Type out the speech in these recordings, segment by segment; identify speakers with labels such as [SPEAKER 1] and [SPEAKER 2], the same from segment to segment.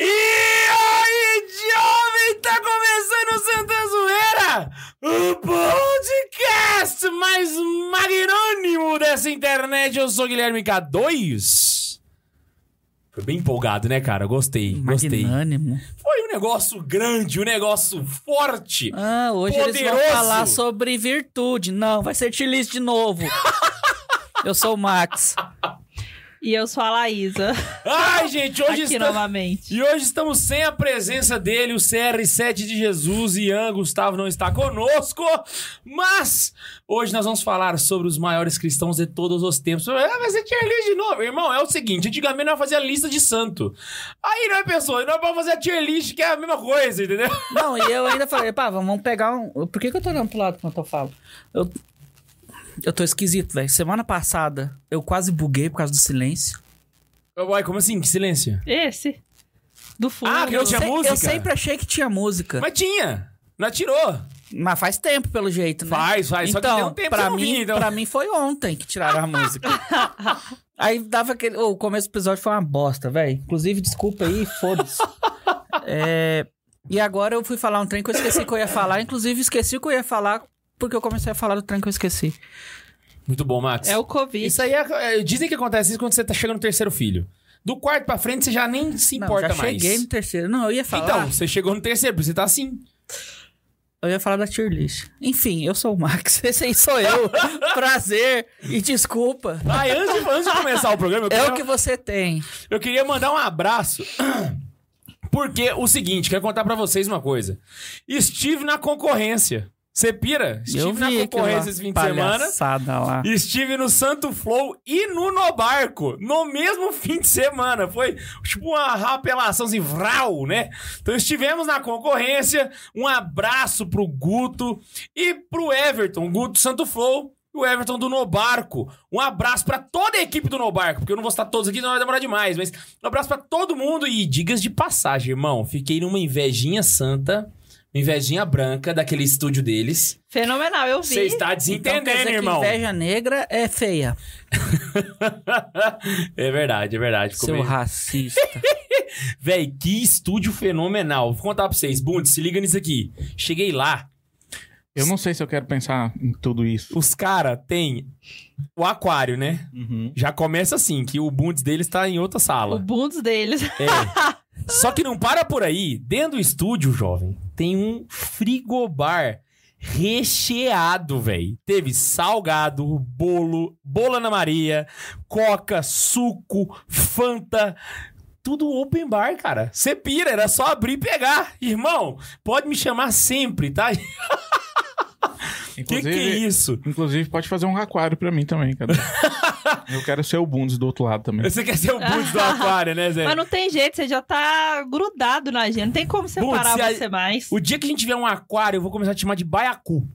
[SPEAKER 1] E aí, jovem, tá começando o Santa Zoeira, o podcast mais magnânimo dessa internet. Eu sou Guilherme K2. Foi bem empolgado, né, cara? Gostei, gostei.
[SPEAKER 2] Magnânimo.
[SPEAKER 1] Foi um negócio grande, um negócio forte.
[SPEAKER 2] Ah, hoje eles vão
[SPEAKER 1] Poderoso.
[SPEAKER 2] falar sobre virtude. Não, vai ser tilis de novo. Eu sou o Max.
[SPEAKER 3] E eu sou a Laísa,
[SPEAKER 1] Ai, gente, hoje
[SPEAKER 3] aqui
[SPEAKER 1] estamos...
[SPEAKER 3] novamente.
[SPEAKER 1] E hoje estamos sem a presença dele, o CR7 de Jesus, Ian Gustavo não está conosco, mas hoje nós vamos falar sobre os maiores cristãos de todos os tempos. Ah, mas você tinha list de novo. Irmão, é o seguinte, antigamente nós fazia lista de santo. Aí não é pessoa, nós vamos fazer a tier list, que é a mesma coisa, entendeu?
[SPEAKER 2] Não, e eu ainda falei, pá, vamos pegar um. Por que, que eu tô olhando pro lado quando eu falo? Eu, eu tô esquisito, velho. Semana passada eu quase buguei por causa do silêncio.
[SPEAKER 1] Uai, como assim? Que silêncio?
[SPEAKER 3] Esse. Do fundo.
[SPEAKER 1] Ah, que eu tinha-
[SPEAKER 2] Se-
[SPEAKER 1] música?
[SPEAKER 2] Eu sempre achei que tinha música. Mas,
[SPEAKER 1] Mas tinha, nós tirou.
[SPEAKER 2] faz tempo, pelo jeito, né?
[SPEAKER 1] Faz, faz, só que
[SPEAKER 2] Então,
[SPEAKER 1] tem um tempo que
[SPEAKER 2] pra
[SPEAKER 1] eu não
[SPEAKER 2] mim,
[SPEAKER 1] vi, então.
[SPEAKER 2] pra mim foi ontem que tiraram a música. aí dava aquele. ô, o começo do episódio foi uma bosta, velho. Inclusive, desculpa aí, foda-se. É, E agora eu fui falar um trem que eu esqueci que eu ia falar. Inclusive, esqueci o que eu ia falar porque eu comecei a falar do trem que eu esqueci.
[SPEAKER 1] Muito bom, Max.
[SPEAKER 3] É o Covid.
[SPEAKER 1] Isso aí, é- é- dizem que acontece isso quando você tá chegando no terceiro filho. Do quarto pra frente, você já nem se
[SPEAKER 2] Não,
[SPEAKER 1] importa
[SPEAKER 2] já
[SPEAKER 1] mais.
[SPEAKER 2] cheguei no terceiro. Não, eu ia falar.
[SPEAKER 1] Então, você chegou no terceiro, você tá assim.
[SPEAKER 2] Eu ia falar da tier list. Enfim, eu sou o Max. Esse aí sou eu. Prazer e desculpa.
[SPEAKER 1] Ah, e antes, de- antes de começar o programa, eu
[SPEAKER 2] É
[SPEAKER 1] queria,
[SPEAKER 2] o que você tem.
[SPEAKER 1] eu queria mandar um abraço. Porque o seguinte, quero contar pra vocês uma coisa. Estive na concorrência. Você pira? Estive
[SPEAKER 2] eu vi
[SPEAKER 1] na
[SPEAKER 2] aquela
[SPEAKER 1] concorrência esse fim de semana.
[SPEAKER 2] palhaçada lá.
[SPEAKER 1] Estive no Santo Flow e no Nobarco no mesmo fim de semana. Foi tipo uma rapelação assim, vral, né? Então estivemos na concorrência. Um abraço pro Guto e pro Everton, Guto Santo Flow. e O Everton do Nobarco. Um abraço pra toda a equipe do Nobarco, porque eu não vou estar todos aqui, senão vai demorar demais. Mas um abraço pra todo mundo e digas de passagem, irmão. Fiquei numa invejinha santa, uma invejinha branca daquele estúdio deles.
[SPEAKER 3] Fenomenal, eu
[SPEAKER 1] Você
[SPEAKER 3] vi.
[SPEAKER 1] está desentendendo,
[SPEAKER 2] então, quer dizer que
[SPEAKER 1] tá irmão.
[SPEAKER 2] inveja negra é feia.
[SPEAKER 1] é verdade, é verdade.
[SPEAKER 2] Seu racista.
[SPEAKER 1] Véi, que estúdio fenomenal. Vou contar pra vocês. Bund, se liga nisso aqui. Cheguei lá,
[SPEAKER 4] Eu não sei se eu quero pensar em tudo isso.
[SPEAKER 1] os caras têm o aquário, né? Já começa assim, que o Bundes deles tá em outra
[SPEAKER 3] O
[SPEAKER 1] sala.
[SPEAKER 3] bundes deles.
[SPEAKER 1] É. Só que não para por aí. Dentro do estúdio, jovem, tem um frigobar recheado, véi. Teve salgado, bolo, bola na Maria, coca, suco, fanta. Tudo open bar, cara. Você pira, era só abrir e pegar. Irmão, pode me chamar sempre, tá? Que que
[SPEAKER 4] Inclusive,
[SPEAKER 1] é isso?
[SPEAKER 4] inclusive pode fazer um aquário pra mim também, cara. eu quero ser o Bundes do outro lado também.
[SPEAKER 1] Você quer ser o Bundes do aquário, né, Zé?
[SPEAKER 3] Mas não tem jeito, você já tá grudado na gente. Não tem como separar
[SPEAKER 1] se a-
[SPEAKER 3] você mais. Ah,
[SPEAKER 1] O dia que a gente tiver um aquário, eu vou começar a te chamar de baiacu.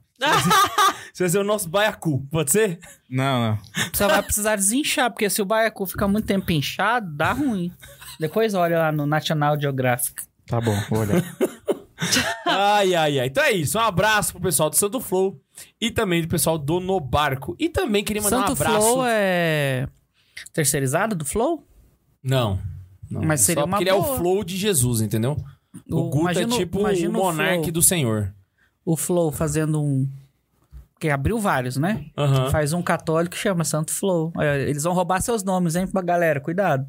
[SPEAKER 1] Você vai ser o nosso baiacu, pode ser?
[SPEAKER 4] Não, não.
[SPEAKER 2] Só vai precisar desinchar, porque se o baiacu ficar muito tempo inchado, dá ruim. Depois olha lá no National Geographic.
[SPEAKER 4] Tá bom, vou olhar.
[SPEAKER 1] Ai, ai, ai. Então é isso. Um abraço pro pessoal do Santo Flow e também do pessoal do No Barco. E também queria mandar
[SPEAKER 2] Santo
[SPEAKER 1] um abraço.
[SPEAKER 2] Flow é terceirizado do Flow?
[SPEAKER 1] Não. não.
[SPEAKER 2] Mas
[SPEAKER 1] Só
[SPEAKER 2] seria uma
[SPEAKER 1] porque ele é o
[SPEAKER 2] boa.
[SPEAKER 1] Flow de Jesus, entendeu? O, Guto
[SPEAKER 2] imagina
[SPEAKER 1] é tipo o
[SPEAKER 2] imagina
[SPEAKER 1] monarca
[SPEAKER 2] Flow,
[SPEAKER 1] do Senhor.
[SPEAKER 2] O Flow fazendo um... Porque abriu vários, né?
[SPEAKER 1] Aham.
[SPEAKER 2] Faz um católico que chama Santo Flow. É, Eles vão roubar seus nomes, hein, pra galera. Cuidado.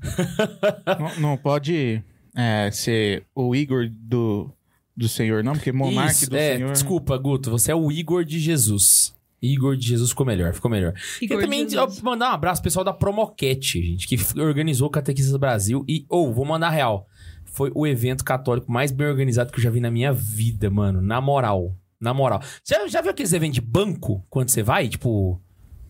[SPEAKER 4] não, não pode é, ser o Igor do, do Senhor, não, porque Monarque
[SPEAKER 1] Isso,
[SPEAKER 4] do
[SPEAKER 1] é,
[SPEAKER 4] Senhor.
[SPEAKER 1] Desculpa, Guto, você é o Igor de Jesus. Igor de Jesus ficou melhor, ficou melhor.
[SPEAKER 3] Igor
[SPEAKER 1] e também
[SPEAKER 3] Jesus.
[SPEAKER 1] ó, mandar um abraço pro pessoal da Promoquete, gente, que f- organizou o Catequistas Brasil. E, ou, vou mandar real. Foi o evento católico mais bem organizado que eu já vi na minha vida, mano. Na moral. Na moral. Você já, já viu aqueles eventos de banco quando você vai? Tipo.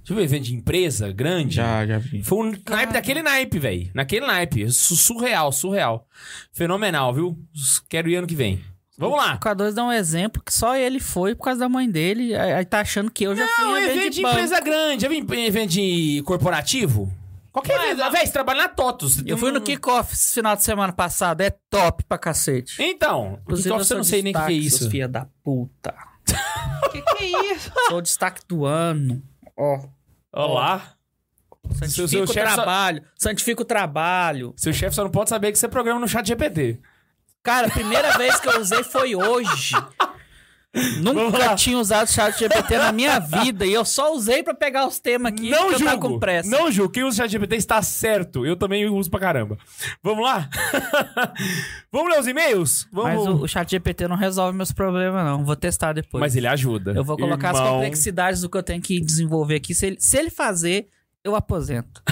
[SPEAKER 1] Já viu evento de empresa grande?
[SPEAKER 4] Já, já vi.
[SPEAKER 1] Foi um naipe daquele naipe, velho. Naquele naipe. Su- Surreal, surreal. Fenomenal, viu? Quero ir ano que vem. Vamos lá.
[SPEAKER 2] O K2 dá um exemplo que só ele foi por causa da mãe dele. Aí aí tá achando que eu já fui
[SPEAKER 1] Não,
[SPEAKER 2] em
[SPEAKER 1] evento de
[SPEAKER 2] banco.
[SPEAKER 1] empresa grande. Já vi em evento de corporativo? Qualquer
[SPEAKER 3] Mas,
[SPEAKER 1] evento.
[SPEAKER 3] ó.
[SPEAKER 1] Véi, você trabalha na TOTUS.
[SPEAKER 2] Eu fui no kickoff esse final de semana passado. É top pra cacete.
[SPEAKER 1] Então,
[SPEAKER 2] Inclusive,
[SPEAKER 1] Inclusive, você
[SPEAKER 2] eu
[SPEAKER 1] não
[SPEAKER 2] sou
[SPEAKER 1] sei nem o que que é
[SPEAKER 2] destaque, seus
[SPEAKER 1] isso.
[SPEAKER 2] Filha da puta.
[SPEAKER 3] Que que é isso?
[SPEAKER 2] Sou o destaque do ano. Ó.
[SPEAKER 1] Olha lá. Seu-
[SPEAKER 2] Santifica
[SPEAKER 1] seu
[SPEAKER 2] o
[SPEAKER 1] chefe só-
[SPEAKER 2] trabalho. Santifica o trabalho.
[SPEAKER 1] Seu chefe só não pode saber que você programa no chat GPT.
[SPEAKER 2] Cara, a primeira vez que eu usei foi hoje.
[SPEAKER 1] Vamos lá.
[SPEAKER 2] Nunca tinha usado chat GPT na minha vida. E eu só usei pra pegar os temas aqui.
[SPEAKER 1] não
[SPEAKER 2] porque eu
[SPEAKER 1] julgo.
[SPEAKER 2] tava com pressa.
[SPEAKER 1] Não julgo. Quem usa chat GPT está certo. Eu também uso pra caramba. Vamos lá? Vamos ler os e-mails? Vamos.
[SPEAKER 2] Mas o, o chat GPT não resolve meus problemas, não. Vou testar depois.
[SPEAKER 1] Mas ele ajuda.
[SPEAKER 2] Eu vou colocar as
[SPEAKER 1] Irmão.
[SPEAKER 2] complexidades do que eu tenho que desenvolver aqui. Se ele, se ele fazer, eu aposento.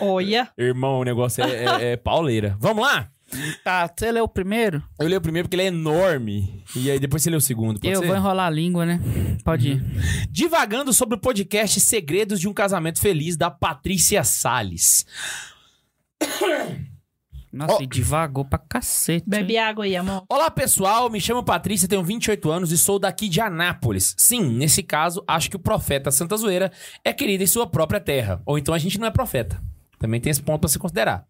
[SPEAKER 3] Olha.
[SPEAKER 1] Irmão, o negócio é, é- é pauleira. Vamos lá?
[SPEAKER 2] Tá, você leu o primeiro?
[SPEAKER 1] Eu leio o primeiro porque ele é enorme. E aí depois você lê o segundo. Pode
[SPEAKER 2] eu
[SPEAKER 1] ser?
[SPEAKER 2] vou enrolar a língua, né? Pode ir.
[SPEAKER 1] Divagando sobre o podcast Segredos de um Casamento Feliz, da Patrícia Salles.
[SPEAKER 2] Nossa,
[SPEAKER 1] Ó.
[SPEAKER 2] e devagou pra cacete.
[SPEAKER 3] Bebe água aí, amor.
[SPEAKER 1] Olá, pessoal. Me chamo Patrícia, tenho 28 anos e sou daqui de Anápolis. Sim, nesse caso, acho que o profeta Santa Zoeira é querido em sua própria terra. Ou então a gente não é profeta. Também tem esse ponto pra se considerar.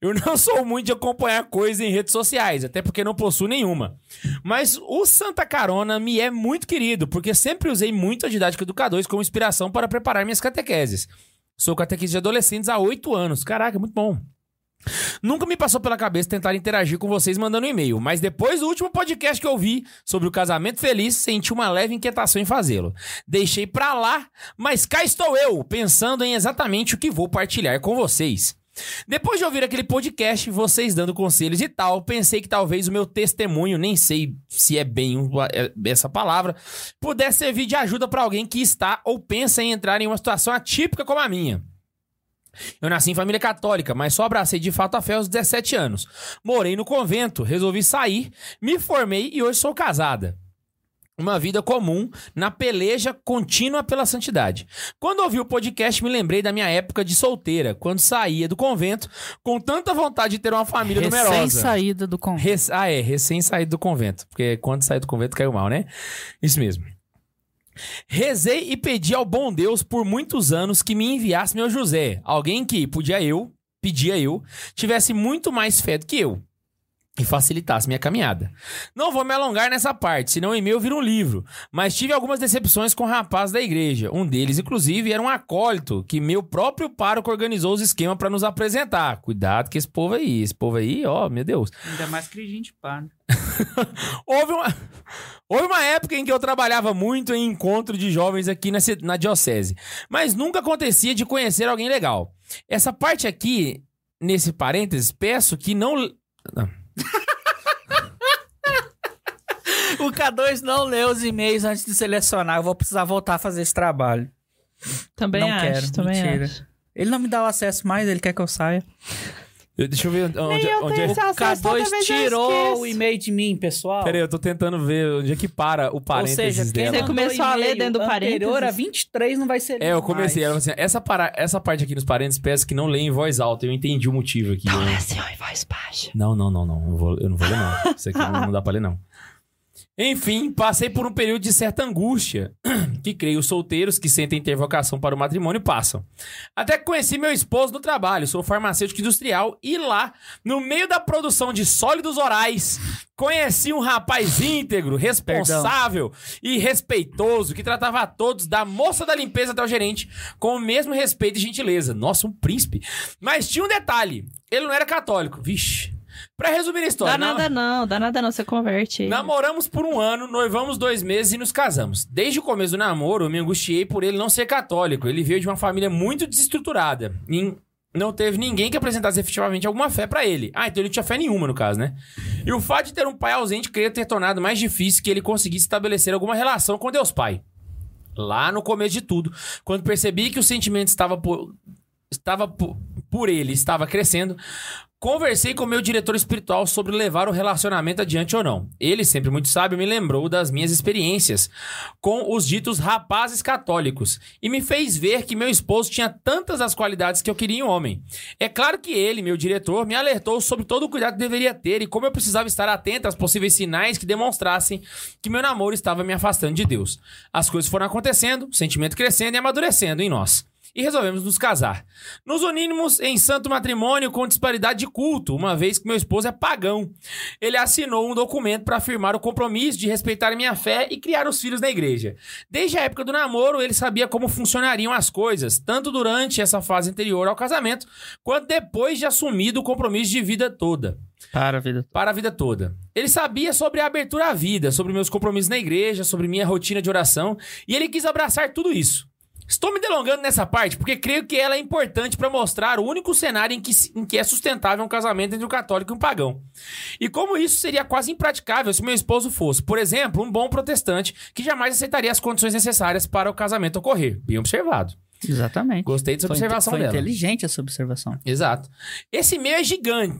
[SPEAKER 1] Eu não sou muito de acompanhar coisa em redes sociais, até porque não possuo nenhuma. Mas o Santa Carona me é muito querido, porque sempre usei muito a didática do K2 como inspiração para preparar minhas catequeses. Sou catequista de adolescentes há 8 anos. Caraca, muito bom. Nunca me passou pela cabeça tentar interagir com vocês mandando um e-mail, mas depois do último podcast que eu vi sobre o casamento feliz, senti uma leve inquietação em fazê-lo. Deixei pra lá, mas cá estou eu, pensando em exatamente o que vou partilhar com vocês. Depois de ouvir aquele podcast, vocês dando conselhos e tal, pensei que talvez o meu testemunho, nem sei se é bem um- é- essa palavra, pudesse servir de ajuda pra alguém que está ou pensa em entrar em uma situação atípica como a minha. Eu nasci em família católica, mas só abracei de fato a fé aos 17 anos. Morei no convento, resolvi sair, me formei e hoje sou casada. Uma vida comum na peleja contínua pela santidade. Quando ouvi o podcast, me lembrei da minha época de solteira, quando saía do convento com tanta vontade de ter uma família
[SPEAKER 2] Recém
[SPEAKER 1] numerosa.
[SPEAKER 2] saída do convite.
[SPEAKER 1] Rec- Ah, é, recém saído do convento. Porque quando saiu do convento caiu mal, né? Isso mesmo. Rezei e pedi ao bom Deus por muitos anos que me enviasse meu José. Alguém que podia eu, pedia eu, tivesse muito mais fé do que eu. E facilitasse minha caminhada. Não vou me alongar nessa parte, senão o e-mail vira um livro. Mas tive algumas decepções com rapazes da igreja. Um deles, inclusive, era um acólito que meu próprio pároco organizou os esquemas pra nos apresentar. Cuidado com esse povo aí. Esse povo aí, ó, meu Deus.
[SPEAKER 2] Ainda mais que gente para.
[SPEAKER 1] Houve uma, houve uma época em que eu trabalhava muito em encontro de jovens aqui na, ci- na diocese, mas nunca acontecia de conhecer alguém legal. Essa parte aqui, nesse parênteses, peço que não.
[SPEAKER 2] O K2 não leu os e-mails antes de selecionar. Eu vou precisar voltar a fazer esse trabalho.
[SPEAKER 3] Também
[SPEAKER 2] Não
[SPEAKER 3] acho,
[SPEAKER 2] quero,
[SPEAKER 3] também
[SPEAKER 2] mentira.
[SPEAKER 3] acho.
[SPEAKER 2] Ele não me dá o acesso mais, ele quer que eu saia.
[SPEAKER 1] Eu- deixa eu ver onde, onde,
[SPEAKER 3] eu
[SPEAKER 1] onde
[SPEAKER 3] tenho
[SPEAKER 1] é.
[SPEAKER 3] essa-
[SPEAKER 2] O
[SPEAKER 3] acesso, toda
[SPEAKER 2] K2
[SPEAKER 3] vez eu
[SPEAKER 2] tirou
[SPEAKER 3] esqueço.
[SPEAKER 2] o e-mail de mim, pessoal.
[SPEAKER 1] Peraí, eu tô tentando ver onde é que para o
[SPEAKER 2] Ou
[SPEAKER 1] parênteses
[SPEAKER 2] seja, quem é
[SPEAKER 1] dela.
[SPEAKER 3] Você começou a ler dentro do
[SPEAKER 2] anterior a
[SPEAKER 3] parênteses?
[SPEAKER 2] 23 não vai ser
[SPEAKER 1] É, eu comecei. Ela falou assim, essa, para- essa parte aqui nos parênteses peço que não leia em voz alta. Eu entendi o motivo aqui.
[SPEAKER 3] Então
[SPEAKER 1] né?
[SPEAKER 3] é assim, ó, em voz baixa.
[SPEAKER 1] Não, não, não, não. Eu, vou- eu não vou ler, não. Isso aqui não, não dá pra ler, não. Enfim, passei por um período de certa angústia, que creio os solteiros que sentem ter vocação para o matrimônio passam. Até que conheci meu esposo no trabalho, sou farmacêutico industrial, e lá, no meio da produção de sólidos orais, conheci um rapaz íntegro, responsável e respeitoso, que tratava a todos, da moça da limpeza até o gerente, com o mesmo respeito e gentileza. Nossa, um príncipe. Mas tinha um detalhe, ele não era católico. Vixe. Pra resumir a história...
[SPEAKER 3] Dá
[SPEAKER 1] na-
[SPEAKER 3] nada não, dá nada não, você converte. ele.
[SPEAKER 1] Namoramos por um ano, noivamos dois meses e nos casamos. Desde o começo do namoro, eu me angustiei por ele não ser católico. Ele veio de uma família muito desestruturada. E não teve ninguém que apresentasse efetivamente alguma fé pra ele. Ah, então ele não tinha fé nenhuma, no caso, né? E o fato de ter um pai ausente creio ter tornado mais difícil que ele conseguisse estabelecer alguma relação com Deus Pai. Lá no começo de tudo, quando percebi que o sentimento estava por, estava por, por ele, estava crescendo, Conversei com meu diretor espiritual sobre levar o relacionamento adiante ou não. Ele, sempre muito sábio, me lembrou das minhas experiências com os ditos rapazes católicos e me fez ver que meu esposo tinha tantas as qualidades que eu queria em um homem. É claro que ele, meu diretor, me alertou sobre todo o cuidado que deveria ter e como eu precisava estar atento aos possíveis sinais que demonstrassem que meu namoro estava me afastando de Deus. As coisas foram acontecendo, o sentimento crescendo e amadurecendo em nós. e resolvemos nos casar. Nos unimos em santo matrimônio com disparidade de culto, uma vez que meu esposo é pagão. Ele assinou um documento para afirmar o compromisso de respeitar minha fé e criar os filhos na igreja. Desde a época do namoro, ele sabia como funcionariam as coisas, tanto durante essa fase anterior ao casamento, quanto depois de assumido o compromisso de vida toda
[SPEAKER 2] Para, vida.
[SPEAKER 1] para a vida toda. Ele sabia sobre a abertura à vida, sobre meus compromissos na igreja, sobre minha rotina de oração, e ele quis abraçar tudo isso. Estou me delongando nessa parte porque creio que ela é importante para mostrar o único cenário em que, se- em que é sustentável um casamento entre um católico e um pagão. E como isso seria quase impraticável se meu esposo fosse, por exemplo, um bom protestante que jamais aceitaria as condições necessárias para o casamento ocorrer. Bem observado.
[SPEAKER 2] Exatamente.
[SPEAKER 1] Gostei dessa
[SPEAKER 2] Foi inte-
[SPEAKER 1] observação
[SPEAKER 2] foi
[SPEAKER 1] dela.
[SPEAKER 2] inteligente essa observação.
[SPEAKER 1] Exato. Esse meio é gigante.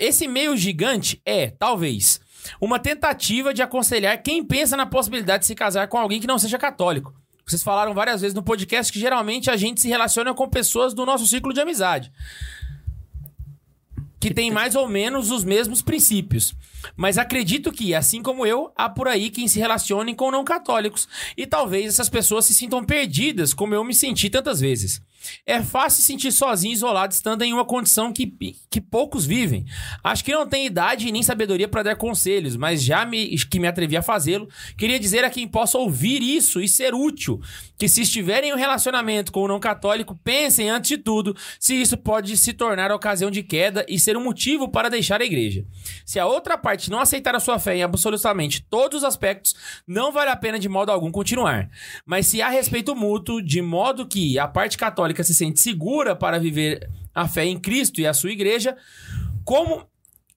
[SPEAKER 1] Esse meio gigante é, talvez, uma tentativa de aconselhar quem pensa na possibilidade de se casar com alguém que não seja católico. Vocês falaram várias vezes no podcast que geralmente a gente se relaciona com pessoas do nosso círculo de amizade. Que tem mais ou menos os mesmos princípios. Mas acredito que, assim como eu, há por aí quem se relacione com não católicos. E talvez essas pessoas se sintam perdidas, como eu me senti tantas vezes. É fácil se sentir sozinho, isolado, estando em uma condição que, que poucos vivem. Acho que não tenho idade nem sabedoria para dar conselhos, mas já me- que me atrevi a fazê-lo, queria dizer a quem possa ouvir isso e ser útil, que se estiverem em um relacionamento com o não católico, pensem antes de tudo se isso pode se tornar a ocasião de queda e ser um motivo para deixar a igreja. Se a outra parte não aceitar a sua fé em absolutamente todos os aspectos, não vale a pena de modo algum continuar. Mas se há respeito mútuo, de modo que a parte católica se sente segura para viver a fé em Cristo e a sua igreja, como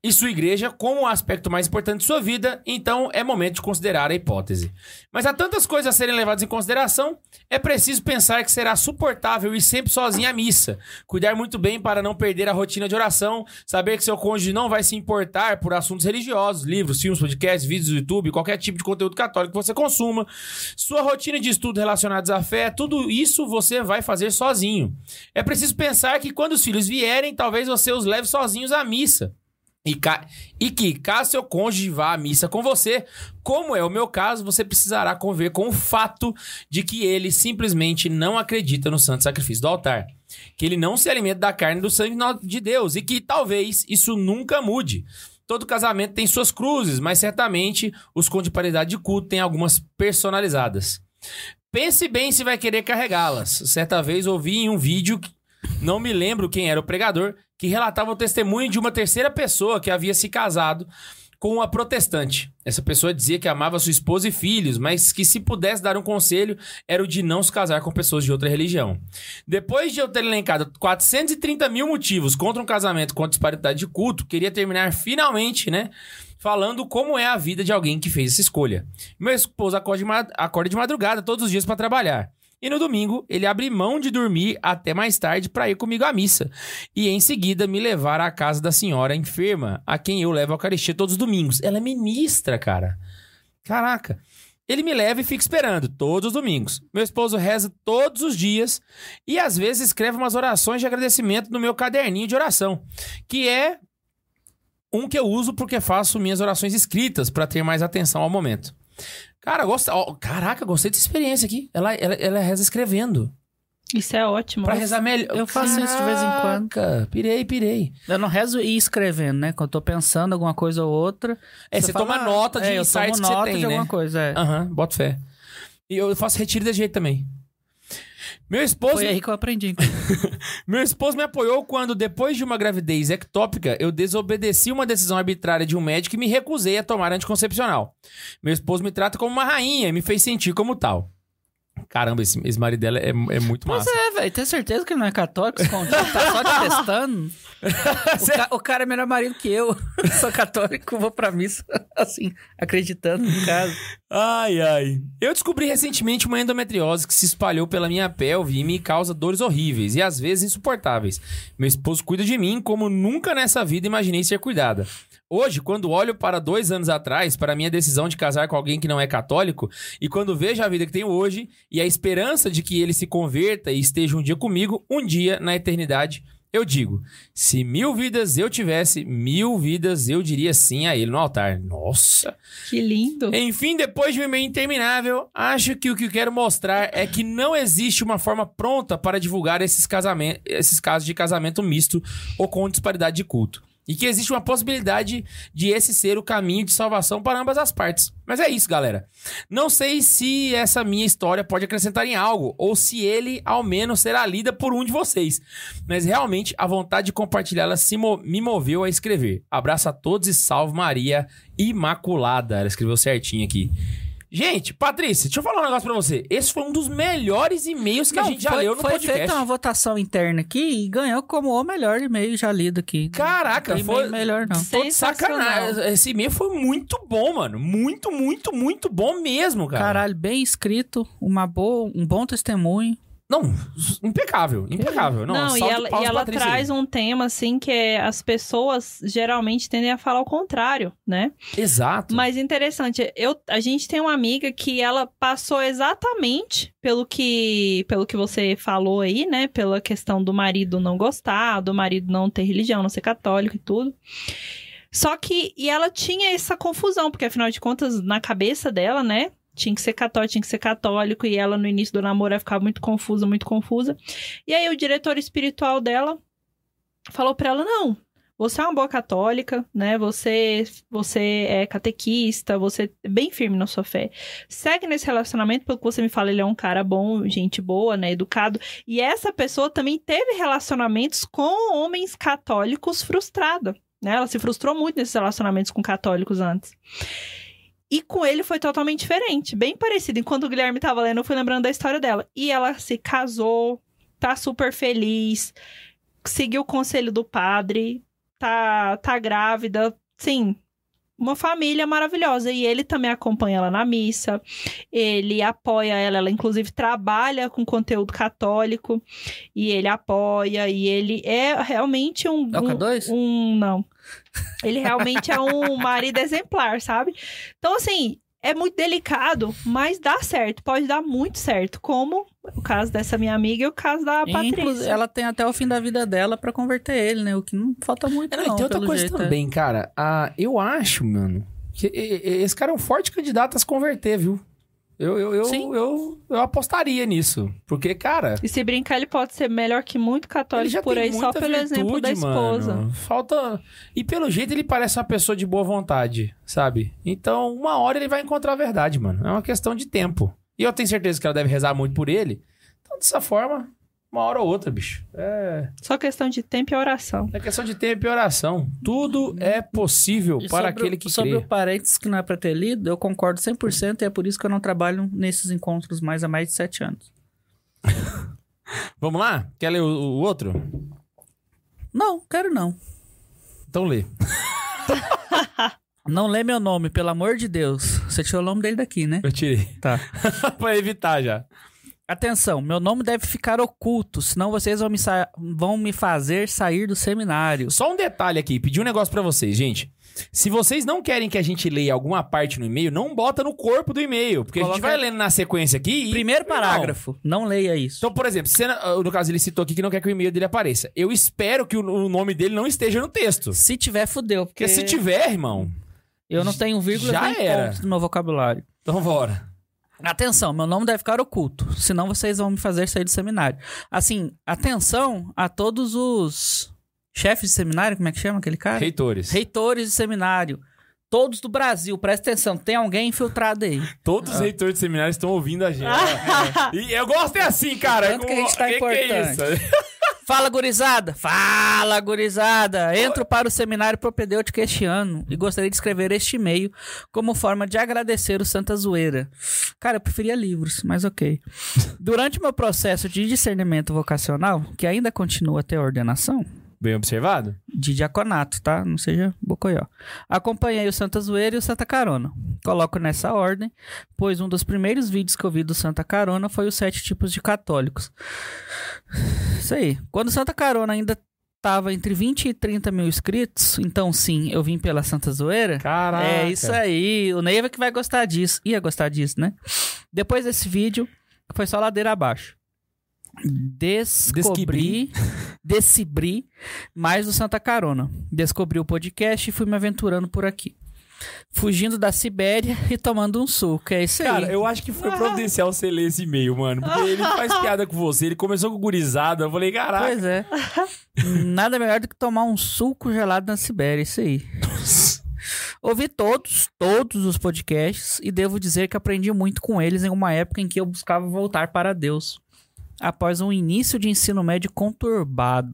[SPEAKER 1] e sua igreja como o aspecto mais importante de sua vida, então é momento de considerar a hipótese. Mas há tantas coisas a serem levadas em consideração, é preciso pensar que será suportável ir sempre sozinho à missa, cuidar muito bem para não perder a rotina de oração, saber que seu cônjuge não vai se importar por assuntos religiosos, livros, filmes, podcasts, vídeos do YouTube, qualquer tipo de conteúdo católico que você consuma, sua rotina de estudo relacionados à fé, tudo isso você vai fazer sozinho. É preciso pensar que quando os filhos vierem, talvez você os leve sozinhos à missa. E, ca- e que, caso seu cônjuge vá à missa com você, como é o meu caso, você precisará conviver com o fato de que ele simplesmente não acredita no santo sacrifício do altar. Que ele não se alimenta da carne e do sangue no- de Deus e que talvez isso nunca mude. Todo casamento tem suas cruzes, mas certamente os com de paridade de culto têm algumas personalizadas. Pense bem se vai querer carregá-las. Certa vez ouvi em um vídeo que- não me lembro quem era o pregador, que relatava o testemunho de uma terceira pessoa que havia se casado com uma protestante. Essa pessoa dizia que amava sua esposa e filhos, mas que se pudesse dar um conselho, era o de não se casar com pessoas de outra religião. Depois de eu ter elencado 430 mil motivos contra um casamento com disparidade de culto, queria terminar finalmente, né? Falando como é a vida de alguém que fez essa escolha. Meu esposo acorda de, ma- acorda de madrugada todos os dias para trabalhar. E no domingo, ele abre mão de dormir até mais tarde para ir comigo à missa. E em seguida me levar à casa da senhora enferma, a quem eu levo a Eucaristia todos os domingos. Ela é ministra, cara. Caraca. Ele me leva e fica esperando todos os domingos. Meu esposo reza todos os dias e às vezes escreve umas orações de agradecimento no meu caderninho de oração, que é um que eu uso porque faço minhas orações escritas para ter mais atenção ao momento. Cara, gosta... ó, caraca, gostei dessa experiência aqui. Ela, ela, ela reza escrevendo.
[SPEAKER 3] Isso é ótimo.
[SPEAKER 1] Pra rezar melhor.
[SPEAKER 2] eu faço isso de vez em quando.
[SPEAKER 1] Caraca, Pirei, pirei.
[SPEAKER 2] Eu não rezo e escrevendo, né? Quando eu tô pensando alguma coisa ou outra.
[SPEAKER 1] É, você,
[SPEAKER 2] fala,
[SPEAKER 1] toma nota de
[SPEAKER 2] é, eu
[SPEAKER 1] insights
[SPEAKER 2] tomo
[SPEAKER 1] que
[SPEAKER 2] nota
[SPEAKER 1] você tem,
[SPEAKER 2] de
[SPEAKER 1] né?
[SPEAKER 2] alguma coisa, é.
[SPEAKER 1] Aham, boto fé. E eu faço retiro desse jeito também. Meu esposo,
[SPEAKER 2] Foi aí que eu aprendi.
[SPEAKER 1] meu esposo me apoiou quando, depois de uma gravidez ectópica, eu desobedeci uma decisão arbitrária de um médico e me recusei a tomar anticoncepcional. Meu esposo me trata como uma rainha e me fez sentir como tal. Caramba, esse, esse marido dela é, é muito
[SPEAKER 2] Pois
[SPEAKER 1] massa.
[SPEAKER 2] é, velho. Tem certeza que ele não é católico escondido? Tá só te testando? o, ca- o cara é melhor marido que eu. Sou católico, vou pra missa, assim, acreditando no caso.
[SPEAKER 1] Ai, ai. Eu descobri recentemente uma endometriose que se espalhou pela minha pelve e me causa dores horríveis e às vezes insuportáveis. Meu esposo cuida de mim como nunca nessa vida imaginei ser cuidada. Hoje, quando olho para dois anos atrás, para a minha decisão de casar com alguém que não é católico, e quando vejo a vida que tenho hoje e a esperança de que ele se converta e esteja um dia comigo, um dia na eternidade, Eu digo, se mil vidas eu tivesse, mil vidas eu diria sim a ele no altar. Nossa.
[SPEAKER 3] Que lindo.
[SPEAKER 1] Enfim, depois de um e-mail interminável, acho que o que eu quero mostrar é que não existe uma forma pronta para divulgar esses, casamen- esses casos de casamento misto ou com disparidade de culto. E que existe uma possibilidade de esse ser o caminho de salvação para ambas as partes. Mas é isso, galera. Não sei se essa minha história pode acrescentar em algo, ou se ele, ao menos, será lida por um de vocês. Mas realmente, a vontade de compartilhá-la se mo- me moveu a escrever. Abraço a todos e salve Maria Imaculada. Ela escreveu certinho aqui. Gente, Patrícia, deixa eu falar um negócio pra você. Esse foi um dos melhores e-mails que a
[SPEAKER 2] Não,
[SPEAKER 1] gente já
[SPEAKER 2] foi,
[SPEAKER 1] leu no
[SPEAKER 2] foi
[SPEAKER 1] podcast.
[SPEAKER 2] feita uma votação interna aqui e ganhou como o melhor e-mail já lido aqui.
[SPEAKER 1] Caraca,
[SPEAKER 2] Não tem
[SPEAKER 1] foi.
[SPEAKER 2] e-mail melhor não.
[SPEAKER 1] Tô de
[SPEAKER 3] Sensacional.
[SPEAKER 1] sacanagem. Esse e-mail foi muito bom, mano. Muito, muito, muito bom mesmo, cara.
[SPEAKER 2] Caralho, bem escrito, uma boa, um bom testemunho.
[SPEAKER 1] Não, impecável, impecável. Não,
[SPEAKER 3] Não, e
[SPEAKER 1] salve
[SPEAKER 3] ela,
[SPEAKER 1] de palmas
[SPEAKER 3] e ela
[SPEAKER 1] pra Patrícia aí.
[SPEAKER 3] traz um tema, assim, que é, as pessoas geralmente tendem a falar o contrário, né?
[SPEAKER 1] Exato.
[SPEAKER 3] Mas interessante, eu, a gente tem uma amiga que ela passou exatamente pelo que, pelo que você falou aí, né? Pela questão do marido não gostar, do marido não ter religião, não ser católico e tudo. Só que, e ela tinha essa confusão, porque afinal de contas, na cabeça dela, né? Tinha que ser católico, tinha que ser católico, e ela no início do namoro ia ficar muito confusa, muito confusa. E aí o diretor espiritual dela falou pra ela: não, você é uma boa católica, né? Você, você é catequista, você é bem firme na sua fé. Segue nesse relacionamento, pelo que você me fala, ele é um cara bom, gente boa, né? Educado. E essa pessoa também teve relacionamentos com homens católicos frustrada, né? Ela se frustrou muito nesses relacionamentos com católicos antes. E com ele foi totalmente diferente, bem parecido. Enquanto o Guilherme tava lendo, eu fui lembrando da história dela. E ela se casou, tá super feliz, seguiu o conselho do padre, tá, tá grávida, sim. Uma família maravilhosa. E ele também acompanha ela na missa, ele apoia ela, ela inclusive trabalha com conteúdo católico, e ele apoia, e ele é realmente um.
[SPEAKER 2] É o
[SPEAKER 3] um-
[SPEAKER 2] K2?
[SPEAKER 3] um não. Ele realmente é um marido exemplar, sabe? Então, assim, é muito delicado, mas dá certo. Pode dar muito certo. Como o caso dessa minha amiga e o caso da
[SPEAKER 2] Inclu-
[SPEAKER 3] Patrícia.
[SPEAKER 2] ela tem até o fim da vida dela pra converter ele, né? O que não falta muito,
[SPEAKER 1] É,
[SPEAKER 2] não.
[SPEAKER 1] não, e tem outra
[SPEAKER 2] pelo
[SPEAKER 1] coisa
[SPEAKER 2] jeito, é.
[SPEAKER 1] também, cara. Ah, eu acho, mano, que e- e- esse cara é um forte candidato a se converter, viu? Eu, eu, eu,
[SPEAKER 2] Sim.
[SPEAKER 1] eu, eu apostaria nisso. Porque, cara,
[SPEAKER 3] E se brincar, ele pode ser melhor que muito
[SPEAKER 1] ele
[SPEAKER 3] católico
[SPEAKER 1] já
[SPEAKER 3] por
[SPEAKER 1] tem
[SPEAKER 3] aí, só
[SPEAKER 1] muita
[SPEAKER 3] pelo exemplo da
[SPEAKER 1] virtude,
[SPEAKER 3] esposa.
[SPEAKER 1] mano. Falta. E pelo jeito ele parece uma pessoa de boa vontade, sabe? Então, uma hora ele vai encontrar a verdade, mano. É uma questão de tempo. E eu tenho certeza que ela deve rezar muito por ele. Então, dessa forma, uma hora ou outra, bicho. É,
[SPEAKER 3] Só questão de tempo e oração.
[SPEAKER 1] é questão de tempo e oração. Tudo é possível
[SPEAKER 2] E
[SPEAKER 1] para
[SPEAKER 2] sobre
[SPEAKER 1] aquele
[SPEAKER 2] o-
[SPEAKER 1] que
[SPEAKER 2] Sobre
[SPEAKER 1] crê.
[SPEAKER 2] o parênteses que não é pra ter lido, eu concordo 100% e é por isso que eu não trabalho nesses encontros mais há mais de sete anos.
[SPEAKER 1] Vamos lá? Quer ler o, o outro?
[SPEAKER 2] Não, quero não.
[SPEAKER 1] Então lê.
[SPEAKER 2] Não lê meu nome, pelo amor de Deus. Você tirou o nome dele daqui, né?
[SPEAKER 1] Eu tirei.
[SPEAKER 2] Tá.
[SPEAKER 1] pra evitar já.
[SPEAKER 2] Atenção, meu nome deve ficar oculto, senão vocês vão me, sa- vão me fazer sair do seminário.
[SPEAKER 1] Só um detalhe aqui, pedi um negócio pra vocês, gente. Se vocês não querem que a gente leia alguma parte no e-mail, não bota no corpo do e-mail, porque a gente
[SPEAKER 2] Coloca-
[SPEAKER 1] vai lendo na sequência aqui. e-
[SPEAKER 2] Primeiro
[SPEAKER 1] Não.
[SPEAKER 2] parágrafo, não, leia isso.
[SPEAKER 1] Então, por exemplo, se na- no caso ele citou aqui que não quer que o e-mail dele apareça. Eu espero que o, o nome dele não esteja no texto.
[SPEAKER 2] Se tiver, fudeu, porque
[SPEAKER 1] Porque se tiver, irmão.
[SPEAKER 2] eu não tenho vírgula
[SPEAKER 1] Já
[SPEAKER 2] nem
[SPEAKER 1] era.
[SPEAKER 2] ponto no meu vocabulário.
[SPEAKER 1] Então, bora.
[SPEAKER 2] Atenção, meu nome deve ficar oculto, senão vocês vão me fazer sair do seminário. Assim, atenção a todos os chefes de seminário, como é que chama aquele cara?
[SPEAKER 1] Reitores.
[SPEAKER 2] Reitores de seminário. Todos do Brasil, presta atenção, tem alguém infiltrado aí.
[SPEAKER 1] Todos
[SPEAKER 2] Ah.
[SPEAKER 1] os reitores de seminário estão ouvindo a gente. E eu gosto é assim, cara.
[SPEAKER 2] Tanto que a gente tá
[SPEAKER 1] que que é
[SPEAKER 2] importante.
[SPEAKER 1] isso?
[SPEAKER 2] Fala, gurizada! Fala, gurizada! Entro para o seminário propedêutico este ano e gostaria de escrever este e-mail como forma de agradecer o Santa Zoeira. Cara, eu preferia livros, mas ok. Durante meu processo de discernimento vocacional, que ainda continua até a ordenação,
[SPEAKER 1] Bem observado?
[SPEAKER 2] de diaconato, tá? Não seja bocoió. Acompanhei o Santa Zoeira e o Santa Carona. Coloco nessa ordem, pois um dos primeiros vídeos que eu vi do Santa Carona foi os sete tipos de católicos. Isso aí. Quando o Santa Carona ainda estava entre 20 e 30 mil inscritos, então sim, eu vim pela Santa Zoeira.
[SPEAKER 1] Caraca.
[SPEAKER 2] É isso aí. O Neiva que vai gostar disso. Ia gostar disso, né? Depois desse vídeo, foi só ladeira abaixo. Descobri, descobri mais do Santa Carona. Descobri o podcast e fui me aventurando por aqui. Fugindo da Sibéria e tomando um suco. É isso
[SPEAKER 1] Cara,
[SPEAKER 2] aí.
[SPEAKER 1] eu acho que foi providencial você ler esse e-mail, mano. Porque ele faz piada com você, ele começou com gurizada. Eu falei, caraca.
[SPEAKER 2] Pois é. Nada melhor do que tomar um suco gelado na Sibéria, isso aí. Ouvi todos, todos os podcasts e devo dizer que aprendi muito com eles em uma época em que eu buscava voltar para Deus. Após um início de ensino médio conturbado.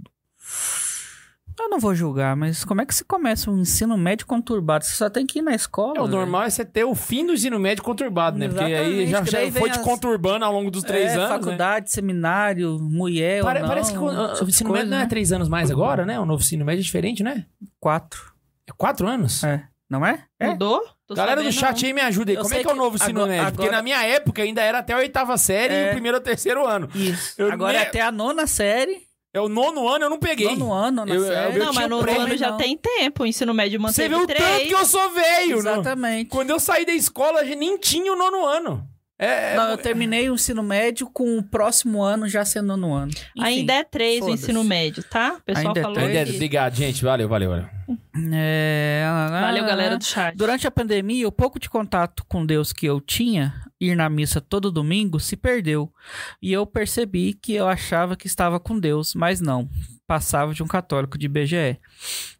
[SPEAKER 2] Eu não vou julgar, mas como é que se começa um ensino médio conturbado? Você só tem que ir na escola. né?
[SPEAKER 1] É, o
[SPEAKER 2] velho.
[SPEAKER 1] normal é você ter o fim do ensino médio conturbado, né? Porque aí
[SPEAKER 2] Exatamente,
[SPEAKER 1] já,
[SPEAKER 2] que
[SPEAKER 1] já
[SPEAKER 2] daí vem
[SPEAKER 1] foi te
[SPEAKER 2] as-
[SPEAKER 1] conturbando ao longo dos três
[SPEAKER 2] É,
[SPEAKER 1] anos. né?
[SPEAKER 2] Faculdade, seminário, mulher.
[SPEAKER 1] Pare-
[SPEAKER 2] ou não,
[SPEAKER 1] parece que o, o
[SPEAKER 2] essas
[SPEAKER 1] ensino
[SPEAKER 2] coisas,
[SPEAKER 1] médio não é
[SPEAKER 2] né?
[SPEAKER 1] três anos mais agora, né? O novo ensino médio é diferente, né?
[SPEAKER 2] Quatro.
[SPEAKER 1] É quatro anos?
[SPEAKER 2] É. Não é? É?
[SPEAKER 3] Mudou? Tô
[SPEAKER 1] Galera do
[SPEAKER 3] sabendo,
[SPEAKER 1] chat aí me ajuda aí.
[SPEAKER 2] Eu
[SPEAKER 1] Como é
[SPEAKER 2] sei
[SPEAKER 1] que é o
[SPEAKER 2] que
[SPEAKER 1] novo ensino
[SPEAKER 2] agora-
[SPEAKER 1] médio? Porque
[SPEAKER 2] agora-
[SPEAKER 1] na minha época ainda era até a oitava série e
[SPEAKER 2] É.
[SPEAKER 1] o primeiro ou terceiro ano.
[SPEAKER 2] Isso.
[SPEAKER 1] Eu
[SPEAKER 2] Agora é
[SPEAKER 1] nem-
[SPEAKER 2] até a nona série.
[SPEAKER 1] É o nono ano eu não peguei.
[SPEAKER 2] Nono ano, na
[SPEAKER 1] Eu- eu-
[SPEAKER 2] série.
[SPEAKER 1] eu
[SPEAKER 3] Não,
[SPEAKER 1] tinha
[SPEAKER 3] mas no
[SPEAKER 1] prêmio,
[SPEAKER 3] ano já tem tempo. O ensino médio
[SPEAKER 1] Você
[SPEAKER 3] manteve
[SPEAKER 1] viu o
[SPEAKER 3] três.
[SPEAKER 1] tanto que eu sou velho, não?
[SPEAKER 2] Exatamente.
[SPEAKER 1] Quando eu saí da escola, a gente nem tinha o nono ano. É, é-
[SPEAKER 2] Não, eu terminei o ensino médio com o próximo ano já sendo nono ano. Enfim,
[SPEAKER 3] Ainda é três o
[SPEAKER 2] foda-se.
[SPEAKER 3] ensino médio, tá? O pessoal
[SPEAKER 2] Ainda é
[SPEAKER 3] falou
[SPEAKER 2] três.
[SPEAKER 1] Entendeu?
[SPEAKER 3] aqui.
[SPEAKER 1] Obrigado, gente. Valeu, valeu, valeu.
[SPEAKER 2] é...
[SPEAKER 3] Valeu,
[SPEAKER 1] Ah,
[SPEAKER 3] galera do chat.
[SPEAKER 2] Durante a pandemia, o pouco de contato com Deus que eu tinha, ir na missa todo domingo, se perdeu. E eu percebi que eu achava que estava com Deus, mas não. Passava de um católico de BGE.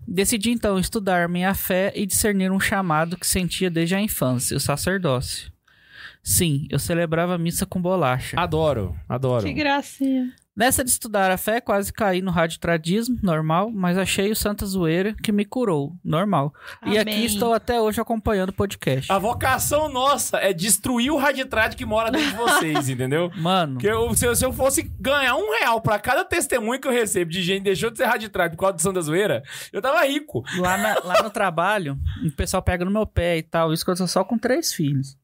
[SPEAKER 2] Decidi então estudar minha fé e discernir um chamado que sentia desde a infância, o sacerdócio. Sim, eu celebrava a missa com bolacha.
[SPEAKER 1] Adoro, adoro.
[SPEAKER 3] Que gracinha.
[SPEAKER 2] Nessa de estudar a fé, quase caí no radiotradismo, normal, mas achei o Santa Zoeira que me curou, normal. E aqui
[SPEAKER 3] Amém.
[SPEAKER 2] estou até hoje acompanhando o podcast.
[SPEAKER 1] A vocação nossa é destruir o raditrade que mora dentro de vocês, entendeu?
[SPEAKER 2] Mano,
[SPEAKER 1] Porque eu- se, eu- se eu fosse ganhar um real pra cada testemunho que eu recebo de gente que deixou de ser raditrade por causa do Santa Zoeira, eu tava rico.
[SPEAKER 2] lá, na- lá no trabalho, o pessoal pega no meu pé e tal, isso que eu sou só com três filhos.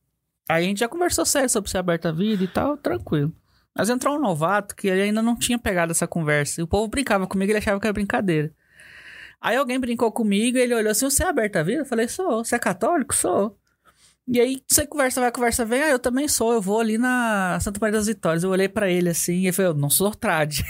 [SPEAKER 2] Aí a gente já conversou sério sobre ser aberta a vida e tal, tranquilo. Mas entrou um novato que ele ainda não tinha pegado essa conversa. E o povo brincava comigo, ele achava que era brincadeira. Aí alguém brincou comigo, ele olhou assim: Você é aberta a vida? Eu falei: Sou. Você é católico? Sou. E aí você conversa, vai, conversa, vem. Ah, eu também sou. Eu vou ali na Santa Maria das Vitórias. Eu olhei pra ele assim e ele falou: "Eu Não sou trad.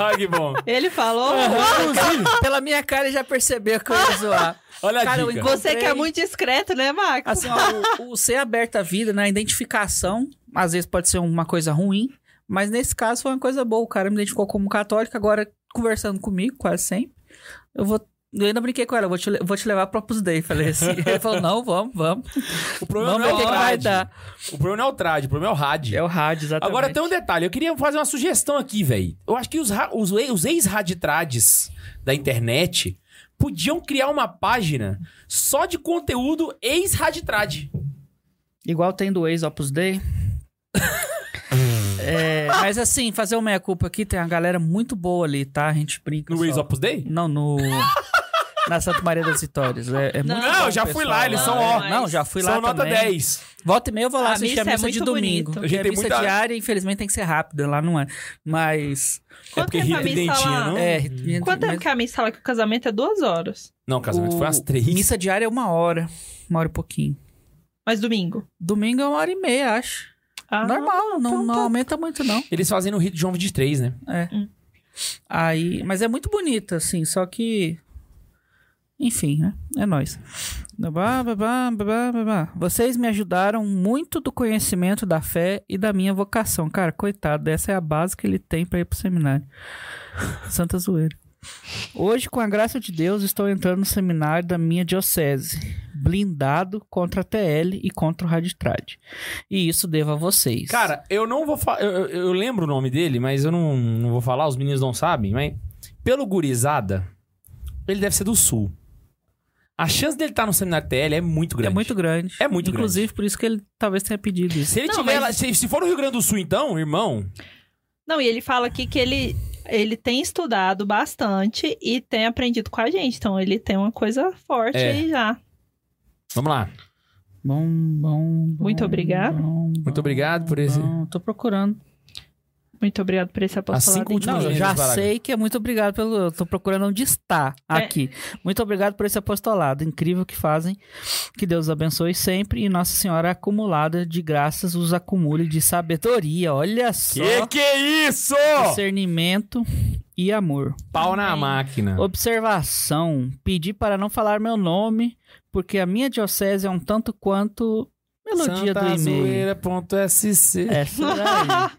[SPEAKER 1] Ai, que bom.
[SPEAKER 3] Ele falou.
[SPEAKER 2] Inclusive, pela minha cara, ele já percebeu que eu ia zoar.
[SPEAKER 1] Olha a
[SPEAKER 2] Cara, eu
[SPEAKER 1] dica.
[SPEAKER 2] encontrei-
[SPEAKER 3] Você que é muito discreto, né, Max?
[SPEAKER 1] É
[SPEAKER 2] Assim, ó, o, o ser aberto à vida, na identificação, às vezes pode ser uma coisa ruim, mas nesse caso foi uma coisa boa. O cara me identificou como católico, agora conversando comigo quase sempre. Eu vou. Eu ainda brinquei com ela, eu vou te, le- vou te levar pro Opus Dei. Falei assim. Ele falou: não, vamos, vamos.
[SPEAKER 1] O problema
[SPEAKER 2] Vamos
[SPEAKER 1] não
[SPEAKER 2] ver
[SPEAKER 1] é
[SPEAKER 2] o
[SPEAKER 1] o
[SPEAKER 2] que, que vai
[SPEAKER 1] trad.
[SPEAKER 2] dar.
[SPEAKER 1] O problema não é o trad, o problema é o rádio.
[SPEAKER 2] É o rádio, exatamente.
[SPEAKER 1] Agora tem um detalhe, eu queria fazer uma sugestão aqui, velho. Eu acho que os, ra- os, e- os ex-raditrades da internet podiam criar uma página só de conteúdo ex-raditrade.
[SPEAKER 2] Igual tem do ex-Opus Dei. É, mas assim, fazer uma meia-culpa aqui, tem uma galera muito boa ali, tá? A gente brinca.
[SPEAKER 1] No
[SPEAKER 2] só.
[SPEAKER 1] ex-Opus Day?
[SPEAKER 2] Não, no. Na Santa Maria das Vitórias. É, é
[SPEAKER 3] Não,
[SPEAKER 2] muito
[SPEAKER 1] não,
[SPEAKER 2] bom,
[SPEAKER 1] já fui lá,
[SPEAKER 2] pessoal.
[SPEAKER 1] eles
[SPEAKER 3] são
[SPEAKER 2] É,
[SPEAKER 3] ó-
[SPEAKER 2] Não, já fui lá
[SPEAKER 1] São nota
[SPEAKER 2] também.
[SPEAKER 1] 10.
[SPEAKER 2] Volta e meia eu vou lá
[SPEAKER 3] A
[SPEAKER 2] assistir a
[SPEAKER 3] missa é
[SPEAKER 2] missa de
[SPEAKER 3] muito
[SPEAKER 2] domingo.
[SPEAKER 3] bonito.
[SPEAKER 2] Porque
[SPEAKER 1] A gente
[SPEAKER 2] A
[SPEAKER 1] tem
[SPEAKER 2] missa
[SPEAKER 1] muita-
[SPEAKER 2] diária, infelizmente, tem que ser rápida. Lá não é. Mas...
[SPEAKER 3] Quanto tempo a missa lá?
[SPEAKER 2] É,
[SPEAKER 3] Quanto tempo
[SPEAKER 2] mas
[SPEAKER 3] Uhum. que a missa fala que o casamento é duas horas?
[SPEAKER 1] Não, o casamento
[SPEAKER 2] o-
[SPEAKER 1] foi às 3.
[SPEAKER 2] Missa diária é uma hora. Uma hora e pouquinho.
[SPEAKER 3] Mas domingo.
[SPEAKER 2] Domingo é uma hora e meia, acho.
[SPEAKER 3] Ah,
[SPEAKER 2] Normal, não,
[SPEAKER 3] então
[SPEAKER 2] não
[SPEAKER 3] tá.
[SPEAKER 2] aumenta muito, não.
[SPEAKER 1] Eles fazem no rito de João 23, né?
[SPEAKER 2] Aí, mas é muito bonito, assim, só que. Enfim, né? É nóis. Babá, babá, babá, babá. Vocês me ajudaram muito do conhecimento da fé e da minha vocação. Cara, coitado, essa é a base que ele tem pra ir pro seminário. Santa zoeira. Hoje, com a graça de Deus, estou entrando no seminário da minha diocese, blindado contra a TL e contra o Raditrade. E isso devo a vocês.
[SPEAKER 1] Cara, eu não vou falar. Eu, eu- eu lembro o nome dele, mas eu não, não vou falar, os meninos não sabem, mas. Pelo gurizada, ele deve ser do sul. A chance dele estar no seminário TL é muito grande.
[SPEAKER 2] é muito grande.
[SPEAKER 1] É muito grande.
[SPEAKER 2] Inclusive, por isso que ele talvez tenha pedido isso.
[SPEAKER 1] Se ele
[SPEAKER 3] Não,
[SPEAKER 1] tiver
[SPEAKER 3] mas-
[SPEAKER 1] lá- se, se for no Rio Grande do Sul, então, irmão.
[SPEAKER 3] Não, e ele fala aqui que ele, ele tem estudado bastante e tem aprendido com a gente. Então, ele tem uma coisa forte
[SPEAKER 1] É.
[SPEAKER 3] aí já.
[SPEAKER 1] Vamos lá.
[SPEAKER 2] Bom, bom, bom,
[SPEAKER 3] Muito obrigado.
[SPEAKER 2] bom, bom,
[SPEAKER 1] Muito obrigado por esse-
[SPEAKER 2] bom. Tô procurando.
[SPEAKER 3] Muito obrigado por esse apostolado.
[SPEAKER 1] cinco últimas
[SPEAKER 2] Não, eu
[SPEAKER 1] Diz,
[SPEAKER 2] já
[SPEAKER 1] Braga.
[SPEAKER 2] sei que é muito obrigado pelo. Eu tô procurando onde está
[SPEAKER 3] É.
[SPEAKER 2] aqui. Muito obrigado por esse apostolado incrível que fazem. Que Deus os abençoe sempre e Nossa Senhora acumulada de graças os acumule de sabedoria. Olha só.
[SPEAKER 1] Que que é isso?
[SPEAKER 2] Discernimento e amor.
[SPEAKER 1] Pau na
[SPEAKER 3] Amém.
[SPEAKER 1] máquina.
[SPEAKER 2] Observação: pedi para não falar meu nome, porque a minha diocese é um tanto quanto melodia do e-mail. É,
[SPEAKER 1] santazoeira.sc.
[SPEAKER 2] Essa daí.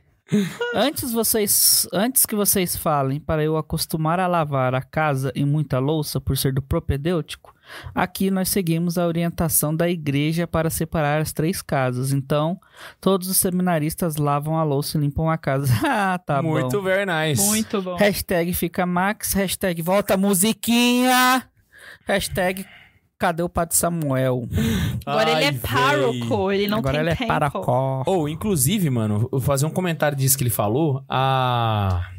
[SPEAKER 2] antes vocês, antes que vocês falem para eu acostumar a lavar a casa e muita louça por ser do propedêutico, aqui nós seguimos a orientação da igreja para separar as três casas. Então, todos os seminaristas lavam a louça e limpam a casa. ah, tá bom.
[SPEAKER 1] Muito very nice.
[SPEAKER 3] Muito bom.
[SPEAKER 2] Hashtag fica Max, hashtag volta a musiquinha, hashtag cadê o Padre Samuel?
[SPEAKER 3] Agora
[SPEAKER 1] Ai,
[SPEAKER 3] ele é
[SPEAKER 1] véi.
[SPEAKER 3] pároco, ele não
[SPEAKER 2] Agora
[SPEAKER 3] tem
[SPEAKER 2] ele é
[SPEAKER 3] tempo.
[SPEAKER 2] paracó.
[SPEAKER 1] Ou, inclusive, mano, eu vou fazer um comentário disso que ele falou. Ah.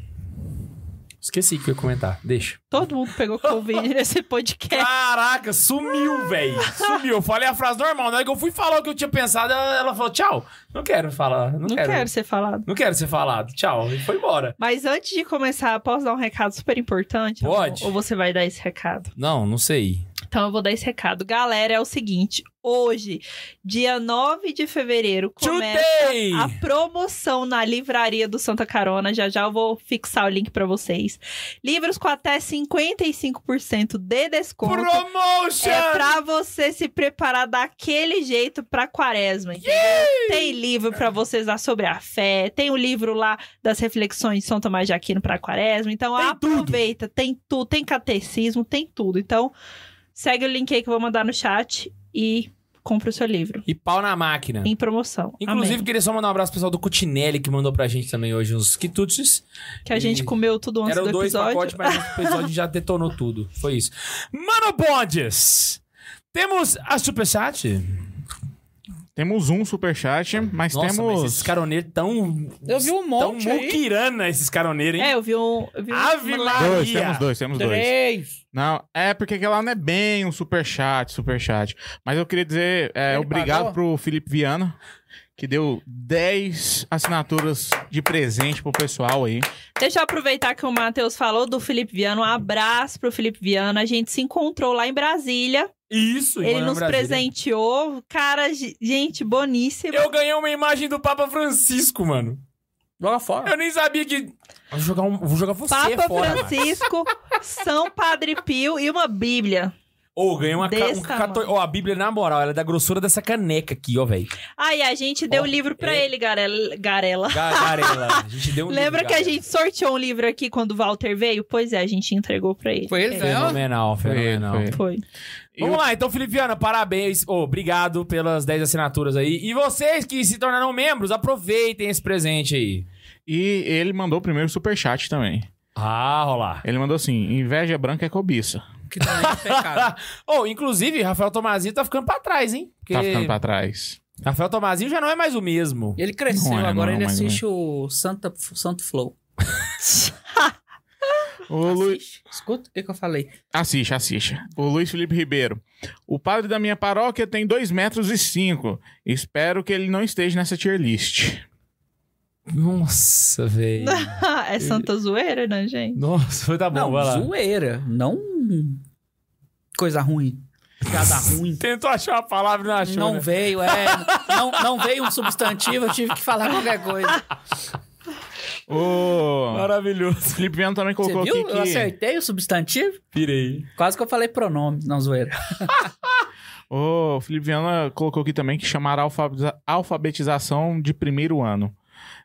[SPEAKER 1] Esqueci o que eu ia comentar. Deixa.
[SPEAKER 3] Todo mundo pegou Covid nesse podcast.
[SPEAKER 1] Caraca, sumiu, velho. Sumiu. Eu falei a frase normal. Na hora que eu fui falar o que eu tinha pensado, ela ela falou: tchau. Não quero falar. Não,
[SPEAKER 3] Não
[SPEAKER 1] quero.
[SPEAKER 3] quero ser falado.
[SPEAKER 1] Não quero ser falado. Tchau. E foi embora.
[SPEAKER 3] Mas antes de começar, posso dar um recado super importante?
[SPEAKER 1] Pode.
[SPEAKER 3] Ou você vai dar esse recado?
[SPEAKER 1] Não, não sei.
[SPEAKER 3] Então eu vou dar esse recado. Galera, é o seguinte: hoje, dia 9 de fevereiro, começa
[SPEAKER 1] Today!
[SPEAKER 3] a promoção na livraria do Santa Carona. Já já eu vou fixar o link pra vocês. Livros com até 55% de desconto.
[SPEAKER 1] Promotion!
[SPEAKER 3] É pra você se preparar daquele jeito pra quaresma, entendeu? Tem livro pra vocês lá sobre a fé, tem o livro lá das reflexões de São Tomás de Aquino pra quaresma. Então
[SPEAKER 1] Tem tudo.
[SPEAKER 3] aproveita, tem tudo, tem catecismo, tem tudo. Então segue o link aí que eu vou mandar no chat e compra o seu livro.
[SPEAKER 1] E pau na máquina.
[SPEAKER 3] Em promoção.
[SPEAKER 1] Inclusive,
[SPEAKER 3] Amém.
[SPEAKER 1] queria só mandar um abraço pro pessoal do Cutinelli que mandou pra gente também hoje uns quitutes.
[SPEAKER 3] que a gente
[SPEAKER 1] e-
[SPEAKER 3] comeu tudo antes
[SPEAKER 1] Eram
[SPEAKER 3] do
[SPEAKER 1] dois
[SPEAKER 3] episódio.
[SPEAKER 1] pacotes, mas o episódio já detonou tudo. Foi isso. Mano Bondes! Temos a Superchat.
[SPEAKER 4] Temos um superchat, mas
[SPEAKER 1] Nossa, mas
[SPEAKER 4] temos.
[SPEAKER 1] esses caroneiros tão.
[SPEAKER 2] Eu vi um
[SPEAKER 1] Tão
[SPEAKER 2] monte aí.
[SPEAKER 1] muquirana esses caroneiros, hein?
[SPEAKER 3] É, eu vi um. Eu vi um-
[SPEAKER 1] Ave
[SPEAKER 3] uma-
[SPEAKER 1] Maria.
[SPEAKER 4] Dois, temos dois, temos dois.
[SPEAKER 2] Três.
[SPEAKER 4] Não, é porque aquela não é bem um superchat, superchat. Mas eu queria dizer é,
[SPEAKER 2] Ele
[SPEAKER 4] obrigado
[SPEAKER 2] pagou?
[SPEAKER 4] pro Felipe Viana, que deu 10 assinaturas de presente pro pessoal aí.
[SPEAKER 3] Deixa eu aproveitar que o Matheus falou do Felipe Viana. Um abraço pro Felipe Viana. A gente se encontrou lá em Brasília.
[SPEAKER 1] Isso,
[SPEAKER 3] É, Ele
[SPEAKER 1] Mano
[SPEAKER 3] nos
[SPEAKER 1] Brasília.
[SPEAKER 3] presenteou. Cara, ge- gente, boníssimo.
[SPEAKER 1] Eu ganhei uma imagem do Papa Francisco, mano.
[SPEAKER 2] Joga fora.
[SPEAKER 1] Eu nem sabia que. Vou jogar, um... Vou jogar você
[SPEAKER 3] Papa
[SPEAKER 1] fora. mano.
[SPEAKER 3] Francisco, São Padre Pio e uma Bíblia.
[SPEAKER 1] Ô, ganhei uma. Ca...
[SPEAKER 3] Desse
[SPEAKER 1] Um... cato-
[SPEAKER 3] tamanho.
[SPEAKER 1] Ó, a Bíblia, na moral, ela é da grossura dessa caneca aqui, ó, velho.
[SPEAKER 3] Aí a gente deu
[SPEAKER 1] Ó,
[SPEAKER 3] o livro pra
[SPEAKER 1] é.
[SPEAKER 3] ele, Garela. Garela.
[SPEAKER 1] Garela. A gente deu um
[SPEAKER 3] Lembra
[SPEAKER 1] livro,
[SPEAKER 3] que a
[SPEAKER 1] galera.
[SPEAKER 3] gente sorteou um livro aqui quando o Walter veio? Pois é, a gente entregou pra ele.
[SPEAKER 2] Foi ele,
[SPEAKER 1] é.
[SPEAKER 2] né?
[SPEAKER 1] Fenomenal, fenomenal.
[SPEAKER 4] Foi, foi.
[SPEAKER 3] Foi.
[SPEAKER 4] E
[SPEAKER 1] Vamos
[SPEAKER 4] o-
[SPEAKER 1] lá, então, Felipe Viana, parabéns. Ô, obrigado pelas 10 assinaturas aí. E vocês que se tornaram membros, aproveitem esse presente aí.
[SPEAKER 4] E ele mandou o primeiro superchat também.
[SPEAKER 1] Ah, rolar.
[SPEAKER 4] Ele mandou assim: inveja branca é cobiça.
[SPEAKER 2] Que também é pecado.
[SPEAKER 1] Ô, inclusive, Rafael Tomazinho tá ficando pra trás, hein? Porque
[SPEAKER 4] Tá ficando pra trás.
[SPEAKER 1] Rafael Tomazinho já não é mais o mesmo.
[SPEAKER 2] Ele cresceu,
[SPEAKER 4] Não é,
[SPEAKER 2] agora
[SPEAKER 4] não,
[SPEAKER 2] ele
[SPEAKER 4] mas-
[SPEAKER 2] assiste o Santa, Santo Flow.
[SPEAKER 4] O Lu...
[SPEAKER 2] Assiste. Escuta o que, que eu falei.
[SPEAKER 4] Assiste, assiste. O Luiz Felipe Ribeiro. O padre da minha paróquia tem 2 metros e 5. Espero que ele não esteja nessa tier list.
[SPEAKER 1] Nossa, velho.
[SPEAKER 3] é santa zoeira, né, gente?
[SPEAKER 1] Nossa, foi tá bom,
[SPEAKER 2] não,
[SPEAKER 1] vai lá.
[SPEAKER 2] zoeira. Não coisa ruim. Piada ruim.
[SPEAKER 1] Tentou achar uma palavra e não achou.
[SPEAKER 2] Não
[SPEAKER 1] né?
[SPEAKER 2] veio, é. Não, não veio um substantivo, eu tive que falar qualquer coisa.
[SPEAKER 4] O
[SPEAKER 1] Maravilhoso.
[SPEAKER 4] Felipe Viano também
[SPEAKER 2] Você
[SPEAKER 4] colocou
[SPEAKER 2] viu?
[SPEAKER 4] aqui
[SPEAKER 2] Eu
[SPEAKER 4] que.
[SPEAKER 2] acertei o substantivo?
[SPEAKER 1] Pirei.
[SPEAKER 2] Quase que eu falei pronome, não zoeira.
[SPEAKER 4] O Felipe Viana colocou aqui também que chamará alfabetiza- alfabetização de primeiro ano.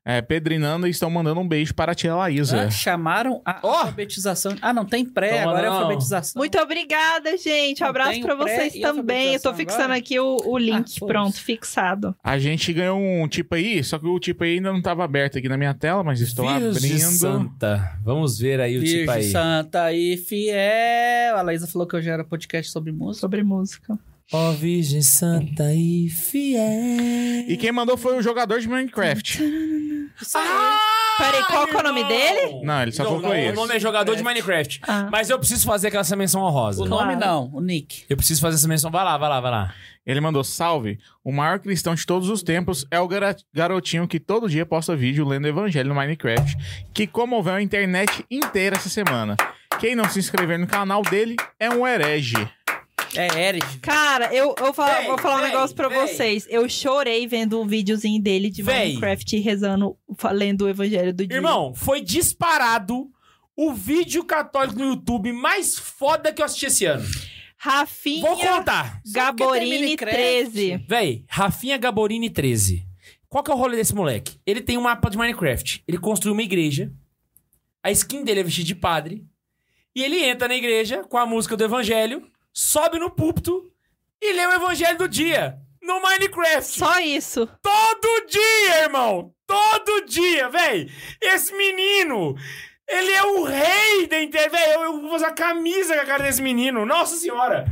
[SPEAKER 4] É, Pedro e Nanda estão mandando um beijo para a tia Laísa.
[SPEAKER 2] Ah, chamaram a
[SPEAKER 1] Ó!
[SPEAKER 2] alfabetização. Ah, não, tem pré,
[SPEAKER 1] Toma,
[SPEAKER 2] agora é
[SPEAKER 1] não.
[SPEAKER 2] alfabetização.
[SPEAKER 3] Muito obrigada, gente. Um
[SPEAKER 2] Não,
[SPEAKER 3] abraço
[SPEAKER 2] tem o
[SPEAKER 3] pra
[SPEAKER 2] pré
[SPEAKER 3] vocês
[SPEAKER 2] e
[SPEAKER 3] também. Eu tô
[SPEAKER 2] alfabetização
[SPEAKER 3] fixando
[SPEAKER 2] agora?
[SPEAKER 3] aqui o, o link.
[SPEAKER 2] foda-se.
[SPEAKER 3] Pronto, fixado.
[SPEAKER 4] A gente ganhou um tipo aí, só que o tipo aí ainda não estava aberto aqui na minha tela, mas estou
[SPEAKER 1] Virgem
[SPEAKER 4] abrindo.
[SPEAKER 1] Santa. Vamos ver aí o tipo
[SPEAKER 2] Virgem
[SPEAKER 1] aí.
[SPEAKER 2] Santa e Fiel. A Laísa falou que eu já era podcast sobre música.
[SPEAKER 3] Sobre música.
[SPEAKER 1] Ó Virgem Santa e fiel.
[SPEAKER 4] E quem mandou foi o jogador de Minecraft.
[SPEAKER 1] Ah,
[SPEAKER 3] Peraí, qual que é o nome
[SPEAKER 1] irmão!
[SPEAKER 3] dele?
[SPEAKER 4] Não, ele só colocou
[SPEAKER 1] não,
[SPEAKER 4] esse.
[SPEAKER 1] O nome é jogador de Minecraft.
[SPEAKER 3] Ah.
[SPEAKER 1] Mas eu preciso fazer aquela essa menção honrosa.
[SPEAKER 2] O
[SPEAKER 3] Claro.
[SPEAKER 2] nome não, o Nick.
[SPEAKER 1] Eu preciso fazer essa menção. Vai lá, vai lá, vai lá.
[SPEAKER 4] Ele mandou salve. O maior cristão de todos os tempos é o gara- garotinho que todo dia posta vídeo lendo o evangelho no Minecraft, que comoveu a internet inteira essa semana. Quem não se inscrever no canal dele é um herege.
[SPEAKER 2] É Eric.
[SPEAKER 3] Cara, eu, eu vou falar,
[SPEAKER 1] Véi,
[SPEAKER 3] vou falar um
[SPEAKER 1] véi,
[SPEAKER 3] negócio pra
[SPEAKER 1] véi.
[SPEAKER 3] vocês. Eu chorei vendo um videozinho dele de
[SPEAKER 1] Véi.
[SPEAKER 3] Minecraft rezando, fa- lendo o evangelho do dia.
[SPEAKER 1] Irmão, foi disparado o vídeo católico no YouTube mais foda que eu assisti esse ano.
[SPEAKER 3] Rafinha
[SPEAKER 1] Vou contar.
[SPEAKER 3] Gaborini
[SPEAKER 2] Só porque tem Minecraft.
[SPEAKER 3] 13.
[SPEAKER 1] Véi, Rafinha Gaborini 13. Qual que é o rolê desse moleque? Ele tem um mapa de Minecraft. Ele construiu uma igreja. A skin dele é vestida de padre. E ele entra na igreja com a música do evangelho, sobe no púlpito e lê o evangelho do dia. No Minecraft.
[SPEAKER 3] Só isso.
[SPEAKER 1] Todo dia, irmão! Todo dia, véi! Esse menino! Ele é o rei da internet, véi! Eu, eu vou usar camisa com a cara desse menino! Nossa senhora!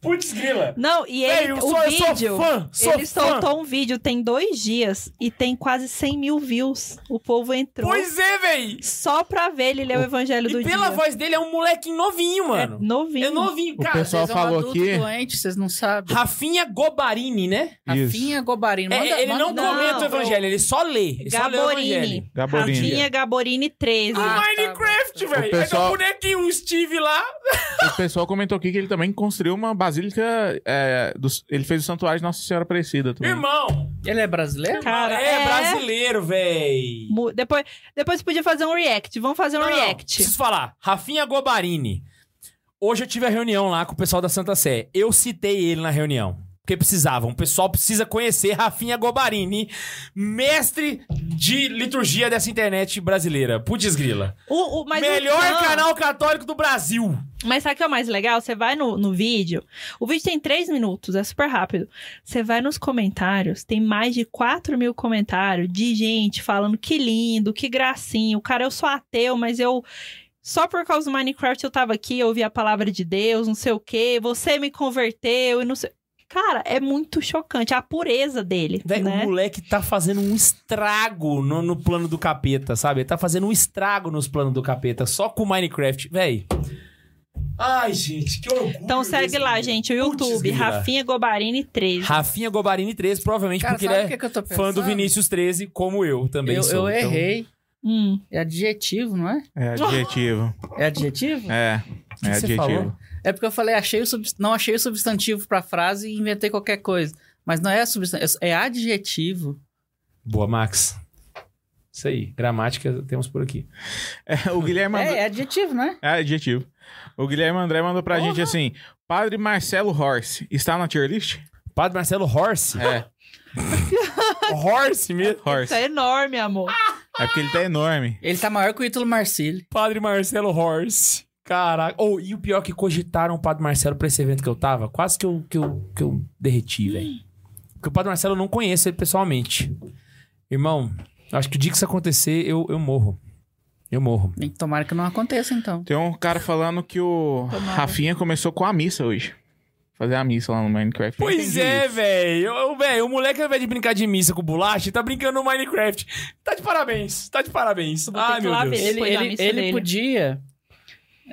[SPEAKER 1] Putz, grila!
[SPEAKER 3] Não, e ele,
[SPEAKER 1] Véi, eu
[SPEAKER 3] o
[SPEAKER 1] sou, eu sou
[SPEAKER 3] vídeo...
[SPEAKER 1] fã! Sou
[SPEAKER 3] ele
[SPEAKER 1] fã.
[SPEAKER 3] soltou um vídeo tem dois dias e tem quase 100 mil views. O povo entrou
[SPEAKER 1] Pois é, véi!
[SPEAKER 3] só pra ver ele ler o evangelho do
[SPEAKER 1] E pela
[SPEAKER 3] dia.
[SPEAKER 1] voz dele é um molequinho novinho, mano!
[SPEAKER 3] Novinho.
[SPEAKER 1] É novinho,
[SPEAKER 4] O
[SPEAKER 1] cara!
[SPEAKER 4] pessoal- Só
[SPEAKER 2] Vocês é um
[SPEAKER 4] falou
[SPEAKER 2] adulto
[SPEAKER 4] aqui.
[SPEAKER 2] doente, vocês não sabem.
[SPEAKER 1] Rafinha Gobarini, né?
[SPEAKER 2] Rafinha Gobarino.
[SPEAKER 1] É,
[SPEAKER 2] manda-
[SPEAKER 1] ele não
[SPEAKER 2] manda-
[SPEAKER 1] comenta o
[SPEAKER 3] não.
[SPEAKER 1] evangelho, ele só lê. Ele só lê o evangelho.
[SPEAKER 3] Gaborini.
[SPEAKER 4] Gaborini.
[SPEAKER 3] Rafinha Gaborini 13.
[SPEAKER 1] No
[SPEAKER 2] Ah, tá.
[SPEAKER 1] Minecraft,
[SPEAKER 4] O
[SPEAKER 1] velho! É
[SPEAKER 4] pessoal-
[SPEAKER 1] um bonequinho, um Steve lá.
[SPEAKER 4] O pessoal comentou aqui que ele também construiu uma basílica. é, dos- ele fez o santuário de Nossa Senhora Aparecida também.
[SPEAKER 1] Irmão!
[SPEAKER 2] Ele é brasileiro?
[SPEAKER 3] Cara,
[SPEAKER 1] é, brasileiro, véi.
[SPEAKER 3] Mu- Depois, depois podia fazer um react. Vamos fazer um
[SPEAKER 1] Não, não,
[SPEAKER 3] react.
[SPEAKER 1] Preciso falar. Rafinha Gobarini. Hoje eu tive a reunião lá com o pessoal da Santa Sé. Eu citei ele na reunião. Porque precisavam. O pessoal precisa conhecer Rafinha Gobarini, mestre de liturgia dessa internet brasileira. Putz grila.
[SPEAKER 3] O, o- mas é, o
[SPEAKER 1] Melhor
[SPEAKER 3] Tan-
[SPEAKER 1] canal católico do Brasil.
[SPEAKER 3] Mas sabe o que é o mais legal? Você vai no, no vídeo. O vídeo tem três minutos, é super rápido. Você vai nos comentários, tem mais de 4 mil comentários de gente falando que lindo, que gracinha. O cara, eu sou ateu, mas eu. Só por causa do Minecraft eu tava aqui, eu ouvi a palavra de Deus, não sei o quê. Você me converteu e não sei. Cara, é muito chocante a pureza dele.
[SPEAKER 1] Véi,
[SPEAKER 3] né?
[SPEAKER 1] O moleque tá fazendo um estrago no, no plano do capeta, sabe? Ele tá fazendo um estrago nos planos do capeta, só com o Minecraft. Véi. Ai, gente, que orgulho.
[SPEAKER 3] Então segue
[SPEAKER 1] desse
[SPEAKER 3] lá,
[SPEAKER 1] menino.
[SPEAKER 3] gente,
[SPEAKER 1] Putz,
[SPEAKER 3] o YouTube,
[SPEAKER 1] grila.
[SPEAKER 3] Rafinha Gobarini 13.
[SPEAKER 1] Rafinha Gobarini 13, provavelmente
[SPEAKER 2] Cara,
[SPEAKER 1] porque
[SPEAKER 2] sabe
[SPEAKER 1] ele
[SPEAKER 2] o
[SPEAKER 1] é
[SPEAKER 2] que, que eu tô pensando?
[SPEAKER 1] fã do Vinícius 13, como eu também
[SPEAKER 2] Eu,
[SPEAKER 1] sou.
[SPEAKER 2] eu
[SPEAKER 1] Então,
[SPEAKER 2] errei.
[SPEAKER 3] Hum.
[SPEAKER 2] É adjetivo, não é?
[SPEAKER 4] É adjetivo.
[SPEAKER 2] É adjetivo? É,
[SPEAKER 4] É.
[SPEAKER 1] que
[SPEAKER 4] é
[SPEAKER 1] você
[SPEAKER 4] adjetivo.
[SPEAKER 1] falou?
[SPEAKER 2] porque eu falei, achei o subs- não achei o substantivo pra frase e inventei qualquer coisa. Mas não é substantivo, é adjetivo.
[SPEAKER 1] Boa, Max. Isso aí, gramática temos por aqui.
[SPEAKER 4] É, o Guilherme mandou.
[SPEAKER 2] É, é adjetivo, né?
[SPEAKER 4] É adjetivo. O Guilherme André mandou pra gente assim: Padre Marcelo Horse está na tier list?
[SPEAKER 1] Padre Marcelo Horse.
[SPEAKER 4] É,
[SPEAKER 1] Horse mesmo.
[SPEAKER 4] Horse.
[SPEAKER 3] Isso é enorme, amor.
[SPEAKER 4] É porque ele tá enorme.
[SPEAKER 2] Ele tá maior que o Ítalo Marcilli.
[SPEAKER 1] Padre Marcelo Horse. Caraca. Oh, e o pior é que cogitaram o Padre Marcelo pra esse evento que eu tava, quase que eu, que eu, que eu derreti, velho. Porque o Padre Marcelo eu não conheço ele pessoalmente. Irmão, acho que o dia que isso acontecer, eu, eu morro. Eu morro.
[SPEAKER 2] Tem que tomara que não aconteça, então.
[SPEAKER 4] Tem um cara falando que o
[SPEAKER 3] Tomara.
[SPEAKER 4] Rafinha começou com a missa hoje. Fazer a missa lá no Minecraft. Eu
[SPEAKER 1] Pois
[SPEAKER 4] entendi
[SPEAKER 1] é,
[SPEAKER 4] isso.
[SPEAKER 1] velho. Ô, velho, O moleque, ao invés de brincar de missa com bolacha, tá brincando no Minecraft. Tá de parabéns. Tá de parabéns.
[SPEAKER 3] Vou ter
[SPEAKER 1] Ai,
[SPEAKER 3] que
[SPEAKER 1] meu
[SPEAKER 3] lá
[SPEAKER 1] Deus.
[SPEAKER 3] ver.
[SPEAKER 2] Ele,
[SPEAKER 3] Foi na
[SPEAKER 2] ele,
[SPEAKER 3] missa
[SPEAKER 2] ele
[SPEAKER 3] dele.
[SPEAKER 2] podia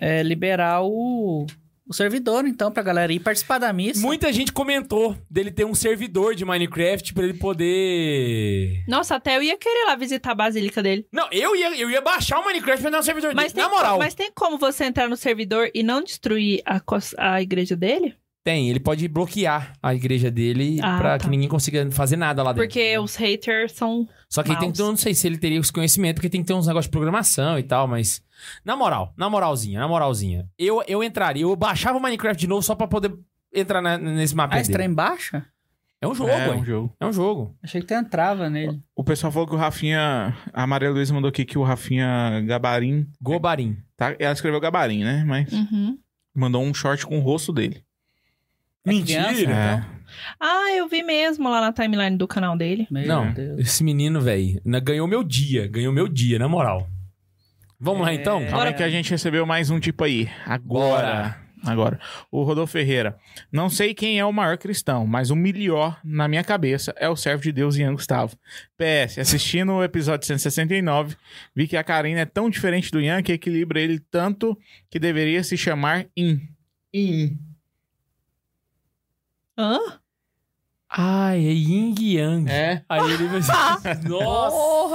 [SPEAKER 2] é, liberar o, o servidor, então, pra galera ir participar da missa.
[SPEAKER 1] Muita gente comentou dele ter um servidor de Minecraft pra ele poder.
[SPEAKER 3] Nossa, até eu ia querer lá visitar a basílica dele.
[SPEAKER 1] Não, eu ia, eu ia baixar o Minecraft pra dar um servidor
[SPEAKER 3] Mas
[SPEAKER 1] dele.
[SPEAKER 3] tem,
[SPEAKER 1] Na moral.
[SPEAKER 3] mas tem como você entrar no servidor e não destruir a, cos- a igreja dele?
[SPEAKER 1] Tem, ele pode bloquear a igreja dele
[SPEAKER 3] Ah,
[SPEAKER 1] pra
[SPEAKER 3] tá.
[SPEAKER 1] que ninguém consiga fazer nada lá dentro.
[SPEAKER 3] Porque os haters são.
[SPEAKER 1] Só que ele tem que ter, eu não sei se ele teria esse conhecimento, porque tem que ter uns negócios de programação e tal, mas. Na moral, na moralzinha, na moralzinha. Eu, eu entraria, eu baixava o Minecraft de novo só pra poder entrar na- nesse mapa.
[SPEAKER 2] Ah, esse trem baixa?
[SPEAKER 1] É um jogo,
[SPEAKER 4] É,
[SPEAKER 1] é,
[SPEAKER 4] um jogo.
[SPEAKER 1] é um jogo.
[SPEAKER 2] Achei que tu entrava nele.
[SPEAKER 4] O pessoal falou que o Rafinha. A Maria Luiz mandou aqui que o Rafinha Gabarim.
[SPEAKER 1] Gobarim.
[SPEAKER 4] Tá? Ela escreveu Gabarim, né? Mas
[SPEAKER 3] Uhum.
[SPEAKER 4] mandou um short com o rosto dele.
[SPEAKER 2] É Mentira! criança,
[SPEAKER 4] É.
[SPEAKER 3] Ah, eu vi mesmo lá na timeline do canal dele.
[SPEAKER 2] Meu
[SPEAKER 1] Não,
[SPEAKER 2] Deus.
[SPEAKER 1] esse menino, velho, ganhou meu dia. Ganhou meu dia, na moral. Vamos lá, então?
[SPEAKER 2] É.
[SPEAKER 4] Calma aí
[SPEAKER 2] Bora.
[SPEAKER 4] que a gente recebeu mais um tipo aí. Agora. Agora, o Rodolfo Ferreira. Não sei quem é o maior cristão, mas o melhor, na minha cabeça, é o servo de Deus Ian Gustavo. PS, assistindo o episódio 169, vi que a Karina é tão diferente do Ian que equilibra ele tanto que deveria se chamar In. In.
[SPEAKER 3] Hã?
[SPEAKER 1] Ai, é Ying Yang.
[SPEAKER 4] É?
[SPEAKER 1] Aí ele vai ser... Nossa!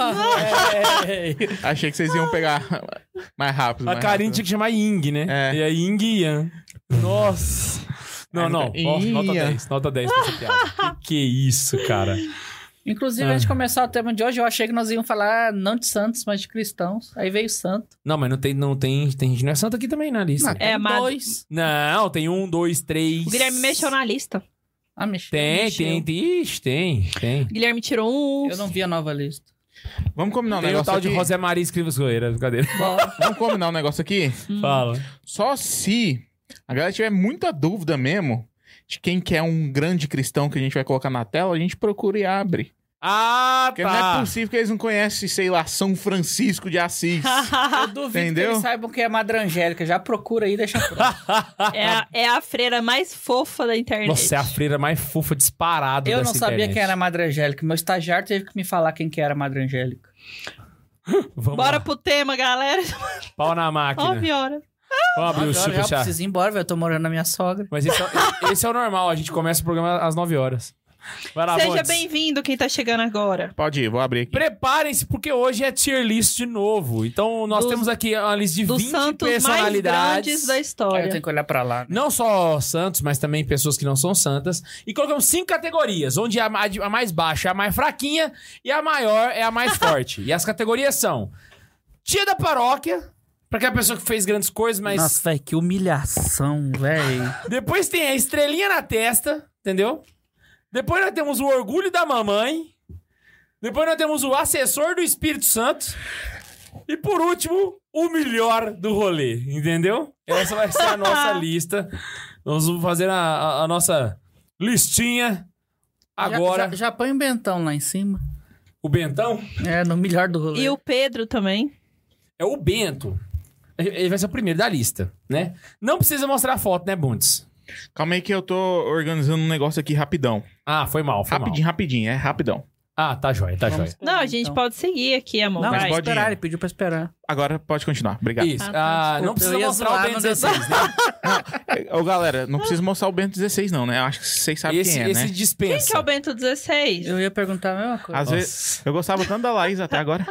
[SPEAKER 1] é,
[SPEAKER 2] Porra!
[SPEAKER 1] véi.
[SPEAKER 4] Achei que vocês iam pegar mais rápido.
[SPEAKER 1] A
[SPEAKER 4] mais
[SPEAKER 1] Karine
[SPEAKER 4] rápido.
[SPEAKER 1] tinha que chamar Ying, né?
[SPEAKER 4] É.
[SPEAKER 1] E é Ying e Yang. Nossa! Não,
[SPEAKER 4] É,
[SPEAKER 1] não.
[SPEAKER 4] então,
[SPEAKER 1] Ó,
[SPEAKER 4] Yin
[SPEAKER 1] nota
[SPEAKER 4] Yang.
[SPEAKER 1] 10. Nota 10 pra essa piada. Que que é isso, cara?
[SPEAKER 2] Inclusive, antes de
[SPEAKER 1] Ah.
[SPEAKER 2] começar o tema de hoje, eu achei que nós íamos falar não de santos, mas de cristãos. Aí veio santo.
[SPEAKER 1] Não, mas não tem... Não tem, tem gente não é santa aqui também na lista.
[SPEAKER 3] É,
[SPEAKER 2] Tem
[SPEAKER 3] mas-
[SPEAKER 2] dois.
[SPEAKER 1] Não, tem um, dois, três...
[SPEAKER 3] O Guilherme mexeu na lista.
[SPEAKER 2] Ah, mexeu.
[SPEAKER 1] Tem,
[SPEAKER 2] mexeu.
[SPEAKER 1] tem, tem. Ixi, tem, tem.
[SPEAKER 3] O Guilherme tirou um.
[SPEAKER 2] Eu não vi a nova lista.
[SPEAKER 4] Vamos combinar um
[SPEAKER 1] tem o
[SPEAKER 4] negócio
[SPEAKER 1] tal
[SPEAKER 4] aqui.
[SPEAKER 1] de José Maria Escrivas Coelho, brincadeira.
[SPEAKER 2] Bora.
[SPEAKER 4] Vamos combinar um negócio aqui?
[SPEAKER 3] Hum.
[SPEAKER 1] Fala.
[SPEAKER 4] Só se a galera tiver muita dúvida mesmo de quem que é um grande cristão que a gente vai colocar na tela, a gente procura e abre.
[SPEAKER 1] Ah,
[SPEAKER 4] Porque não é
[SPEAKER 1] tá.
[SPEAKER 4] possível que eles não conhecem, sei lá, São Francisco de Assis.
[SPEAKER 2] eu duvido
[SPEAKER 4] Entendeu?
[SPEAKER 2] que eles saibam que é Madre Angélica. Já procura aí, deixa pronto.
[SPEAKER 3] é, a, é a freira mais fofa da internet.
[SPEAKER 1] Nossa, é a freira mais fofa disparado
[SPEAKER 2] Eu
[SPEAKER 1] dessa
[SPEAKER 2] não sabia
[SPEAKER 1] internet.
[SPEAKER 2] quem era a Madre Angélica. Meu estagiário teve que me falar quem que era a Madre Angélica.
[SPEAKER 1] Vamos
[SPEAKER 3] Bora
[SPEAKER 1] lá.
[SPEAKER 3] pro tema, galera.
[SPEAKER 1] né? Pau na máquina.
[SPEAKER 3] 9 horas.
[SPEAKER 1] Vamos abrir o
[SPEAKER 2] Nove horas, já, eu
[SPEAKER 1] superchat.
[SPEAKER 2] preciso ir embora, velho. Eu tô morando na minha sogra.
[SPEAKER 1] Mas esse é, esse é o normal, a gente começa o programa às 9 horas. Vai lá,
[SPEAKER 3] Seja
[SPEAKER 1] Bontes.
[SPEAKER 3] bem-vindo quem tá chegando agora.
[SPEAKER 4] Pode ir, vou abrir aqui.
[SPEAKER 1] Preparem-se, porque hoje é tier list de novo. Então, nós
[SPEAKER 3] Dos-
[SPEAKER 1] temos aqui uma lista de
[SPEAKER 3] Dos
[SPEAKER 1] 20
[SPEAKER 3] santos mais
[SPEAKER 1] personalidades.
[SPEAKER 3] grandes da
[SPEAKER 2] Eu
[SPEAKER 3] história.
[SPEAKER 2] tenho que olhar pra lá. né?
[SPEAKER 1] Não só santos, mas também pessoas que não são santas. E colocamos cinco categorias, onde a, ma- a mais baixa é a mais fraquinha e a maior é a mais forte. E as categorias são tia da paróquia, pra aquela pessoa que fez grandes coisas, mas
[SPEAKER 2] Nossa, velho, que humilhação, velho.
[SPEAKER 1] Depois tem a estrelinha na testa, entendeu? Depois nós temos o orgulho da mamãe. Depois nós temos o assessor do Espírito Santo. E por último, o melhor do rolê, entendeu? Essa vai ser a nossa lista. Nós vamos fazer a, a- a nossa listinha agora.
[SPEAKER 2] Já, já, já põe o Bentão lá em cima.
[SPEAKER 1] O Bentão
[SPEAKER 2] É, no melhor do rolê.
[SPEAKER 3] E o Pedro também.
[SPEAKER 1] é o Bento. Ele vai ser o primeiro da lista, né? Não precisa mostrar a foto, né, Bundes?
[SPEAKER 4] Calma aí que eu tô organizando um negócio aqui rapidão.
[SPEAKER 1] Ah, foi mal, foi
[SPEAKER 4] rapidinho, rapidinho, é rapidão.
[SPEAKER 1] mal. Ah, tá joia, tá
[SPEAKER 2] Vamos
[SPEAKER 1] joia.
[SPEAKER 2] esperar,
[SPEAKER 3] Não, a gente
[SPEAKER 2] então.
[SPEAKER 3] pode seguir aqui, amor.
[SPEAKER 2] Não,
[SPEAKER 3] vai.
[SPEAKER 2] mas
[SPEAKER 4] pode
[SPEAKER 2] esperar,
[SPEAKER 4] ir.
[SPEAKER 2] ele pediu pra esperar.
[SPEAKER 4] Agora pode continuar, obrigado.
[SPEAKER 1] Isso.
[SPEAKER 3] Ah, tá,
[SPEAKER 1] Ah, não
[SPEAKER 2] desculpa,
[SPEAKER 1] precisa
[SPEAKER 2] eu ia
[SPEAKER 1] mostrar
[SPEAKER 2] zoar,
[SPEAKER 1] o Ben
[SPEAKER 2] não deu
[SPEAKER 1] 16, né?
[SPEAKER 4] É, Ô, galera, não precisa mostrar o Bento 16 não, né? Eu acho que vocês sabem
[SPEAKER 1] esse,
[SPEAKER 4] quem é,
[SPEAKER 1] esse
[SPEAKER 4] né?
[SPEAKER 1] dispensa.
[SPEAKER 3] Quem que é o Bento 16?
[SPEAKER 2] Eu ia perguntar a mesma coisa.
[SPEAKER 4] Às vezes... Eu gostava tanto da Laís até agora.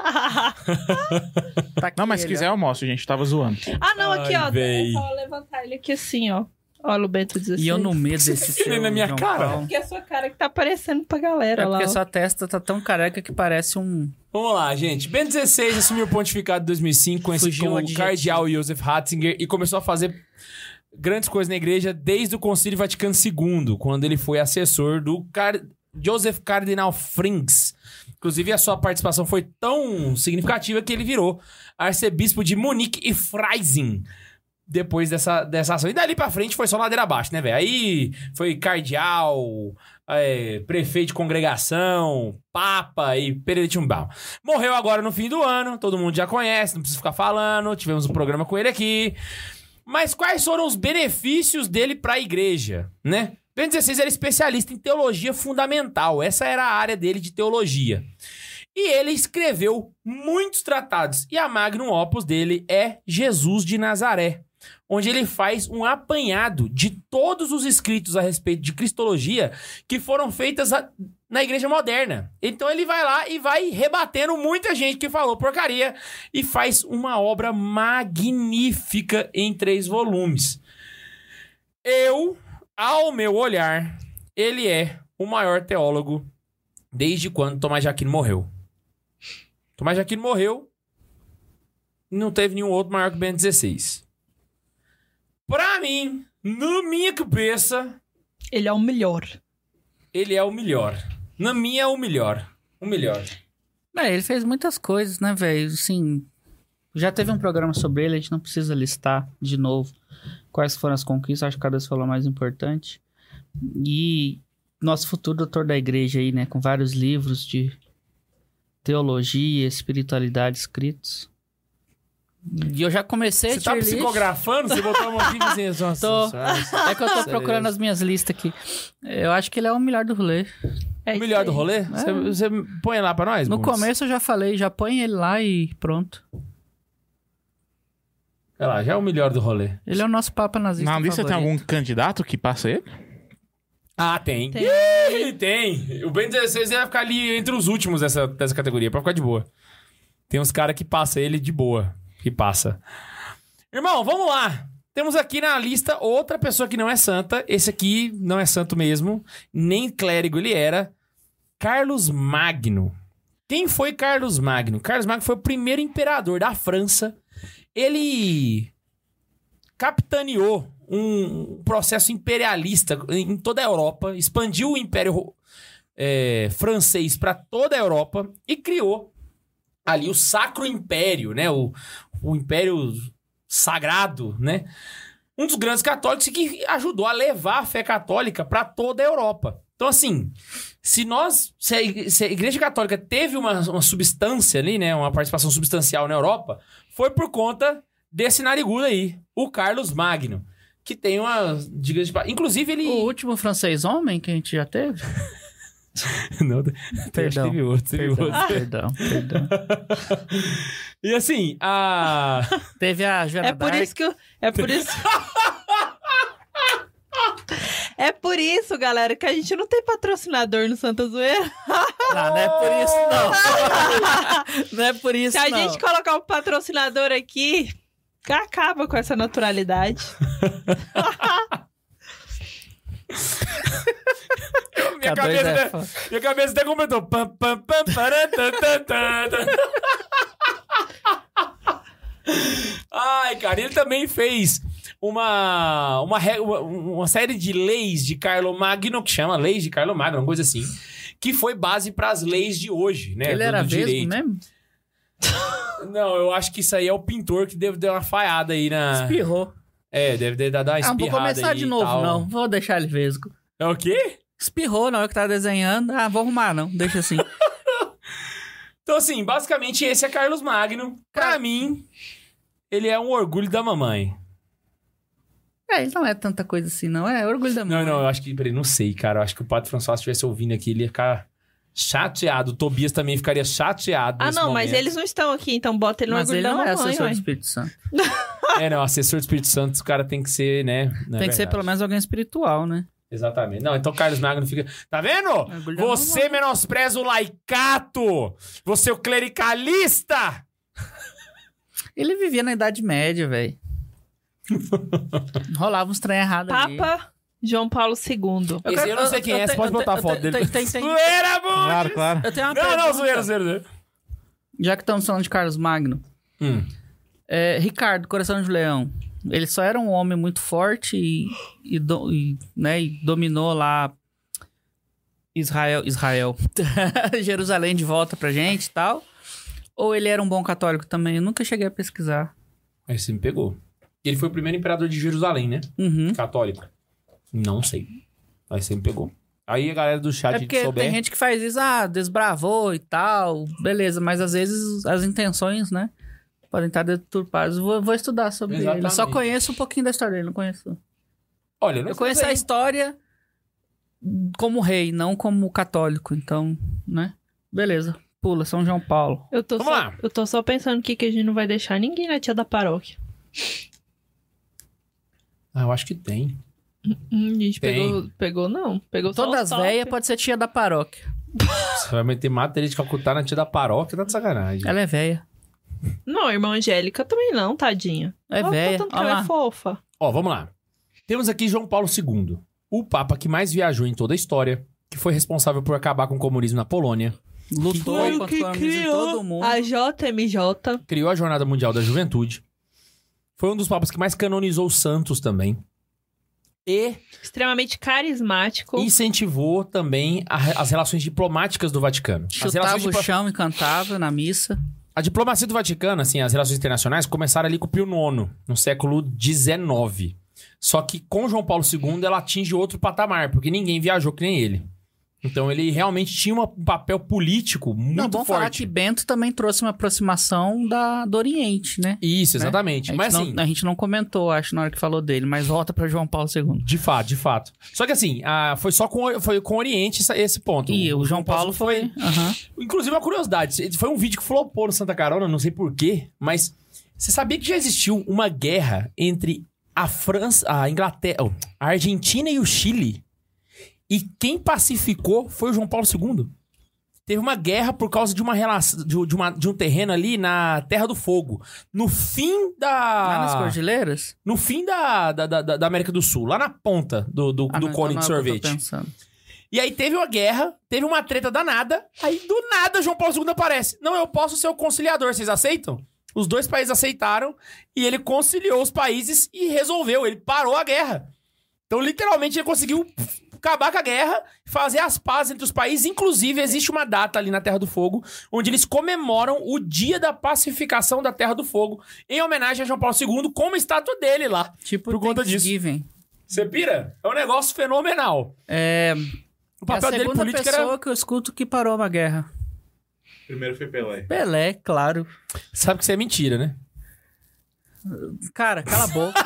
[SPEAKER 2] Tá aqui
[SPEAKER 4] Não, mas se
[SPEAKER 2] ele,
[SPEAKER 4] quiser
[SPEAKER 2] ó.
[SPEAKER 4] eu mostro, gente. Tava zoando.
[SPEAKER 3] Ah, não, aqui,
[SPEAKER 1] Ai,
[SPEAKER 3] ó.
[SPEAKER 1] véi.
[SPEAKER 3] É só levantar ele aqui assim, ó. Olha o Bento 16.
[SPEAKER 2] E eu no medo desse
[SPEAKER 1] Você
[SPEAKER 2] seu
[SPEAKER 1] na minha
[SPEAKER 2] João
[SPEAKER 1] cara?
[SPEAKER 2] Paulo.
[SPEAKER 3] Porque a sua cara que tá aparecendo pra
[SPEAKER 2] É
[SPEAKER 3] galera lá.
[SPEAKER 2] porque
[SPEAKER 3] ó.
[SPEAKER 2] sua testa tá tão careca que parece um...
[SPEAKER 1] Vamos lá, gente. Ben 16 assumiu o pontificado em 2005 com, esse,
[SPEAKER 2] Fugiu um
[SPEAKER 1] com o
[SPEAKER 2] adjetivo.
[SPEAKER 1] cardeal Josef Ratzinger e começou a fazer grandes coisas na igreja desde o Concílio Vaticano II, quando ele foi assessor do car... Joseph Cardinal Frings. Inclusive, a sua participação foi tão significativa que ele virou arcebispo de Munique e Freising. Depois dessa, dessa ação. E dali pra frente foi só ladeira abaixo, né, velho? Aí foi cardeal, é, prefeito de congregação, papa e peretiumbal. Morreu agora no fim do ano, todo mundo já conhece, não precisa ficar falando. Tivemos um programa com ele aqui. Mas quais foram os benefícios dele para a igreja, né? Bento XVI era especialista em teologia fundamental, essa era a área dele de teologia. E ele escreveu muitos tratados, e a magnum opus dele é Jesus de Nazaré, onde ele faz um apanhado de todos os escritos a respeito de cristologia que foram feitas a- na igreja moderna. Então ele vai lá e vai rebatendo muita gente que falou porcaria e faz uma obra magnífica em três volumes. Eu, ao meu olhar, ele é o maior teólogo desde quando Tomás de Aquino morreu. Tomás de Aquino morreu e não teve nenhum outro maior que Ben 16. Pra mim, na minha cabeça,
[SPEAKER 3] Ele é o melhor.
[SPEAKER 1] ele é o melhor. Na minha, é o melhor. O melhor.
[SPEAKER 2] Tá Não, É, ele fez muitas coisas, né, velho? Assim, já teve um programa sobre ele, a gente não precisa listar de novo quais foram as conquistas, acho que cada vez falou a mais importante. E nosso futuro doutor da igreja aí, né, com vários livros de teologia, espiritualidade escritos. E eu já comecei
[SPEAKER 1] Você tá
[SPEAKER 2] tier list.
[SPEAKER 1] psicografando? Você botou assim, a mãozinha e disse, nossa,
[SPEAKER 2] Tô.
[SPEAKER 1] nossa.
[SPEAKER 2] É que eu tô
[SPEAKER 1] Sério.
[SPEAKER 2] procurando as minhas listas aqui. Eu acho que ele é o melhor do rolê.
[SPEAKER 1] O
[SPEAKER 3] É isso
[SPEAKER 1] melhor
[SPEAKER 3] aí.
[SPEAKER 1] do rolê? Você, você põe lá pra nós,
[SPEAKER 2] No
[SPEAKER 1] Bundes?
[SPEAKER 2] começo eu já falei, já põe ele lá e pronto.
[SPEAKER 1] Olha lá, já é o melhor do rolê.
[SPEAKER 2] Ele é o nosso papa nazista.
[SPEAKER 4] Na lista tem
[SPEAKER 2] favorito.
[SPEAKER 4] algum candidato que passa ele?
[SPEAKER 1] Ah, tem.
[SPEAKER 3] Tem.
[SPEAKER 1] Ih, tem. O Ben 16 vai ficar ali entre os últimos dessa, dessa categoria, pra ficar de boa. Tem uns caras que passa ele de boa. Que passa. Irmão, vamos lá. Temos aqui na lista outra pessoa que não é santa. Esse aqui não é santo mesmo. Nem clérigo ele era. Carlos Magno. Quem foi Carlos Magno? Carlos Magno foi o primeiro imperador da França. Ele capitaneou um processo imperialista em toda a Europa, expandiu o Império Ro- é, Francês para toda a Europa e criou ali o Sacro Império, né? O, o Império Sagrado, né? Um dos grandes católicos e que ajudou a levar a fé católica para toda a Europa. Então, assim, se nós. Se a, igre- se a Igreja Católica teve uma, uma substância ali, né? Uma participação substancial na Europa, foi por conta desse narigudo aí, o Carlos Magno. Que tem uma. Diga de, pa- inclusive, ele.
[SPEAKER 2] O último francês homem que a gente já teve?
[SPEAKER 1] Não, te-
[SPEAKER 2] Perdão,
[SPEAKER 1] teve outro, teve
[SPEAKER 2] Perdão,
[SPEAKER 1] outro.
[SPEAKER 2] perdão, perdão.
[SPEAKER 1] E assim, a.
[SPEAKER 2] Teve a Joana
[SPEAKER 3] É por
[SPEAKER 2] Dark.
[SPEAKER 3] isso que. eu- É por isso. É por isso, galera, que a gente não tem patrocinador no Santa Zoeira.
[SPEAKER 2] Não, não é por isso, não. não é por isso,
[SPEAKER 3] Se a
[SPEAKER 2] não.
[SPEAKER 3] gente colocar um patrocinador aqui, acaba com essa naturalidade.
[SPEAKER 1] minha,
[SPEAKER 2] K dois
[SPEAKER 1] cabeça
[SPEAKER 2] é
[SPEAKER 1] até,
[SPEAKER 2] foda.
[SPEAKER 1] minha cabeça até completou. Pam, pam, pam, pará, tan, tan, tan, tan. Ai, cara, ele também fez uma, uma, re- uma, uma série de leis de Carlo Magno, que chama Leis de Carlo Magno, uma coisa assim, que foi base para as leis de hoje, né?
[SPEAKER 2] Ele
[SPEAKER 1] do-
[SPEAKER 2] era
[SPEAKER 1] do
[SPEAKER 2] vesgo
[SPEAKER 1] direito.
[SPEAKER 2] mesmo?
[SPEAKER 1] Não, eu acho que isso aí é o pintor que deve dar uma falhada aí na.
[SPEAKER 2] Espirrou.
[SPEAKER 1] É, deve ter dado uma
[SPEAKER 2] Ah, não
[SPEAKER 1] espirrada
[SPEAKER 2] vou começar
[SPEAKER 1] Ah, aí
[SPEAKER 2] de
[SPEAKER 1] e
[SPEAKER 2] novo,
[SPEAKER 1] tal.
[SPEAKER 2] não. Vou deixar ele vesgo.
[SPEAKER 1] É o quê?
[SPEAKER 2] Espirrou na hora que tava desenhando. Ah, vou arrumar, não. Deixa assim.
[SPEAKER 1] Então, assim, basicamente esse é Carlos Magno. Pra mim, ele é um orgulho da mamãe.
[SPEAKER 2] É, ele não é tanta coisa assim, não. É orgulho da
[SPEAKER 1] Não,
[SPEAKER 2] mãe.
[SPEAKER 1] não, eu acho que. Peraí, não sei, cara. Eu acho que o Padre François se estivesse ouvindo aqui, ele ia ficar chateado. O Tobias também ficaria chateado.
[SPEAKER 3] Ah,
[SPEAKER 1] nesse
[SPEAKER 3] não, mas
[SPEAKER 1] momento.
[SPEAKER 3] eles não estão aqui, então bota ele no
[SPEAKER 2] Mas
[SPEAKER 3] orgulho
[SPEAKER 2] ele
[SPEAKER 3] da
[SPEAKER 2] não é
[SPEAKER 3] mamãe,
[SPEAKER 2] assessor
[SPEAKER 3] ué.
[SPEAKER 2] do Espírito Santo.
[SPEAKER 1] É, não, assessor do Espírito Santo, o cara tem que ser, né?
[SPEAKER 2] Tem que ser pelo menos alguém espiritual, né?
[SPEAKER 1] Exatamente. Não, então Carlos Magno fica. Tá vendo?
[SPEAKER 2] Orgulho da
[SPEAKER 1] Você menospreza o laicato! Você é o clericalista!
[SPEAKER 2] Ele vivia na Idade Média, velho. Rolava uns trem errado ali.
[SPEAKER 3] Papa João Paulo II.
[SPEAKER 1] Esse aí eu não sei quem é, você
[SPEAKER 2] tenho-
[SPEAKER 1] pode
[SPEAKER 2] eu
[SPEAKER 1] botar a
[SPEAKER 2] tenho-
[SPEAKER 1] foto
[SPEAKER 2] eu
[SPEAKER 1] dele.
[SPEAKER 2] tenho- tem- tem-
[SPEAKER 1] Zoeira, Bundes!
[SPEAKER 4] Claro, claro.
[SPEAKER 2] Eu tenho uma
[SPEAKER 1] Não, não,
[SPEAKER 2] pergunta.
[SPEAKER 1] zoeira, zoeira, zoeira.
[SPEAKER 2] Já que estamos falando de Carlos Magno.
[SPEAKER 1] Hum.
[SPEAKER 2] É, Ricardo, Coração de Leão. Ele só era um homem muito forte e, e do- e, né, e dominou lá Israel, Israel. Jerusalém de volta pra gente e tal. Ou ele era um bom católico também? Eu nunca cheguei a pesquisar.
[SPEAKER 1] Aí você me pegou. Ele foi o primeiro imperador de Jerusalém, né?
[SPEAKER 2] Uhum.
[SPEAKER 1] Católico. Não sei. Aí você me pegou. Aí a galera do chat
[SPEAKER 2] É porque
[SPEAKER 1] souber.
[SPEAKER 2] tem gente que faz isso, ah, desbravou e tal, beleza, mas às vezes as intenções, né? Podem estar deturpadas. Vou, vou estudar sobre ele. Eu só
[SPEAKER 1] Exatamente.
[SPEAKER 2] conheço um pouquinho da história dele, não conheço.
[SPEAKER 1] Olha, não
[SPEAKER 2] Eu
[SPEAKER 1] sei
[SPEAKER 2] conheço a
[SPEAKER 1] aí.
[SPEAKER 2] história como rei, não como católico, então, né? Beleza, pula, São João Paulo.
[SPEAKER 3] Eu tô,
[SPEAKER 1] Vamos
[SPEAKER 3] só,
[SPEAKER 1] lá.
[SPEAKER 3] eu tô só pensando aqui que a gente não vai deixar ninguém na tia da paróquia.
[SPEAKER 1] Ah, eu acho que tem.
[SPEAKER 3] Hum, a gente
[SPEAKER 1] Tem.
[SPEAKER 3] pegou, pegou não, pegou só
[SPEAKER 2] Todas
[SPEAKER 3] os top.
[SPEAKER 2] velhas pode ser tia da paróquia.
[SPEAKER 1] Você vai meter matéria de Calcutá na tia da paróquia, tá de sacanagem.
[SPEAKER 2] Ela é velha.
[SPEAKER 3] Não, irmã Angélica também não, tadinha.
[SPEAKER 2] É
[SPEAKER 3] Ela-
[SPEAKER 2] velha.
[SPEAKER 3] Tanto que
[SPEAKER 2] Olha
[SPEAKER 3] ela
[SPEAKER 2] lá.
[SPEAKER 3] é fofa.
[SPEAKER 1] Ó, vamos lá. Temos aqui João Paulo II, o papa que mais viajou em toda a história, que foi responsável por acabar com o comunismo na Polônia,
[SPEAKER 2] Lutou
[SPEAKER 3] Foi o
[SPEAKER 2] contra
[SPEAKER 3] que
[SPEAKER 2] o comunismo de todo mundo.
[SPEAKER 3] A JMJ.
[SPEAKER 1] criou a Jornada Mundial da Juventude. Foi um dos papas que mais canonizou os santos também. E
[SPEAKER 3] Extremamente carismático.
[SPEAKER 1] incentivou também a- as relações diplomáticas do Vaticano. As
[SPEAKER 2] Chutava
[SPEAKER 1] relações
[SPEAKER 2] o
[SPEAKER 1] diplo-
[SPEAKER 2] chão e cantava na missa.
[SPEAKER 1] a diplomacia do Vaticano, assim, as relações internacionais começaram ali com o Pio IX, no século XIX. Só que com João Paulo II ela atinge outro patamar, porque ninguém viajou que nem ele. Então ele realmente tinha uma- um papel político muito
[SPEAKER 2] Não, bom falar
[SPEAKER 1] forte.
[SPEAKER 2] que Bento também trouxe uma aproximação da, do Oriente, né?
[SPEAKER 1] Isso,
[SPEAKER 2] né?
[SPEAKER 1] exatamente.
[SPEAKER 2] A gente,
[SPEAKER 1] Mas
[SPEAKER 2] não,
[SPEAKER 1] assim,
[SPEAKER 2] a gente não comentou, acho, na hora que falou dele, mas volta pra João Paulo II.
[SPEAKER 1] de fato, de fato. Só que assim, a- foi só com, o- foi com o Oriente essa- esse ponto.
[SPEAKER 2] E o João Paulo foi. Aham.
[SPEAKER 1] Inclusive, uma curiosidade. esse Foi um vídeo que flopou no Santa Carona, não sei porquê, mas você sabia que já existiu uma guerra entre a França, a Inglaterra, oh, a Argentina e o Chile? E quem pacificou foi o João Paulo II. Teve uma guerra por causa de uma relação de, de uma- de um terreno ali na Terra do Fogo. No fim
[SPEAKER 2] Lá nas
[SPEAKER 1] da.
[SPEAKER 2] cordilheiras?
[SPEAKER 1] No fim da, da, da- da América do Sul, lá na ponta do, do,
[SPEAKER 2] Ah,
[SPEAKER 1] do
[SPEAKER 2] não,
[SPEAKER 1] cone
[SPEAKER 2] então
[SPEAKER 1] de
[SPEAKER 2] não é o que eu tô
[SPEAKER 1] sorvete.
[SPEAKER 2] pensando.
[SPEAKER 1] E aí teve uma guerra, teve uma treta danada, aí do nada João Paulo II aparece. Não, eu posso ser o conciliador, vocês aceitam? Os dois países aceitaram e ele conciliou os países e resolveu, ele parou a guerra. Então, literalmente, ele conseguiu acabar com a guerra, fazer as pazes entre os países. Inclusive, existe uma data ali na Terra do Fogo, onde eles comemoram o dia da pacificação da Terra do Fogo, em homenagem a João Paulo II, com uma estátua dele lá.
[SPEAKER 2] Tipo,
[SPEAKER 1] Por conta disso.
[SPEAKER 2] Thanksgiving.
[SPEAKER 1] Você pira? É um negócio fenomenal.
[SPEAKER 2] É,
[SPEAKER 1] O
[SPEAKER 2] é a
[SPEAKER 1] papel dele
[SPEAKER 2] segunda
[SPEAKER 1] político era...
[SPEAKER 2] pessoa que eu escuto que parou uma guerra.
[SPEAKER 4] Primeiro foi Pelé.
[SPEAKER 2] Pelé, claro.
[SPEAKER 1] Sabe que isso é mentira, né?
[SPEAKER 2] Cara, cala a boca.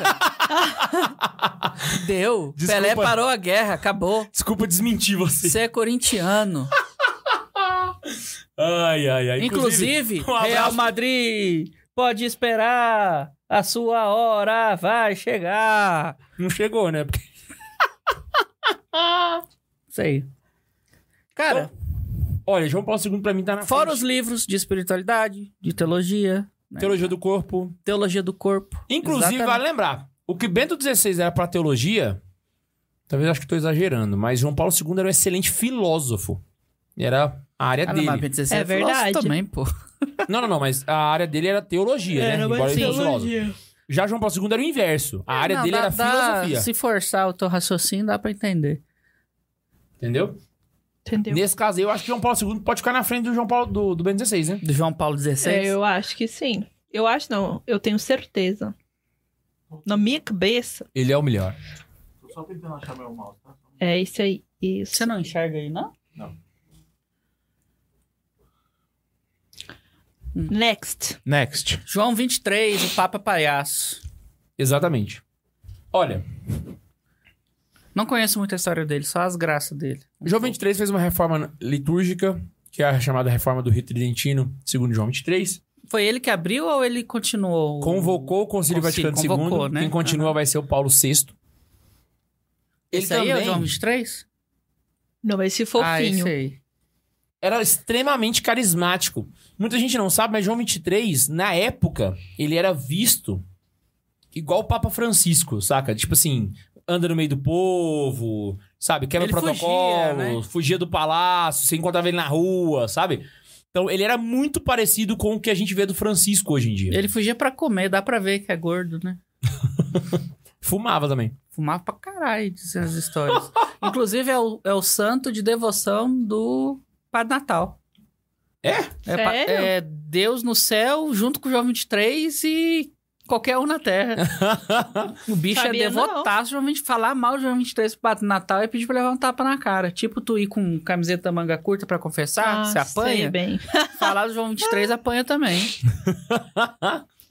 [SPEAKER 2] Deu.
[SPEAKER 1] Desculpa.
[SPEAKER 2] Pelé parou a guerra, acabou.
[SPEAKER 1] Desculpa desmentir você.
[SPEAKER 2] Você é corintiano.
[SPEAKER 1] Ai, ai, ai.
[SPEAKER 2] Inclusive,
[SPEAKER 1] um abraço-
[SPEAKER 2] Real Madrid, pode esperar. A sua hora vai chegar.
[SPEAKER 1] Não chegou, né? Porque-
[SPEAKER 2] Isso aí. Cara,
[SPEAKER 1] Olha, João Paulo II pra mim tá na
[SPEAKER 2] fora os
[SPEAKER 1] frente.
[SPEAKER 2] livros de espiritualidade, de teologia, né?
[SPEAKER 1] Teologia do Corpo.
[SPEAKER 2] teologia do corpo.
[SPEAKER 1] Inclusive,
[SPEAKER 2] Exatamente.
[SPEAKER 1] vale lembrar, o que Bento XVI era pra teologia, talvez acho que tô exagerando, mas João Paulo II era um excelente filósofo. Era a área
[SPEAKER 2] Ah, não,
[SPEAKER 1] dele.
[SPEAKER 2] mas Bento XVI
[SPEAKER 3] É
[SPEAKER 2] filósofo
[SPEAKER 3] verdade.
[SPEAKER 2] também, pô.
[SPEAKER 1] Não, não, não, mas a área dele era teologia,
[SPEAKER 2] É,
[SPEAKER 1] É, né? Embora ele fosse filósofo. Já João Paulo II era o inverso. A área
[SPEAKER 2] Não,
[SPEAKER 1] dele
[SPEAKER 2] dá-
[SPEAKER 1] era
[SPEAKER 2] dá-
[SPEAKER 1] filosofia.
[SPEAKER 2] Se forçar o teu raciocínio, dá pra entender.
[SPEAKER 1] Entendeu?
[SPEAKER 3] Entendeu?
[SPEAKER 1] Nesse caso aí, eu acho que João Paulo II pode ficar na frente do João Paulo do, do Bento XVI, né?
[SPEAKER 2] Do João Paulo XVI.
[SPEAKER 3] É, eu acho que sim. Eu acho não, eu tenho certeza. Na minha cabeça
[SPEAKER 1] Ele é o melhor.
[SPEAKER 4] Tô só tentando achar meu mouse, tá?
[SPEAKER 3] é isso aí. Isso.
[SPEAKER 2] Você não enxerga aí, não?
[SPEAKER 3] Next.
[SPEAKER 4] Next.
[SPEAKER 2] João 23, o Papa Palhaço.
[SPEAKER 1] Exatamente. Olha,
[SPEAKER 2] Não conheço muito a história dele, só as graças dele.
[SPEAKER 1] João 23 fez uma reforma litúrgica, que é a chamada reforma do rito tridentino, segundo João 23.
[SPEAKER 2] Foi ele que abriu ou ele continuou?
[SPEAKER 1] Convocou o Concílio
[SPEAKER 2] Concílio,
[SPEAKER 1] Vaticano
[SPEAKER 2] convocou,
[SPEAKER 1] II.
[SPEAKER 2] né?
[SPEAKER 1] Quem continua vai ser o Paulo VI. Ele
[SPEAKER 2] Esse aí é o
[SPEAKER 1] também
[SPEAKER 2] João 23?
[SPEAKER 3] Não, esse
[SPEAKER 2] Ah,
[SPEAKER 3] fofinho.
[SPEAKER 2] esse aí.
[SPEAKER 1] era extremamente carismático. Muita gente não sabe, mas João 23, na época, ele era visto igual o Papa Francisco, saca? Tipo assim, anda no meio do povo, sabe? Quebra
[SPEAKER 2] Ele
[SPEAKER 1] protocolo,
[SPEAKER 2] fugia,
[SPEAKER 1] fugia,
[SPEAKER 2] né?
[SPEAKER 1] do palácio, você encontrava ele na rua, sabe? Então, ele era muito parecido com o que a gente vê do Francisco hoje em dia.
[SPEAKER 2] Ele fugia pra comer, dá pra ver que é gordo, né?
[SPEAKER 1] Fumava também.
[SPEAKER 2] Fumava pra caralho, dizem as histórias. Inclusive, é o, é o santo de devoção do Padre Natal.
[SPEAKER 1] É?
[SPEAKER 2] É, pa-
[SPEAKER 3] Sério?
[SPEAKER 2] é Deus no céu, junto com o João 23 e qualquer um na terra. O bicho é
[SPEAKER 3] Sabia não.
[SPEAKER 2] devotaço. João 20, falar mal do João 23 pro Padre Natal é pedir pra levar um tapa na cara. Tipo, tu ir com camiseta manga curta pra confessar, você
[SPEAKER 3] Ah, Sei
[SPEAKER 2] apanha.
[SPEAKER 3] bem.
[SPEAKER 2] Falar do João 23 apanha também.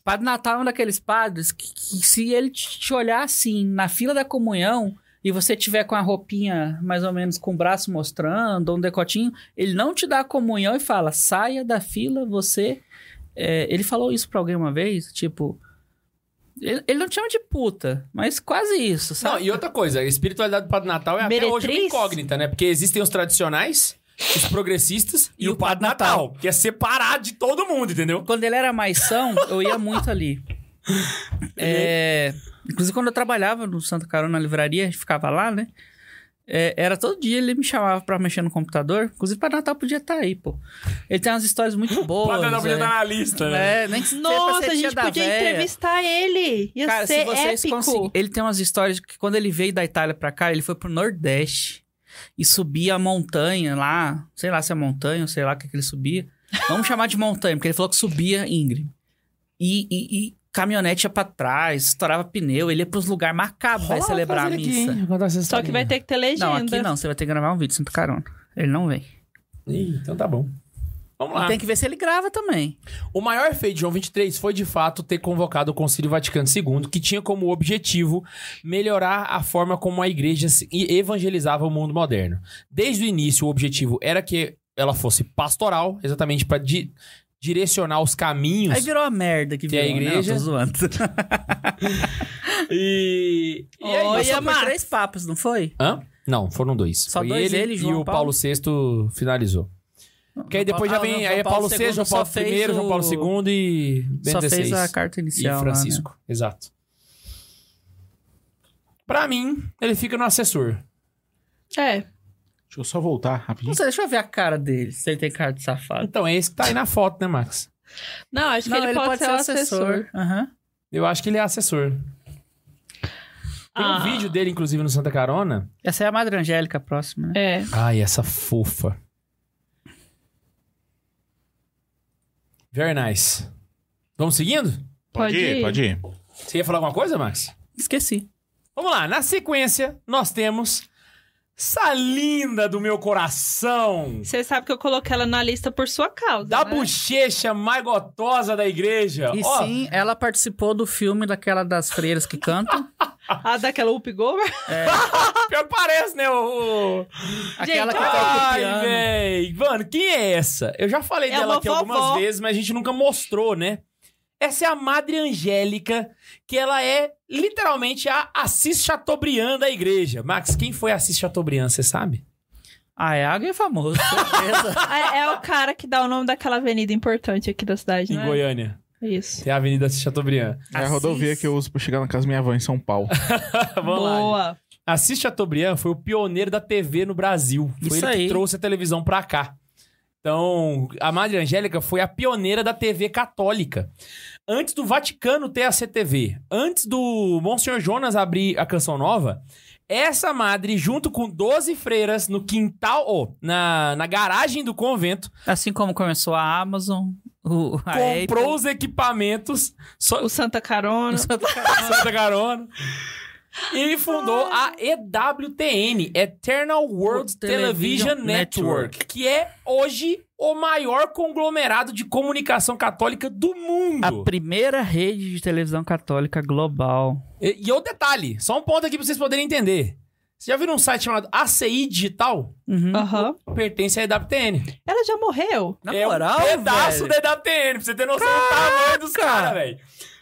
[SPEAKER 2] Padre Natal é um daqueles padres que, que se ele te te olhar assim, na fila da comunhão, e você tiver com a roupinha mais ou menos com o braço mostrando, ou um decotinho, ele não te dá a comunhão e fala, saia da fila, você... É, ele falou isso pra alguém uma vez, tipo... Ele, ele não te chama de puta, mas quase isso,
[SPEAKER 1] Não,
[SPEAKER 2] sabe?
[SPEAKER 1] e outra coisa, a espiritualidade do Padre Natal é até hoje uma
[SPEAKER 3] Meretriz?
[SPEAKER 1] incógnita, né? Porque existem os tradicionais, os progressistas e, o Padre Natal, que é separado de todo mundo, entendeu?
[SPEAKER 2] Quando ele era mais são, eu ia muito ali. É, inclusive, quando eu trabalhava no Santa Carona na livraria, a gente ficava lá, né? É, era todo dia ele me chamava pra mexer no computador. Inclusive, para Natal podia estar aí, pô. Ele tem umas histórias muito boas.
[SPEAKER 1] Padre Natal podia
[SPEAKER 2] é.
[SPEAKER 1] estar na lista, né?
[SPEAKER 2] É, nem que seja pra ser
[SPEAKER 3] Nossa, a
[SPEAKER 2] tia
[SPEAKER 3] gente
[SPEAKER 2] da
[SPEAKER 3] podia
[SPEAKER 2] véia.
[SPEAKER 3] entrevistar ele. Ia
[SPEAKER 2] Cara, se
[SPEAKER 3] ser
[SPEAKER 2] vocês
[SPEAKER 3] épico.
[SPEAKER 2] conseguirem- Ele tem umas histórias que quando ele veio da Itália pra cá, ele foi pro Nordeste e subia a montanha lá. Sei lá se é montanha, ou sei lá o que, que ele subia. Vamos chamar de montanha, porque ele falou que subia íngreme. E, e- e caminhonete ia pra trás, estourava pneu, ele ia pros lugares macabros pra celebrar a missa.
[SPEAKER 3] Só que vai ter que ter legenda.
[SPEAKER 2] não, aqui não, você vai ter que gravar um vídeo, sinto carona. Ele não vem.
[SPEAKER 1] Ih, então tá bom. Vamos lá.
[SPEAKER 2] E tem que ver se ele grava também.
[SPEAKER 1] O maior efeito de João 23 foi de fato ter convocado o Concílio Vaticano II, que tinha como objetivo melhorar a forma como a igreja se- e evangelizava o mundo moderno. Desde o início, o objetivo era que ela fosse pastoral, exatamente para direcionar os caminhos
[SPEAKER 2] Aí virou a merda que
[SPEAKER 1] Que é a
[SPEAKER 2] virou, né?
[SPEAKER 1] igreja.
[SPEAKER 2] Não, tô zoando.
[SPEAKER 1] e e aí,
[SPEAKER 3] Olha,
[SPEAKER 2] Mas só foi
[SPEAKER 3] Marcos.
[SPEAKER 2] três papos, não foi?
[SPEAKER 1] Hã? Não, foram dois.
[SPEAKER 2] Só
[SPEAKER 1] Foi
[SPEAKER 2] dois, ele e João
[SPEAKER 1] e o Paulo
[SPEAKER 2] Paulo?
[SPEAKER 1] VI finalizou. Porque aí depois já
[SPEAKER 2] Ah,
[SPEAKER 1] vem
[SPEAKER 2] não, João
[SPEAKER 1] aí é Paulo
[SPEAKER 2] Paulo
[SPEAKER 1] VI, João
[SPEAKER 2] II,
[SPEAKER 1] Paulo
[SPEAKER 2] só
[SPEAKER 1] I,
[SPEAKER 2] fez
[SPEAKER 1] João
[SPEAKER 2] o-
[SPEAKER 1] Paulo II e Bento
[SPEAKER 2] Só fez
[SPEAKER 1] XVI.
[SPEAKER 2] a carta inicial. né?
[SPEAKER 1] e
[SPEAKER 2] lá,
[SPEAKER 1] Francisco. Exato. Pra mim, ele fica no assessor.
[SPEAKER 3] É.
[SPEAKER 4] Deixa eu só voltar
[SPEAKER 2] né?
[SPEAKER 4] rapidinho.
[SPEAKER 2] Não sei, deixa eu ver a cara dele, se ele tem cara de safado.
[SPEAKER 1] Então, é esse que tá aí na foto, né, Max?
[SPEAKER 3] Não, acho
[SPEAKER 2] não,
[SPEAKER 3] que ele, pode, ser o assessor.
[SPEAKER 2] Aham.
[SPEAKER 1] Eu acho que ele é assessor. Tem
[SPEAKER 3] Ah.
[SPEAKER 1] um vídeo dele, inclusive, no Santa Carona.
[SPEAKER 2] Essa é a Madre Angélica próxima, né?
[SPEAKER 3] É.
[SPEAKER 1] Ai, essa fofa. Very nice. Vamos seguindo?
[SPEAKER 3] Pode ir?
[SPEAKER 4] pode ir.
[SPEAKER 1] Você ia falar alguma coisa, Max?
[SPEAKER 2] Esqueci.
[SPEAKER 1] Vamos lá, na sequência, nós temos essa linda do meu coração.
[SPEAKER 3] Você sabe que eu coloquei ela na lista por sua causa.
[SPEAKER 1] Da
[SPEAKER 3] né?
[SPEAKER 1] bochecha mais gotosa da igreja.
[SPEAKER 2] E
[SPEAKER 1] Ó,
[SPEAKER 2] sim, ela participou do filme daquela das freiras que cantam.
[SPEAKER 3] A daquela Whoop Gover?
[SPEAKER 1] pior que parece, né? O, o-
[SPEAKER 2] aquela
[SPEAKER 3] Gente,
[SPEAKER 2] que toca o
[SPEAKER 1] Ai,
[SPEAKER 2] piano.
[SPEAKER 1] véi. Mano, quem é essa? Eu já falei
[SPEAKER 3] É
[SPEAKER 1] dela
[SPEAKER 3] uma
[SPEAKER 1] aqui
[SPEAKER 3] vovó.
[SPEAKER 1] algumas vezes, mas a gente nunca mostrou, né? Essa é a Madre Angélica, que ela é literalmente a Assis Chateaubriand da igreja. Max, quem foi Assis Chateaubriand, você sabe?
[SPEAKER 2] Ah, é alguém famoso, certeza.
[SPEAKER 3] é, é o cara que dá o nome daquela avenida importante aqui da cidade,
[SPEAKER 1] Em
[SPEAKER 3] né?
[SPEAKER 1] Goiânia.
[SPEAKER 3] Isso.
[SPEAKER 1] Tem a Avenida Assis Chateaubriand.
[SPEAKER 4] É a rodovia
[SPEAKER 2] Assis.
[SPEAKER 4] que eu uso pra chegar na casa da minha avó em São Paulo.
[SPEAKER 2] É
[SPEAKER 1] Então, Vamos lá. gente.
[SPEAKER 3] Boa.
[SPEAKER 1] Assis Chateaubriand foi o pioneiro da TV no Brasil. Foi
[SPEAKER 2] Isso
[SPEAKER 1] ele que
[SPEAKER 2] aí.
[SPEAKER 1] trouxe a televisão pra cá. Então, a Madre Angélica foi a pioneira da TV católica. Antes do Vaticano ter a CTV, antes do Monsenhor Jonas abrir a Canção Nova, essa madre, junto com 12 freiras, no quintal, ou na, na garagem do convento,
[SPEAKER 2] Assim como começou a Amazon, o, a
[SPEAKER 1] comprou
[SPEAKER 2] Apple.
[SPEAKER 1] os equipamentos. Só,
[SPEAKER 3] O Santa Carona.
[SPEAKER 1] Santa Carona. E fundou a EWTN, Eternal World
[SPEAKER 2] World Television
[SPEAKER 1] Television Network,
[SPEAKER 2] Network.
[SPEAKER 1] que é hoje o maior conglomerado de comunicação católica do
[SPEAKER 2] A
[SPEAKER 1] mundo.
[SPEAKER 2] primeira rede de televisão católica global.
[SPEAKER 1] E, e o detalhe, só um ponto aqui pra vocês poderem entender. Você já viram um site chamado ACI Digital?
[SPEAKER 2] Uhum.
[SPEAKER 3] Aham.
[SPEAKER 1] Pertence à EWTN.
[SPEAKER 3] Ela já morreu?
[SPEAKER 2] Na
[SPEAKER 1] é
[SPEAKER 2] moral,
[SPEAKER 1] um pedaço
[SPEAKER 2] velho.
[SPEAKER 1] da EWTN, pra você ter noção do tamanho dos caras, velho.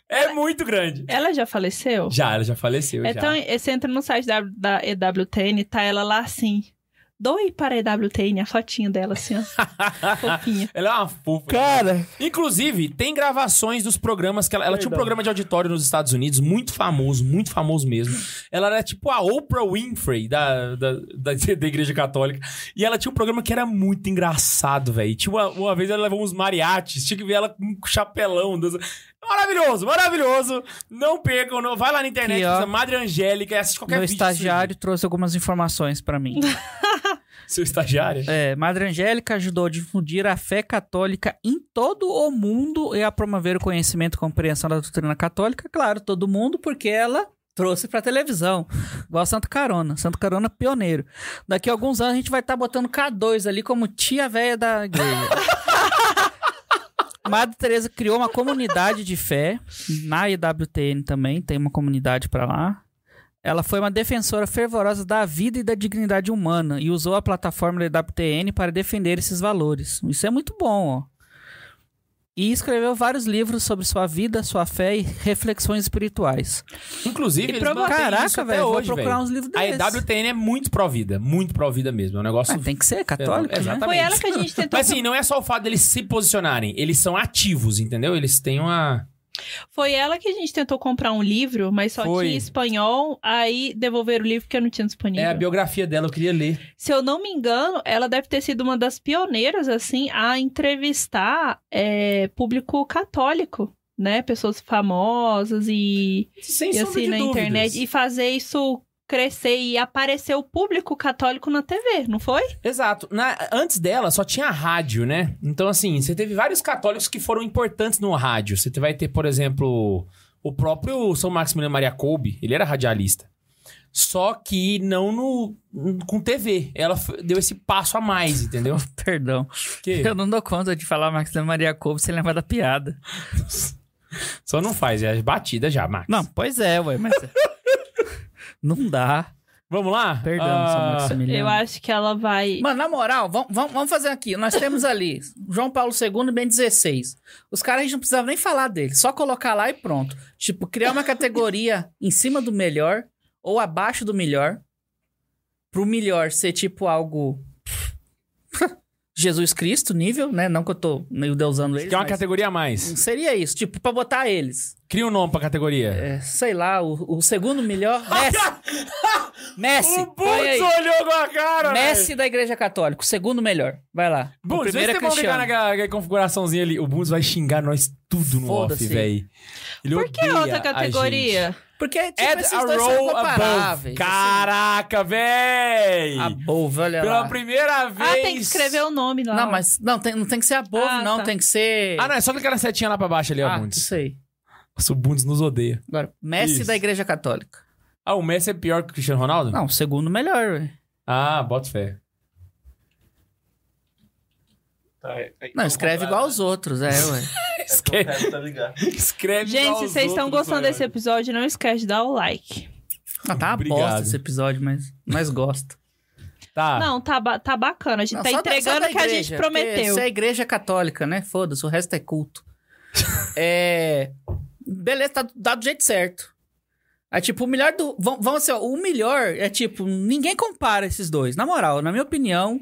[SPEAKER 1] É muito grande.
[SPEAKER 3] Ela já faleceu?
[SPEAKER 1] Já, ela já faleceu, já.
[SPEAKER 3] Então, eh, você entra no site da, da EWTN, tá ela lá assim. Doe para a EWTN, a fotinha dela assim, ó. Fofinha.
[SPEAKER 1] Ela é uma fofa. Inclusive, tem gravações dos programas que ela. Ela tinha um
[SPEAKER 2] Verdade.
[SPEAKER 1] programa de auditório nos Estados Unidos, muito famoso, muito famoso mesmo. Ela era tipo a Oprah Winfrey da, da, da, da Igreja Católica. E ela tinha um programa que era muito engraçado, velho. Tinha uma, uma vez ela levou uns mariachis, tinha que ver ela com um chapelão. das- Maravilhoso, maravilhoso. Não percam, não. Vai lá na internet,
[SPEAKER 2] Aqui, ó.
[SPEAKER 1] precisa Madre Angélica, assiste qualquer
[SPEAKER 2] Meu
[SPEAKER 1] vídeo.
[SPEAKER 2] estagiário trouxe algumas informações pra mim.
[SPEAKER 1] Seu estagiário?
[SPEAKER 2] É, Madre Angélica ajudou a difundir a fé católica em todo o mundo e a promover o conhecimento e compreensão da doutrina católica, claro, todo mundo, porque ela trouxe pra televisão, igual Santo Carona, Santo Carona pioneiro. Daqui a alguns anos a gente vai estar botando K2 ali como tia velha da igreja. Madre Teresa criou uma comunidade de fé na IWTN também, tem uma comunidade pra lá. Ela foi uma defensora fervorosa da vida e da dignidade humana e usou a plataforma da WTN para defender esses valores. Isso é muito bom, ó. E escreveu vários livros sobre sua vida, sua fé e reflexões espirituais.
[SPEAKER 1] Inclusive, eles mantêm isso
[SPEAKER 2] Caraca,
[SPEAKER 1] até
[SPEAKER 2] velho, vou
[SPEAKER 1] hoje,
[SPEAKER 2] procurar
[SPEAKER 1] velho.
[SPEAKER 2] uns livros
[SPEAKER 1] A
[SPEAKER 2] desses.
[SPEAKER 1] EWTN é muito pró-vida, muito pró-vida mesmo. É um negócio
[SPEAKER 2] Ah, tem que ser católico, né?
[SPEAKER 1] Exatamente.
[SPEAKER 3] Foi ela que a gente tentou.
[SPEAKER 1] Mas assim, não é só o fato deles se posicionarem, eles são ativos, entendeu? Eles têm uma.
[SPEAKER 3] Foi ela que a gente tentou comprar um livro, mas só
[SPEAKER 1] Foi.
[SPEAKER 3] tinha em espanhol. Aí devolveram o livro porque eu não tinha disponível.
[SPEAKER 1] É a biografia dela, eu queria ler.
[SPEAKER 3] Se eu não me engano, ela deve ter sido uma das pioneiras, assim, a entrevistar é, público católico, né? Pessoas famosas e,
[SPEAKER 1] Sem
[SPEAKER 3] e
[SPEAKER 1] sombra
[SPEAKER 3] assim
[SPEAKER 1] de
[SPEAKER 3] na
[SPEAKER 1] dúvidas.
[SPEAKER 3] internet. E fazer isso crescer e aparecer o público católico na TV, não foi?
[SPEAKER 1] Exato. Na- Antes dela, só tinha rádio, né? Então, assim, você teve vários católicos que foram importantes no rádio. Você vai ter, por exemplo, o próprio São Maximiliano Maria Kolbe, ele era radialista. Só que não no com TV. Ela f- deu esse passo a mais, entendeu?
[SPEAKER 2] Perdão.
[SPEAKER 1] Que-
[SPEAKER 2] Eu não dou conta de falar Max da Maria Couve sem lembrar da piada.
[SPEAKER 1] Só não faz, é batida já, Max.
[SPEAKER 2] Não, pois é, ué, mas. não dá.
[SPEAKER 1] Vamos lá?
[SPEAKER 2] Perdão,
[SPEAKER 1] Ah,
[SPEAKER 2] seu Maximiliano.
[SPEAKER 3] Eu acho que ela vai.
[SPEAKER 2] Mano, na moral, vamos, vamos, vamos fazer aqui. Nós temos ali João Paulo II e Ben 16. Os caras a gente não precisava nem falar deles, só colocar lá e pronto. Tipo, criar uma categoria em cima do melhor ou abaixo do melhor. Pro melhor ser tipo algo. Jesus Cristo, nível, né? Não que eu tô meio deusando eles.
[SPEAKER 1] Que é uma
[SPEAKER 2] mas
[SPEAKER 1] categoria a mais.
[SPEAKER 2] Seria isso, tipo, pra botar eles.
[SPEAKER 1] Cria um nome pra categoria.
[SPEAKER 2] É, sei lá, o, o segundo melhor. Messi! Messi!
[SPEAKER 1] o
[SPEAKER 2] põe aí.
[SPEAKER 1] Butz olhou com a Um cara,
[SPEAKER 2] Messi da Igreja Católica, o segundo melhor. Vai lá. O
[SPEAKER 1] Bundes, vê se
[SPEAKER 2] primeiro é
[SPEAKER 1] tem como ligar
[SPEAKER 2] Cristiano.
[SPEAKER 1] naquela naquela configuraçãozinha ali. O Bundes vai xingar nós tudo no off,
[SPEAKER 2] Foda-se.
[SPEAKER 1] velho.
[SPEAKER 3] Por que outra categoria?
[SPEAKER 2] Porque, tipo,
[SPEAKER 1] Add
[SPEAKER 2] esses
[SPEAKER 1] a
[SPEAKER 2] dois são assim.
[SPEAKER 1] row
[SPEAKER 2] comparáveis.
[SPEAKER 1] above. Caraca, véi!
[SPEAKER 2] Assim, above, olha
[SPEAKER 1] Pela
[SPEAKER 2] lá.
[SPEAKER 1] primeira vez...
[SPEAKER 3] Ah, tem que
[SPEAKER 2] um
[SPEAKER 3] escrever o nome lá.
[SPEAKER 2] Não, mas não, tem, não tem que ser above,
[SPEAKER 3] Ah,
[SPEAKER 2] não.
[SPEAKER 3] tá.
[SPEAKER 2] Tem que ser...
[SPEAKER 1] Ah, não, é só clicar na setinha lá pra baixo ali, ó,
[SPEAKER 2] Ah,
[SPEAKER 1] Bundes.
[SPEAKER 2] isso aí.
[SPEAKER 1] Nossa, o Bundes nos odeia.
[SPEAKER 2] Agora, Messi
[SPEAKER 1] Isso.
[SPEAKER 2] da Igreja Católica.
[SPEAKER 1] Ah, o Messi é pior que o Cristiano Ronaldo?
[SPEAKER 2] Não, o segundo melhor, velho.
[SPEAKER 1] Ah, bota fé.
[SPEAKER 2] Não, escreve
[SPEAKER 1] né?
[SPEAKER 2] igual aos outros, é, ué.
[SPEAKER 1] Escreve, escreve
[SPEAKER 3] Gente,
[SPEAKER 1] igual
[SPEAKER 3] se
[SPEAKER 1] os
[SPEAKER 3] vocês estão
[SPEAKER 1] outros,
[SPEAKER 2] né?
[SPEAKER 3] gostando
[SPEAKER 1] velho.
[SPEAKER 3] desse episódio, não esquece de dar o like.
[SPEAKER 2] Ah, tá uma
[SPEAKER 1] Obrigado.
[SPEAKER 2] bosta esse episódio, mas, mas gosto.
[SPEAKER 1] Tá.
[SPEAKER 3] Não, tá, ba- tá bacana. A gente
[SPEAKER 2] Ah. Não, só
[SPEAKER 3] tá
[SPEAKER 2] da- só
[SPEAKER 3] entregando
[SPEAKER 2] da
[SPEAKER 3] o que a
[SPEAKER 2] igreja,
[SPEAKER 3] gente
[SPEAKER 2] porque
[SPEAKER 3] prometeu.
[SPEAKER 2] Isso é a igreja católica, né? Foda-se, o resto é culto. é. Beleza, tá dado do jeito certo. É tipo, o melhor do. vam- Vamos assim, ó, o melhor é tipo, ninguém compara esses dois. Na moral, na minha opinião,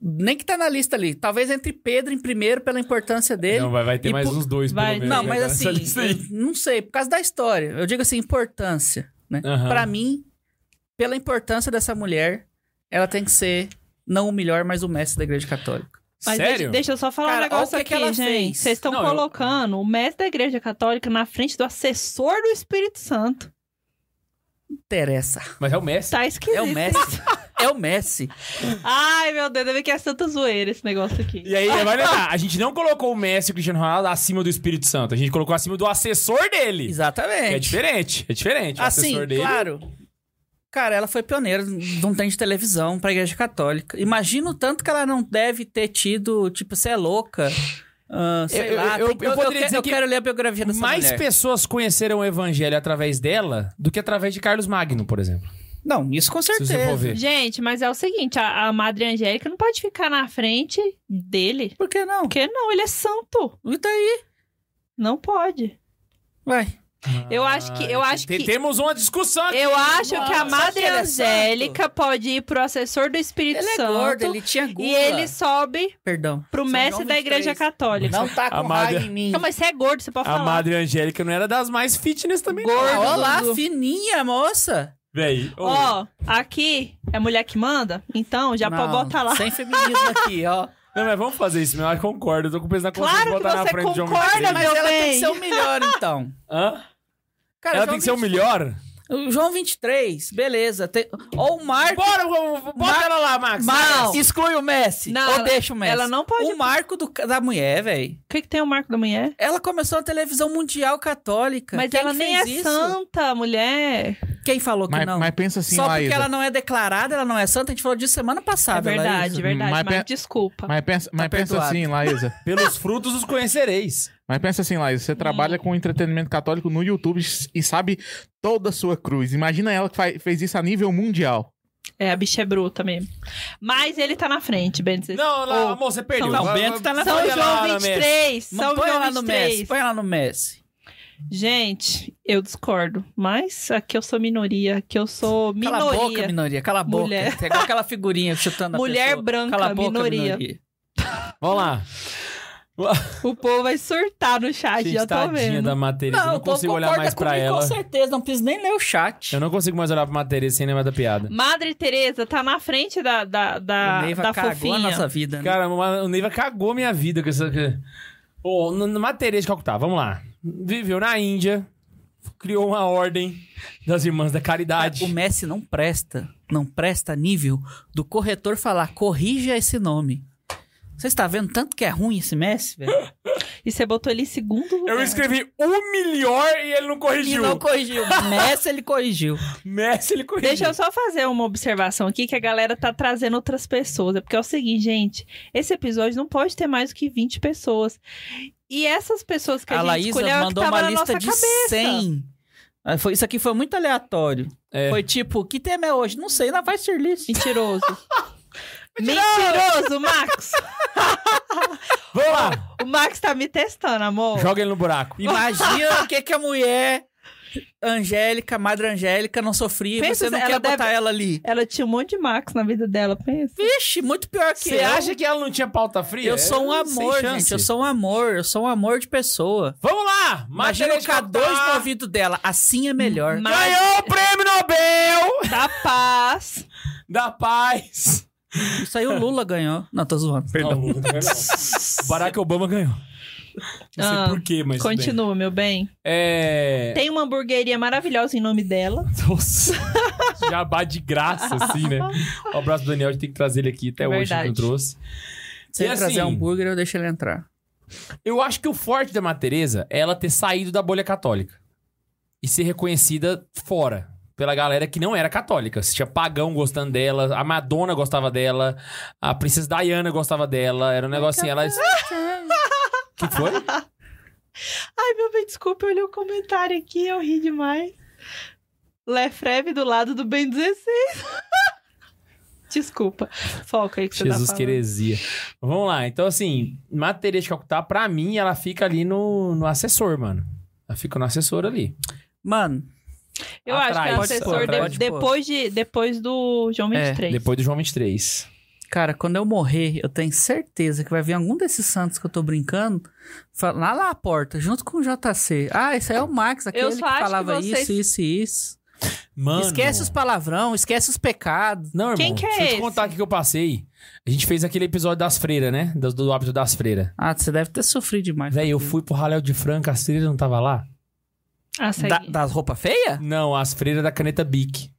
[SPEAKER 2] nem que tá na lista ali. Talvez entre Pedro em primeiro pela importância dele.
[SPEAKER 1] Não, vai, vai ter
[SPEAKER 2] E
[SPEAKER 1] mais
[SPEAKER 2] por-
[SPEAKER 1] uns dois,
[SPEAKER 3] Vai-
[SPEAKER 1] pelo menos.
[SPEAKER 2] Não, mas
[SPEAKER 1] né, nessa
[SPEAKER 2] assim,
[SPEAKER 1] lista aí.
[SPEAKER 2] eu não sei, por causa da história. Eu digo assim, importância, né?
[SPEAKER 1] Aham.
[SPEAKER 2] Pra mim, pela importância dessa mulher, ela tem que ser não o melhor, mas o mestre da igreja católica.
[SPEAKER 3] Mas
[SPEAKER 1] Sério?
[SPEAKER 3] Deixa, deixa eu só falar
[SPEAKER 2] Cara,
[SPEAKER 3] um negócio
[SPEAKER 2] olha o
[SPEAKER 3] aqui,
[SPEAKER 2] que que ela
[SPEAKER 3] gente.
[SPEAKER 2] fez.
[SPEAKER 3] Vocês estão
[SPEAKER 1] Não, eu-
[SPEAKER 3] colocando o mestre da igreja católica na frente do assessor do Espírito Santo.
[SPEAKER 2] Interessa.
[SPEAKER 1] Mas é o Messi.
[SPEAKER 3] Tá esquisito.
[SPEAKER 2] É o Messi. É o Messi.
[SPEAKER 3] Ai, meu Deus, deve que é santa zoeira esse negócio aqui.
[SPEAKER 1] E aí, vai lembrar, a gente não colocou o Messi e o Cristiano Ronaldo acima do Espírito Santo. A gente colocou acima do assessor dele.
[SPEAKER 2] Exatamente.
[SPEAKER 1] É diferente, é diferente. O
[SPEAKER 2] Assim,
[SPEAKER 1] assessor dele.
[SPEAKER 2] claro. Cara, ela foi pioneira de um trem de televisão pra igreja católica. Imagina o tanto que ela não deve ter tido, tipo, você é louca. ah, sei
[SPEAKER 1] Eu- eu-
[SPEAKER 2] lá.
[SPEAKER 1] eu-
[SPEAKER 2] tem que-
[SPEAKER 1] eu poderia
[SPEAKER 2] quero-
[SPEAKER 1] dizer que
[SPEAKER 2] quero ler a biografia dessa
[SPEAKER 1] Mais
[SPEAKER 2] mulher.
[SPEAKER 1] pessoas conheceram o evangelho através dela do que através de Carlos Magno, por exemplo.
[SPEAKER 2] Não, isso com
[SPEAKER 1] Se você for
[SPEAKER 2] certeza.
[SPEAKER 1] ver.
[SPEAKER 3] Gente, mas é o seguinte, a, a Madre Angélica não pode ficar na frente dele.
[SPEAKER 2] Por que não?
[SPEAKER 3] Porque não, ele é santo.
[SPEAKER 2] E daí?
[SPEAKER 3] Não pode.
[SPEAKER 2] Vai.
[SPEAKER 3] Eu acho que- eu
[SPEAKER 1] Ah,
[SPEAKER 3] acho
[SPEAKER 1] te-
[SPEAKER 3] que-
[SPEAKER 1] Temos uma discussão aqui.
[SPEAKER 3] Eu acho que
[SPEAKER 2] Nossa,
[SPEAKER 3] a Madre
[SPEAKER 2] ele é
[SPEAKER 3] Angélica pode ir pro assessor do Espírito
[SPEAKER 2] Ele é
[SPEAKER 3] Santo.
[SPEAKER 2] gordo, ele tinha gula.
[SPEAKER 3] E ele sobe
[SPEAKER 2] Perdão.
[SPEAKER 3] pro
[SPEAKER 2] São
[SPEAKER 3] mestre
[SPEAKER 2] João
[SPEAKER 3] da
[SPEAKER 2] 23.
[SPEAKER 3] Igreja Católica.
[SPEAKER 2] Não tá com
[SPEAKER 1] Amada-
[SPEAKER 2] raiva em mim.
[SPEAKER 3] Não, mas você é gordo, você pode
[SPEAKER 1] A
[SPEAKER 3] falar.
[SPEAKER 1] Madre Angélica não era das mais fitness também, não.
[SPEAKER 2] Ah,
[SPEAKER 3] Gordo,
[SPEAKER 2] olha lá,
[SPEAKER 3] Dudu.
[SPEAKER 2] fininha, moça.
[SPEAKER 1] Véi, ô,
[SPEAKER 3] Ó, aqui é mulher que manda, então já pode
[SPEAKER 2] Não,
[SPEAKER 3] botar lá.
[SPEAKER 2] Sem feminismo aqui, ó.
[SPEAKER 1] Não, mas vamos fazer isso, meu. Eu concordo. Eu tô com peso na consciência
[SPEAKER 3] Claro
[SPEAKER 1] de
[SPEAKER 3] que
[SPEAKER 1] botar na
[SPEAKER 3] você
[SPEAKER 1] frente de homem
[SPEAKER 3] concorda,
[SPEAKER 1] trans.
[SPEAKER 2] Mas
[SPEAKER 3] Meu
[SPEAKER 2] ela tem
[SPEAKER 3] bem.
[SPEAKER 2] que ser o melhor, então.
[SPEAKER 1] Hã?
[SPEAKER 2] Cara,
[SPEAKER 1] Ela
[SPEAKER 2] João
[SPEAKER 1] tem que ser o
[SPEAKER 2] 23.
[SPEAKER 1] melhor?
[SPEAKER 2] O João 23, beleza. Tem... Ou o Marco.
[SPEAKER 1] Bora, bota
[SPEAKER 2] Ma-
[SPEAKER 1] ela lá, Max.
[SPEAKER 2] Mas exclui o Messi.
[SPEAKER 3] Não,
[SPEAKER 2] ou
[SPEAKER 3] ela-
[SPEAKER 2] deixa o Messi.
[SPEAKER 3] ela não pode-
[SPEAKER 2] O marco do ca- da mulher, velho.
[SPEAKER 3] O que, que tem o marco da mulher?
[SPEAKER 2] Ela começou na televisão mundial católica.
[SPEAKER 3] Mas
[SPEAKER 2] Quem
[SPEAKER 3] ela
[SPEAKER 2] que
[SPEAKER 3] nem é
[SPEAKER 2] fez isso?
[SPEAKER 3] santa, mulher. É
[SPEAKER 2] Quem falou que
[SPEAKER 4] Mas,
[SPEAKER 2] não?
[SPEAKER 4] mas pensa assim,
[SPEAKER 2] Só porque
[SPEAKER 4] Laísa.
[SPEAKER 2] ela não é declarada, ela não é santa. A gente falou disso semana
[SPEAKER 3] É
[SPEAKER 2] passada,
[SPEAKER 3] verdade,
[SPEAKER 2] Laís.
[SPEAKER 4] Mas
[SPEAKER 3] verdade. Mas,
[SPEAKER 4] pe-
[SPEAKER 2] tá
[SPEAKER 3] desculpa.
[SPEAKER 4] Mas pensa, mas pensa
[SPEAKER 2] perdoado.
[SPEAKER 4] assim, Laísa.
[SPEAKER 1] Pelos frutos os conhecereis.
[SPEAKER 4] Mas pensa assim, Laísa. Você trabalha com entretenimento católico no YouTube e sabe toda a sua cruz. Imagina ela que fa- fez isso a nível mundial.
[SPEAKER 3] É, a bicha é bruta mesmo. Mas ele tá na frente, Ben. Não,
[SPEAKER 1] Não, não, amor, você perdeu.
[SPEAKER 2] São
[SPEAKER 1] Vai-
[SPEAKER 2] Bento tá na
[SPEAKER 3] São
[SPEAKER 1] vai
[SPEAKER 2] frente.
[SPEAKER 1] lá,
[SPEAKER 3] João
[SPEAKER 1] Ana Messi.
[SPEAKER 3] 23. São
[SPEAKER 2] põe lá
[SPEAKER 3] João
[SPEAKER 2] no Messi.
[SPEAKER 3] 23.
[SPEAKER 2] Põe lá no Messi.
[SPEAKER 3] Gente, eu discordo. Mas aqui eu sou minoria. Aqui eu sou
[SPEAKER 2] Cala a boca,
[SPEAKER 3] minoria.
[SPEAKER 2] minoria. Cala a boca.
[SPEAKER 3] Mulher.
[SPEAKER 2] É igual aquela figurinha chutando a
[SPEAKER 3] Mulher
[SPEAKER 2] pessoa.
[SPEAKER 3] branca,
[SPEAKER 2] Cala a boca,
[SPEAKER 3] minoria.
[SPEAKER 1] Vamos lá.
[SPEAKER 3] O povo vai surtar no chat,
[SPEAKER 1] Gente,
[SPEAKER 3] já tô
[SPEAKER 1] tadinha
[SPEAKER 3] vendo.
[SPEAKER 1] da Matereza.
[SPEAKER 2] Não,
[SPEAKER 1] eu não
[SPEAKER 2] o povo
[SPEAKER 1] consigo olhar
[SPEAKER 2] concorda
[SPEAKER 1] mais pra
[SPEAKER 2] comigo,
[SPEAKER 1] ela.
[SPEAKER 2] Com certeza, não preciso nem ler o chat.
[SPEAKER 1] Eu não consigo mais olhar pra Matereza sem lembrar da piada.
[SPEAKER 3] Madre Teresa tá na frente da, da,
[SPEAKER 2] o
[SPEAKER 3] Ah, da,
[SPEAKER 2] Neiva
[SPEAKER 3] da
[SPEAKER 2] cagou
[SPEAKER 3] fofinha.
[SPEAKER 2] a nossa vida, né?
[SPEAKER 1] Cara, o Neiva cagou minha vida com essa. Ô, oh, Matereza de Calcutá, vamos lá. Viveu na Índia, criou uma ordem das Irmãs da Caridade.
[SPEAKER 2] O Messi não presta. Não presta a nível do corretor falar, corrija esse nome. Você está vendo tanto que é ruim esse Messi, velho?
[SPEAKER 3] E você botou ele em segundo lugar.
[SPEAKER 1] Eu escrevi o melhor e ele não
[SPEAKER 2] E
[SPEAKER 1] corrigiu.
[SPEAKER 2] não corrigiu. Nessa ele corrigiu.
[SPEAKER 1] Messi, ele corrigiu.
[SPEAKER 3] Deixa eu só fazer uma observação aqui, que a galera tá trazendo outras pessoas. É porque é o seguinte, gente, esse episódio não pode ter mais do que 20 pessoas. E essas pessoas que
[SPEAKER 2] a
[SPEAKER 3] a, gente
[SPEAKER 2] Laísa
[SPEAKER 3] escolheu é o que
[SPEAKER 2] mandou
[SPEAKER 3] tava
[SPEAKER 2] uma
[SPEAKER 3] na
[SPEAKER 2] lista
[SPEAKER 3] nossa
[SPEAKER 2] de
[SPEAKER 3] cabeça.
[SPEAKER 2] 100. Ah, foi- Isso aqui foi muito aleatório.
[SPEAKER 1] É.
[SPEAKER 2] Foi tipo, que tema é hoje? Não sei, na vai ser list.
[SPEAKER 3] Mentiroso. Mentiroso, Max!
[SPEAKER 1] Vamos lá.
[SPEAKER 3] O Max tá me testando, amor.
[SPEAKER 1] Joga ele no buraco.
[SPEAKER 2] Imagina o que, que a mulher Angélica, Madre Angélica, não sofria. e
[SPEAKER 3] Pensa,
[SPEAKER 2] você não
[SPEAKER 3] ela
[SPEAKER 2] quer
[SPEAKER 3] deve-
[SPEAKER 2] botar ela ali.
[SPEAKER 3] Ela tinha um monte de Max na vida dela, pensa.
[SPEAKER 2] Vixe, muito pior que
[SPEAKER 1] Você
[SPEAKER 2] eu.
[SPEAKER 1] acha que ela não tinha pauta fria?
[SPEAKER 2] Eu sou um
[SPEAKER 1] É,
[SPEAKER 2] amor,
[SPEAKER 1] sem chance.
[SPEAKER 2] gente. Eu sou um amor. Eu sou um amor de pessoa.
[SPEAKER 1] Vamos lá. Matéria
[SPEAKER 2] Imagina o
[SPEAKER 1] de
[SPEAKER 2] K2
[SPEAKER 1] pauta.
[SPEAKER 2] no ouvido dela. Assim é melhor.
[SPEAKER 3] Mas-
[SPEAKER 1] Ganhou o prêmio Nobel
[SPEAKER 3] Da paz.
[SPEAKER 1] da paz.
[SPEAKER 2] Isso aí o Lula ganhou. Não, tô zoando.
[SPEAKER 1] Não, não, é não. Barack Obama ganhou. Não sei
[SPEAKER 3] Ah,
[SPEAKER 1] por quê, mas. tudo bem.
[SPEAKER 3] Continua, meu bem.
[SPEAKER 1] É.
[SPEAKER 3] Tem uma hamburgueria maravilhosa em nome dela.
[SPEAKER 1] Nossa. Jabá de graça, assim, né? Um abraço pro Daniel, a gente tem que trazer ele aqui até hoje, ele
[SPEAKER 3] Verdade.
[SPEAKER 1] não trouxe.
[SPEAKER 2] Se
[SPEAKER 1] E
[SPEAKER 2] ele
[SPEAKER 1] assim-
[SPEAKER 2] trazer hambúrguer, eu deixo ele entrar.
[SPEAKER 1] Eu acho que o forte da Madre Teresa é ela ter saído da bolha católica e ser reconhecida fora pela galera que não era católica. Se tinha pagão gostando dela, a Madonna gostava dela, a princesa Diana gostava dela, era um negocinho ela Que foi?
[SPEAKER 3] Ai, meu bem, desculpa, eu olhei o comentário aqui, eu ri demais. Lefreve do lado do Ben 16. desculpa. Foca aí que você
[SPEAKER 1] Jesus
[SPEAKER 3] tá falando.
[SPEAKER 1] que heresia. Vamos lá, então assim, Madre Teresa de Calcutá pra mim ela fica ali no, no assessor, mano. Ela fica no assessor ali.
[SPEAKER 2] Mano,
[SPEAKER 3] Eu
[SPEAKER 1] Atrás,
[SPEAKER 3] acho que o
[SPEAKER 1] pode
[SPEAKER 3] assessor,
[SPEAKER 1] pôr,
[SPEAKER 3] de-
[SPEAKER 2] pode pôr.
[SPEAKER 3] depois, de, depois do João
[SPEAKER 2] É,
[SPEAKER 3] 23.
[SPEAKER 1] Depois do João 23.
[SPEAKER 2] cara, quando eu morrer, eu tenho certeza que vai vir algum desses santos que eu tô brincando fal- lá lá à porta, junto com o JC. Ah, esse aí é o Max, aquele que
[SPEAKER 3] só acho que
[SPEAKER 2] falava
[SPEAKER 3] vocês-
[SPEAKER 2] isso, isso e isso.
[SPEAKER 1] Mano.
[SPEAKER 2] Esquece os palavrão, esquece os pecados.
[SPEAKER 1] Não, irmão.
[SPEAKER 3] Quem que é
[SPEAKER 1] deixa eu te
[SPEAKER 3] esse?
[SPEAKER 1] contar o que que eu passei. A gente fez aquele episódio das freiras, né? Do, do hábito das freiras.
[SPEAKER 2] Ah, você deve ter sofrido demais.
[SPEAKER 1] Véi, eu
[SPEAKER 2] com
[SPEAKER 1] fui pro Raléu de Franca, as freiras não tava lá?
[SPEAKER 3] Ah,
[SPEAKER 2] aquilo.
[SPEAKER 3] segue.
[SPEAKER 2] Da, das roupas feias?
[SPEAKER 1] Não, as freiras da caneta Bic.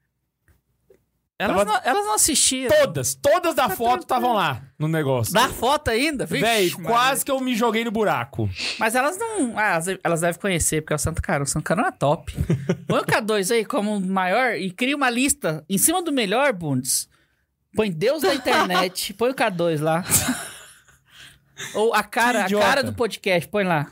[SPEAKER 2] Elas,
[SPEAKER 1] Tava-
[SPEAKER 2] não, elas não assistiam.
[SPEAKER 1] Todas, todas
[SPEAKER 3] Tá
[SPEAKER 1] da foto estavam lá no negócio.
[SPEAKER 2] Dá foto ainda? Vixe,
[SPEAKER 1] Véi,
[SPEAKER 2] Maria.
[SPEAKER 1] quase que eu me joguei no buraco.
[SPEAKER 2] Mas elas não. Ah, elas- elas devem conhecer, porque é o Santo Carão. O Santo Carão é top. Põe o K2 aí como maior e cria uma lista em cima do melhor, Bundes. Põe Deus da internet. Põe o K2 lá. Ou a cara, a
[SPEAKER 1] Que idiota.
[SPEAKER 2] cara do podcast, põe lá.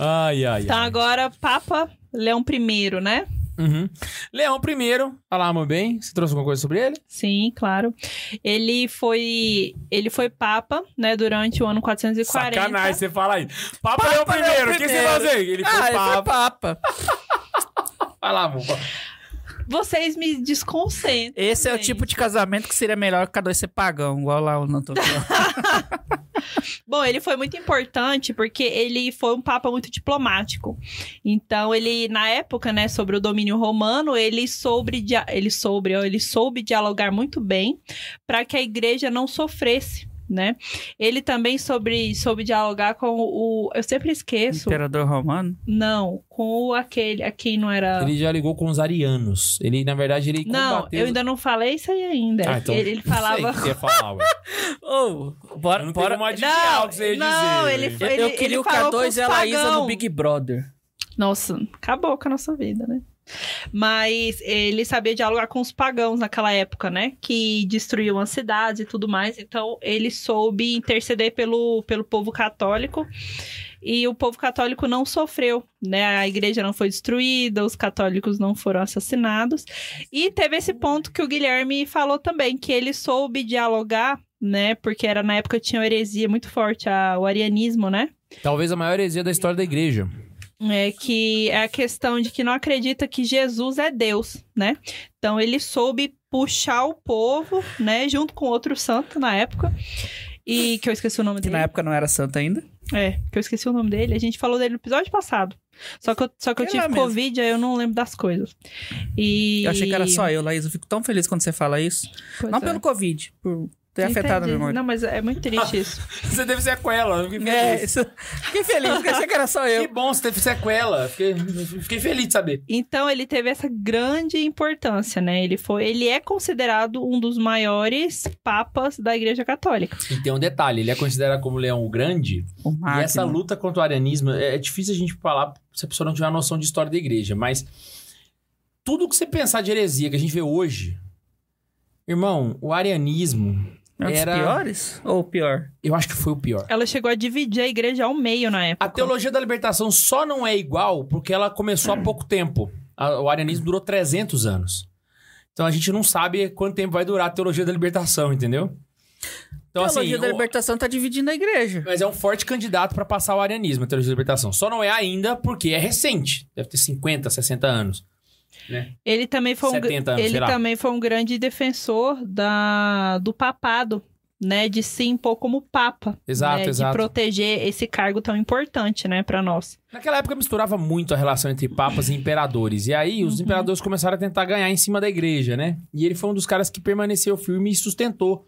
[SPEAKER 1] Ai, ai,
[SPEAKER 3] Então
[SPEAKER 1] ai.
[SPEAKER 3] agora, Papa Leão I, né?
[SPEAKER 1] Uhum. Leão primeiro. Olha lá, meu bem. Você trouxe alguma coisa sobre ele?
[SPEAKER 3] Sim, claro. Ele foi, ele foi Papa, né, durante o ano 440.
[SPEAKER 1] Sacanagem, você fala aí. Papa,
[SPEAKER 3] é
[SPEAKER 1] Leão
[SPEAKER 2] Leão
[SPEAKER 1] primeiro, o que você
[SPEAKER 2] primeiro.
[SPEAKER 1] vai fazer? Ele foi
[SPEAKER 2] ah, ele foi
[SPEAKER 1] papa.
[SPEAKER 2] papa.
[SPEAKER 1] Vai lá, amor.
[SPEAKER 3] Vocês me desconcentram.
[SPEAKER 2] Esse é o
[SPEAKER 3] gente.
[SPEAKER 2] tipo de casamento que seria melhor que o K2 ser pagão, igual lá o Nanto.
[SPEAKER 3] Bom, ele foi muito importante porque ele foi um papa muito diplomático. Então, ele, na época, né, sobre o domínio romano, ele soube, dia- ele soube, ó, ele soube dialogar muito bem para que a igreja não sofresse. Né? Ele também sobre, soube dialogar com o. Eu sempre esqueço.
[SPEAKER 2] Imperador romano.
[SPEAKER 3] Não, com o aquele. A quem não era.
[SPEAKER 1] Ele já ligou com os arianos. Ele, na verdade, ele
[SPEAKER 3] Não,
[SPEAKER 1] combateu
[SPEAKER 3] eu ainda não falei isso aí ainda.
[SPEAKER 1] Ah, então-
[SPEAKER 3] ele, ele
[SPEAKER 1] Sei o que
[SPEAKER 3] falava.
[SPEAKER 1] você ia falar, ué.
[SPEAKER 2] Ô, bora,
[SPEAKER 1] Eu não
[SPEAKER 2] bora.
[SPEAKER 1] tenho como adivinhar
[SPEAKER 3] Não,
[SPEAKER 1] o que você ia
[SPEAKER 3] não,
[SPEAKER 1] dizer.
[SPEAKER 3] ele
[SPEAKER 1] velho.
[SPEAKER 3] foi-
[SPEAKER 2] Eu queria
[SPEAKER 3] ele
[SPEAKER 2] o
[SPEAKER 3] falou com
[SPEAKER 2] K2
[SPEAKER 3] os
[SPEAKER 2] e a Laísa
[SPEAKER 3] pagão.
[SPEAKER 2] no Big Brother.
[SPEAKER 3] Nossa, acabou com a nossa vida, né? Mas ele sabia dialogar com os pagãos naquela época, né? Que destruíam as cidades e tudo mais. Então, ele soube interceder pelo, pelo povo católico. E o povo católico não sofreu, né? A igreja não foi destruída, os católicos não foram assassinados. E teve esse ponto que o Guilherme falou também, que ele soube dialogar, né? Porque era na época que tinha uma heresia muito forte, a- o arianismo, né?
[SPEAKER 1] É, Talvez a maior heresia da história da igreja.
[SPEAKER 3] É que é a questão de que não acredita que Jesus é Deus, né? Então ele soube puxar o povo, né, junto com outro santo na época. E que eu esqueci o nome
[SPEAKER 2] Que
[SPEAKER 3] dele.
[SPEAKER 2] na época não era santo ainda.
[SPEAKER 3] É, que eu esqueci o nome dele. A gente falou dele no episódio passado. Só que eu, só que eu
[SPEAKER 2] É
[SPEAKER 3] tive
[SPEAKER 2] lá mesmo.
[SPEAKER 3] Covid, aí eu não lembro das coisas. E.
[SPEAKER 2] Eu achei que era só eu, Laís. Eu fico tão feliz quando você fala isso.
[SPEAKER 3] Pois
[SPEAKER 2] não
[SPEAKER 3] é.
[SPEAKER 2] pelo Covid, por Tem afetado a
[SPEAKER 3] Entendi.
[SPEAKER 2] memória.
[SPEAKER 3] Não, mas é muito triste isso.
[SPEAKER 1] Você teve sequela. eu Fiquei feliz.
[SPEAKER 2] É, isso. Fiquei feliz, porque achei que era só
[SPEAKER 1] Que
[SPEAKER 2] eu.
[SPEAKER 1] bom, você teve sequela. Fiquei, fiquei feliz de saber.
[SPEAKER 3] Então ele teve essa grande importância, né? Ele foi, ele é considerado um dos maiores papas da Igreja Católica.
[SPEAKER 1] E tem um detalhe, ele é considerado como Leão o Grande.
[SPEAKER 2] O
[SPEAKER 3] Ah,
[SPEAKER 1] e essa luta contra o arianismo, é, é difícil a gente falar se a pessoa não tiver uma noção de história da igreja, mas tudo que você pensar de heresia que a gente vê hoje, irmão, o arianismo,
[SPEAKER 2] é um dos
[SPEAKER 1] era-
[SPEAKER 2] piores? Ou o pior?
[SPEAKER 1] eu acho que foi o pior.
[SPEAKER 3] Ela chegou a dividir a igreja ao meio na
[SPEAKER 2] Tá
[SPEAKER 3] época.
[SPEAKER 1] A teologia da libertação só não é igual porque ela começou há pouco tempo. A- O arianismo durou 300 anos. Então a gente não sabe quanto tempo vai durar a teologia da libertação, entendeu? Então,
[SPEAKER 2] a teologia da
[SPEAKER 1] o-
[SPEAKER 2] libertação tá dividindo a igreja.
[SPEAKER 1] Mas é um forte candidato pra passar o arianismo, a teologia da libertação. Só não é ainda porque é recente. Deve ter 50, 60 anos.
[SPEAKER 3] Ele também foi um, gr-
[SPEAKER 1] 70 anos,
[SPEAKER 3] ele
[SPEAKER 1] sei lá.
[SPEAKER 3] também foi um grande defensor da, do papado, né? De se impor como papa.
[SPEAKER 1] Exato,
[SPEAKER 3] né,
[SPEAKER 1] exato.
[SPEAKER 3] De proteger esse cargo tão importante, né, pra nós.
[SPEAKER 1] Naquela época misturava muito a relação entre papas e imperadores. E aí
[SPEAKER 2] Uhum.
[SPEAKER 1] os imperadores começaram a tentar ganhar em cima da igreja, né? E ele foi um dos caras que permaneceu firme e sustentou.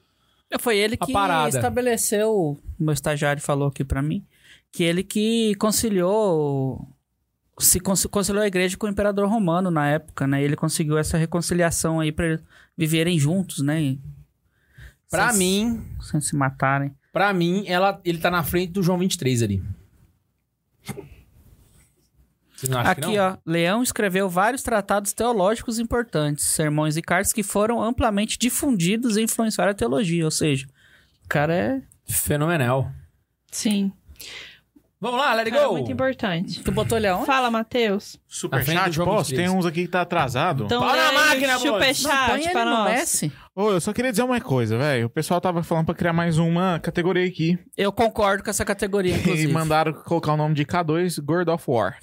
[SPEAKER 2] Foi ele
[SPEAKER 1] A
[SPEAKER 2] que
[SPEAKER 1] parada.
[SPEAKER 2] estabeleceu, meu estagiário falou aqui pra mim, que ele que conciliou, se conci- conciliou a igreja com o imperador romano na época, né? Ele conseguiu essa reconciliação aí pra eles viverem juntos, né? E-
[SPEAKER 1] Pra
[SPEAKER 2] sem-
[SPEAKER 1] mim,
[SPEAKER 2] Sem se matarem.
[SPEAKER 1] para mim, ela, ele tá na frente do João 23 ali. Vocês não acham que
[SPEAKER 2] Aqui,
[SPEAKER 1] não?
[SPEAKER 2] ó, Leão escreveu vários tratados teológicos importantes, sermões e cartas que foram amplamente difundidos e influenciaram a teologia, ou seja, o cara é
[SPEAKER 1] Fenomenal.
[SPEAKER 3] Sim.
[SPEAKER 1] Vamos lá, let it
[SPEAKER 3] Cara, é
[SPEAKER 1] go.
[SPEAKER 3] muito importante.
[SPEAKER 2] Tu botou ele aonde?
[SPEAKER 3] Fala, Matheus.
[SPEAKER 1] Na frente do
[SPEAKER 4] Superchat,
[SPEAKER 1] João
[SPEAKER 4] posso?
[SPEAKER 1] Mendes.
[SPEAKER 4] Tem uns aqui que tá atrasado.
[SPEAKER 3] Então,
[SPEAKER 1] Fala na
[SPEAKER 3] lê aí o
[SPEAKER 1] máquina, Boris.
[SPEAKER 2] Não, põe
[SPEAKER 3] superchat
[SPEAKER 2] ele
[SPEAKER 3] tipo, pra
[SPEAKER 2] no
[SPEAKER 3] nós.
[SPEAKER 2] S.
[SPEAKER 4] Ô, eu só queria dizer uma coisa, velho. O pessoal tava falando pra criar mais uma categoria aqui.
[SPEAKER 2] Eu concordo com essa categoria,
[SPEAKER 4] E
[SPEAKER 2] inclusive.
[SPEAKER 4] mandaram colocar o nome de K2 God of War.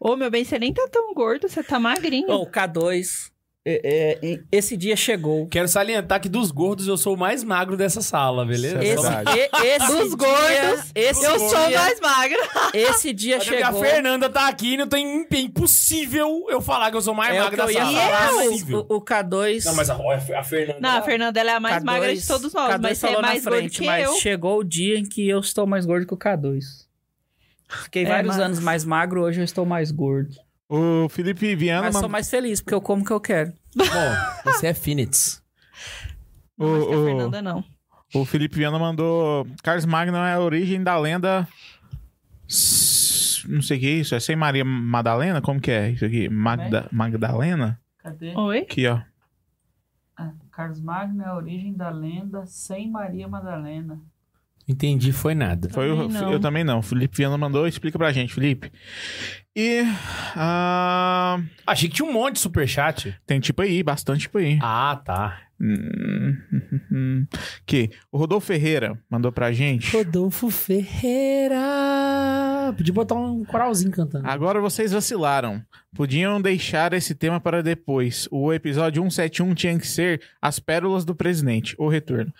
[SPEAKER 3] Ô, meu bem, você nem tá tão gordo, você tá magrinho.
[SPEAKER 2] Ô, o K2. é, é, é, esse dia chegou.
[SPEAKER 1] Quero salientar que dos gordos eu sou o mais magro dessa sala, beleza? Então,
[SPEAKER 4] Isso é
[SPEAKER 2] Esse,
[SPEAKER 4] verdade.
[SPEAKER 2] e- esse
[SPEAKER 3] Dos
[SPEAKER 2] dia-
[SPEAKER 3] gordos,
[SPEAKER 2] esse
[SPEAKER 3] eu
[SPEAKER 2] dia-
[SPEAKER 3] sou mais magra.
[SPEAKER 2] Esse dia
[SPEAKER 1] Até porque
[SPEAKER 2] chegou.
[SPEAKER 1] a Fernanda tá aqui e não tem é impossível eu falar que eu sou mais
[SPEAKER 2] É o
[SPEAKER 1] magro
[SPEAKER 2] que eu
[SPEAKER 1] da
[SPEAKER 2] ia
[SPEAKER 1] sala.
[SPEAKER 2] falar.
[SPEAKER 1] Não é
[SPEAKER 2] mas
[SPEAKER 1] possível.
[SPEAKER 2] o, o K2.
[SPEAKER 1] Não, mas a, a Fernanda.
[SPEAKER 3] Não, a Fernanda ela é a mais
[SPEAKER 2] K2
[SPEAKER 3] magra de todos nós,
[SPEAKER 2] K2
[SPEAKER 3] mas você é
[SPEAKER 2] falou na
[SPEAKER 3] mais gordo
[SPEAKER 2] frente,
[SPEAKER 3] que
[SPEAKER 2] mas
[SPEAKER 3] eu.
[SPEAKER 2] chegou o dia em que eu estou mais gordo que o K2. Fiquei
[SPEAKER 3] É,
[SPEAKER 2] vários
[SPEAKER 3] mas-
[SPEAKER 2] anos mais magro, hoje eu estou mais gordo.
[SPEAKER 4] O Felipe Viana
[SPEAKER 2] mas
[SPEAKER 4] mandou.
[SPEAKER 2] sou mais feliz, porque eu como o que eu quero.
[SPEAKER 1] Bom, você é Phoenix.
[SPEAKER 3] Não, acho que a
[SPEAKER 4] o-
[SPEAKER 3] Fernanda não.
[SPEAKER 4] O Felipe Viana mandou. Carlos Magno é a origem da lenda. S- Não sei o que é isso. É sem Maria Madalena? Como que é isso aqui? Magda... Magdalena?
[SPEAKER 2] Cadê?
[SPEAKER 3] Oi?
[SPEAKER 4] Aqui, ó.
[SPEAKER 2] Carlos Magno é a origem da lenda sem Maria Madalena.
[SPEAKER 1] Entendi, foi nada.
[SPEAKER 4] Foi o-
[SPEAKER 3] Também não.
[SPEAKER 4] Eu também não. O Felipe Viana mandou. Explica pra gente, Felipe. E. ah,
[SPEAKER 1] Achei que tinha um monte de superchat.
[SPEAKER 4] tem tipo aí, bastante tipo aí.
[SPEAKER 1] Ah, tá.
[SPEAKER 4] Hum, Aqui. O Rodolfo Ferreira mandou pra gente.
[SPEAKER 1] Rodolfo Ferreira. Podia botar um coralzinho
[SPEAKER 2] Ah,
[SPEAKER 1] cantando.
[SPEAKER 4] Agora vocês vacilaram. Podiam deixar esse tema para depois. O episódio 171 tinha que ser As Pérolas do Presidente, o retorno.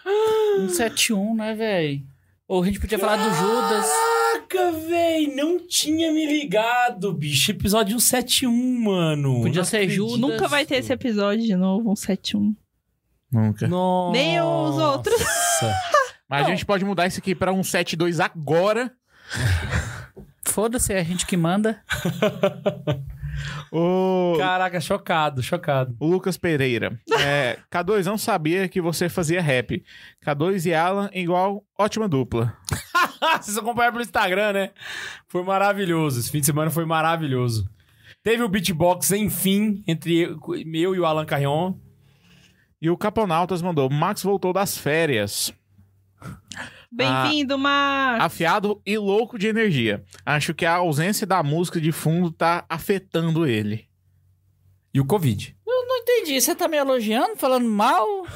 [SPEAKER 2] 171, né, velho? Ou a gente podia falar do Judas.
[SPEAKER 1] Caraca, véi, não tinha me ligado, bicho. Episódio 171, mano.
[SPEAKER 2] Podia
[SPEAKER 1] Não
[SPEAKER 2] ser
[SPEAKER 1] acredito.
[SPEAKER 2] Judas.
[SPEAKER 3] Nunca vai ter esse episódio de novo, 171.
[SPEAKER 4] Nunca.
[SPEAKER 1] Nossa.
[SPEAKER 3] Nem os outros.
[SPEAKER 4] Mas a gente pode mudar isso aqui para 172 agora.
[SPEAKER 2] Foda-se, é a gente que manda.
[SPEAKER 4] O,
[SPEAKER 1] Caraca, chocado, chocado.
[SPEAKER 4] o Lucas Pereira. É, K2 não sabia que você fazia rap. K2 e Alan igual ótima dupla.
[SPEAKER 1] Ah, Vocês acompanharam pelo Instagram, né? Foi maravilhoso. Esse fim de semana foi maravilhoso. Teve o beatbox, enfim, entre eu, meu e o Alan Carrion.
[SPEAKER 4] E o Caponautas mandou: Max voltou das férias.
[SPEAKER 3] Bem-vindo, Mar.
[SPEAKER 4] Afiado e louco de energia. Acho que a ausência da música de fundo tá afetando ele.
[SPEAKER 1] E o Covid.
[SPEAKER 2] Não entendi. Você tá me elogiando, falando mal?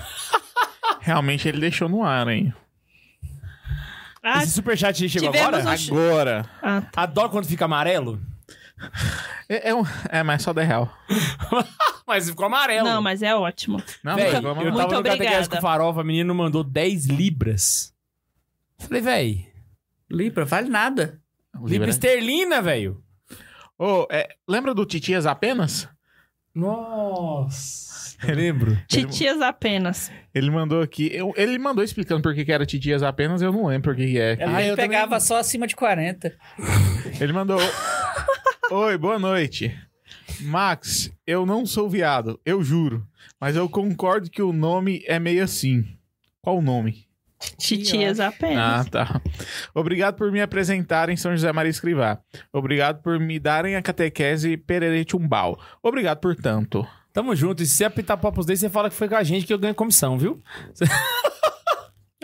[SPEAKER 4] Realmente ele deixou no ar, hein?
[SPEAKER 3] Ah,
[SPEAKER 1] Esse superchat aí chegou
[SPEAKER 3] tivemos
[SPEAKER 1] agora?
[SPEAKER 3] um-
[SPEAKER 4] Agora.
[SPEAKER 3] ah,
[SPEAKER 1] Adoro quando fica amarelo.
[SPEAKER 4] É, é, um- é, mas só da real.
[SPEAKER 1] Mas ficou amarelo.
[SPEAKER 3] não, mas é ótimo.
[SPEAKER 4] Não,
[SPEAKER 1] Véi,
[SPEAKER 4] mas vamos
[SPEAKER 1] eu
[SPEAKER 4] lá.
[SPEAKER 3] Muito
[SPEAKER 1] tava no
[SPEAKER 3] obrigada.
[SPEAKER 1] catequese com farofa, a menina mandou 10 libras. Falei, véi,
[SPEAKER 2] Libra, vale nada.
[SPEAKER 3] né?
[SPEAKER 1] libra esterlina, velho.
[SPEAKER 4] Ô, é, lembra do Titias apenas?
[SPEAKER 1] Nossa.
[SPEAKER 4] Eu lembro.
[SPEAKER 3] Titias apenas.
[SPEAKER 4] Ele mandou aqui. eu- ele mandou explicando por que que era Titias apenas, eu não lembro por que que é.
[SPEAKER 2] Ele
[SPEAKER 4] Ah, eu
[SPEAKER 2] pegava só acima de 40.
[SPEAKER 4] Ele mandou. Oi, boa noite. Max, eu não sou viado, eu juro. Mas eu concordo que o nome é meio assim. Qual o nome?
[SPEAKER 3] Titias
[SPEAKER 4] Ah,
[SPEAKER 1] É.
[SPEAKER 3] apenas.
[SPEAKER 4] tá. Obrigado por me apresentarem, São José Maria Escrivá. Obrigado por me darem a catequese Pererê Tumbal. Obrigado por tanto.
[SPEAKER 1] Tamo junto. E se apitar papos desse, você fala que foi com a gente que eu ganho comissão, viu?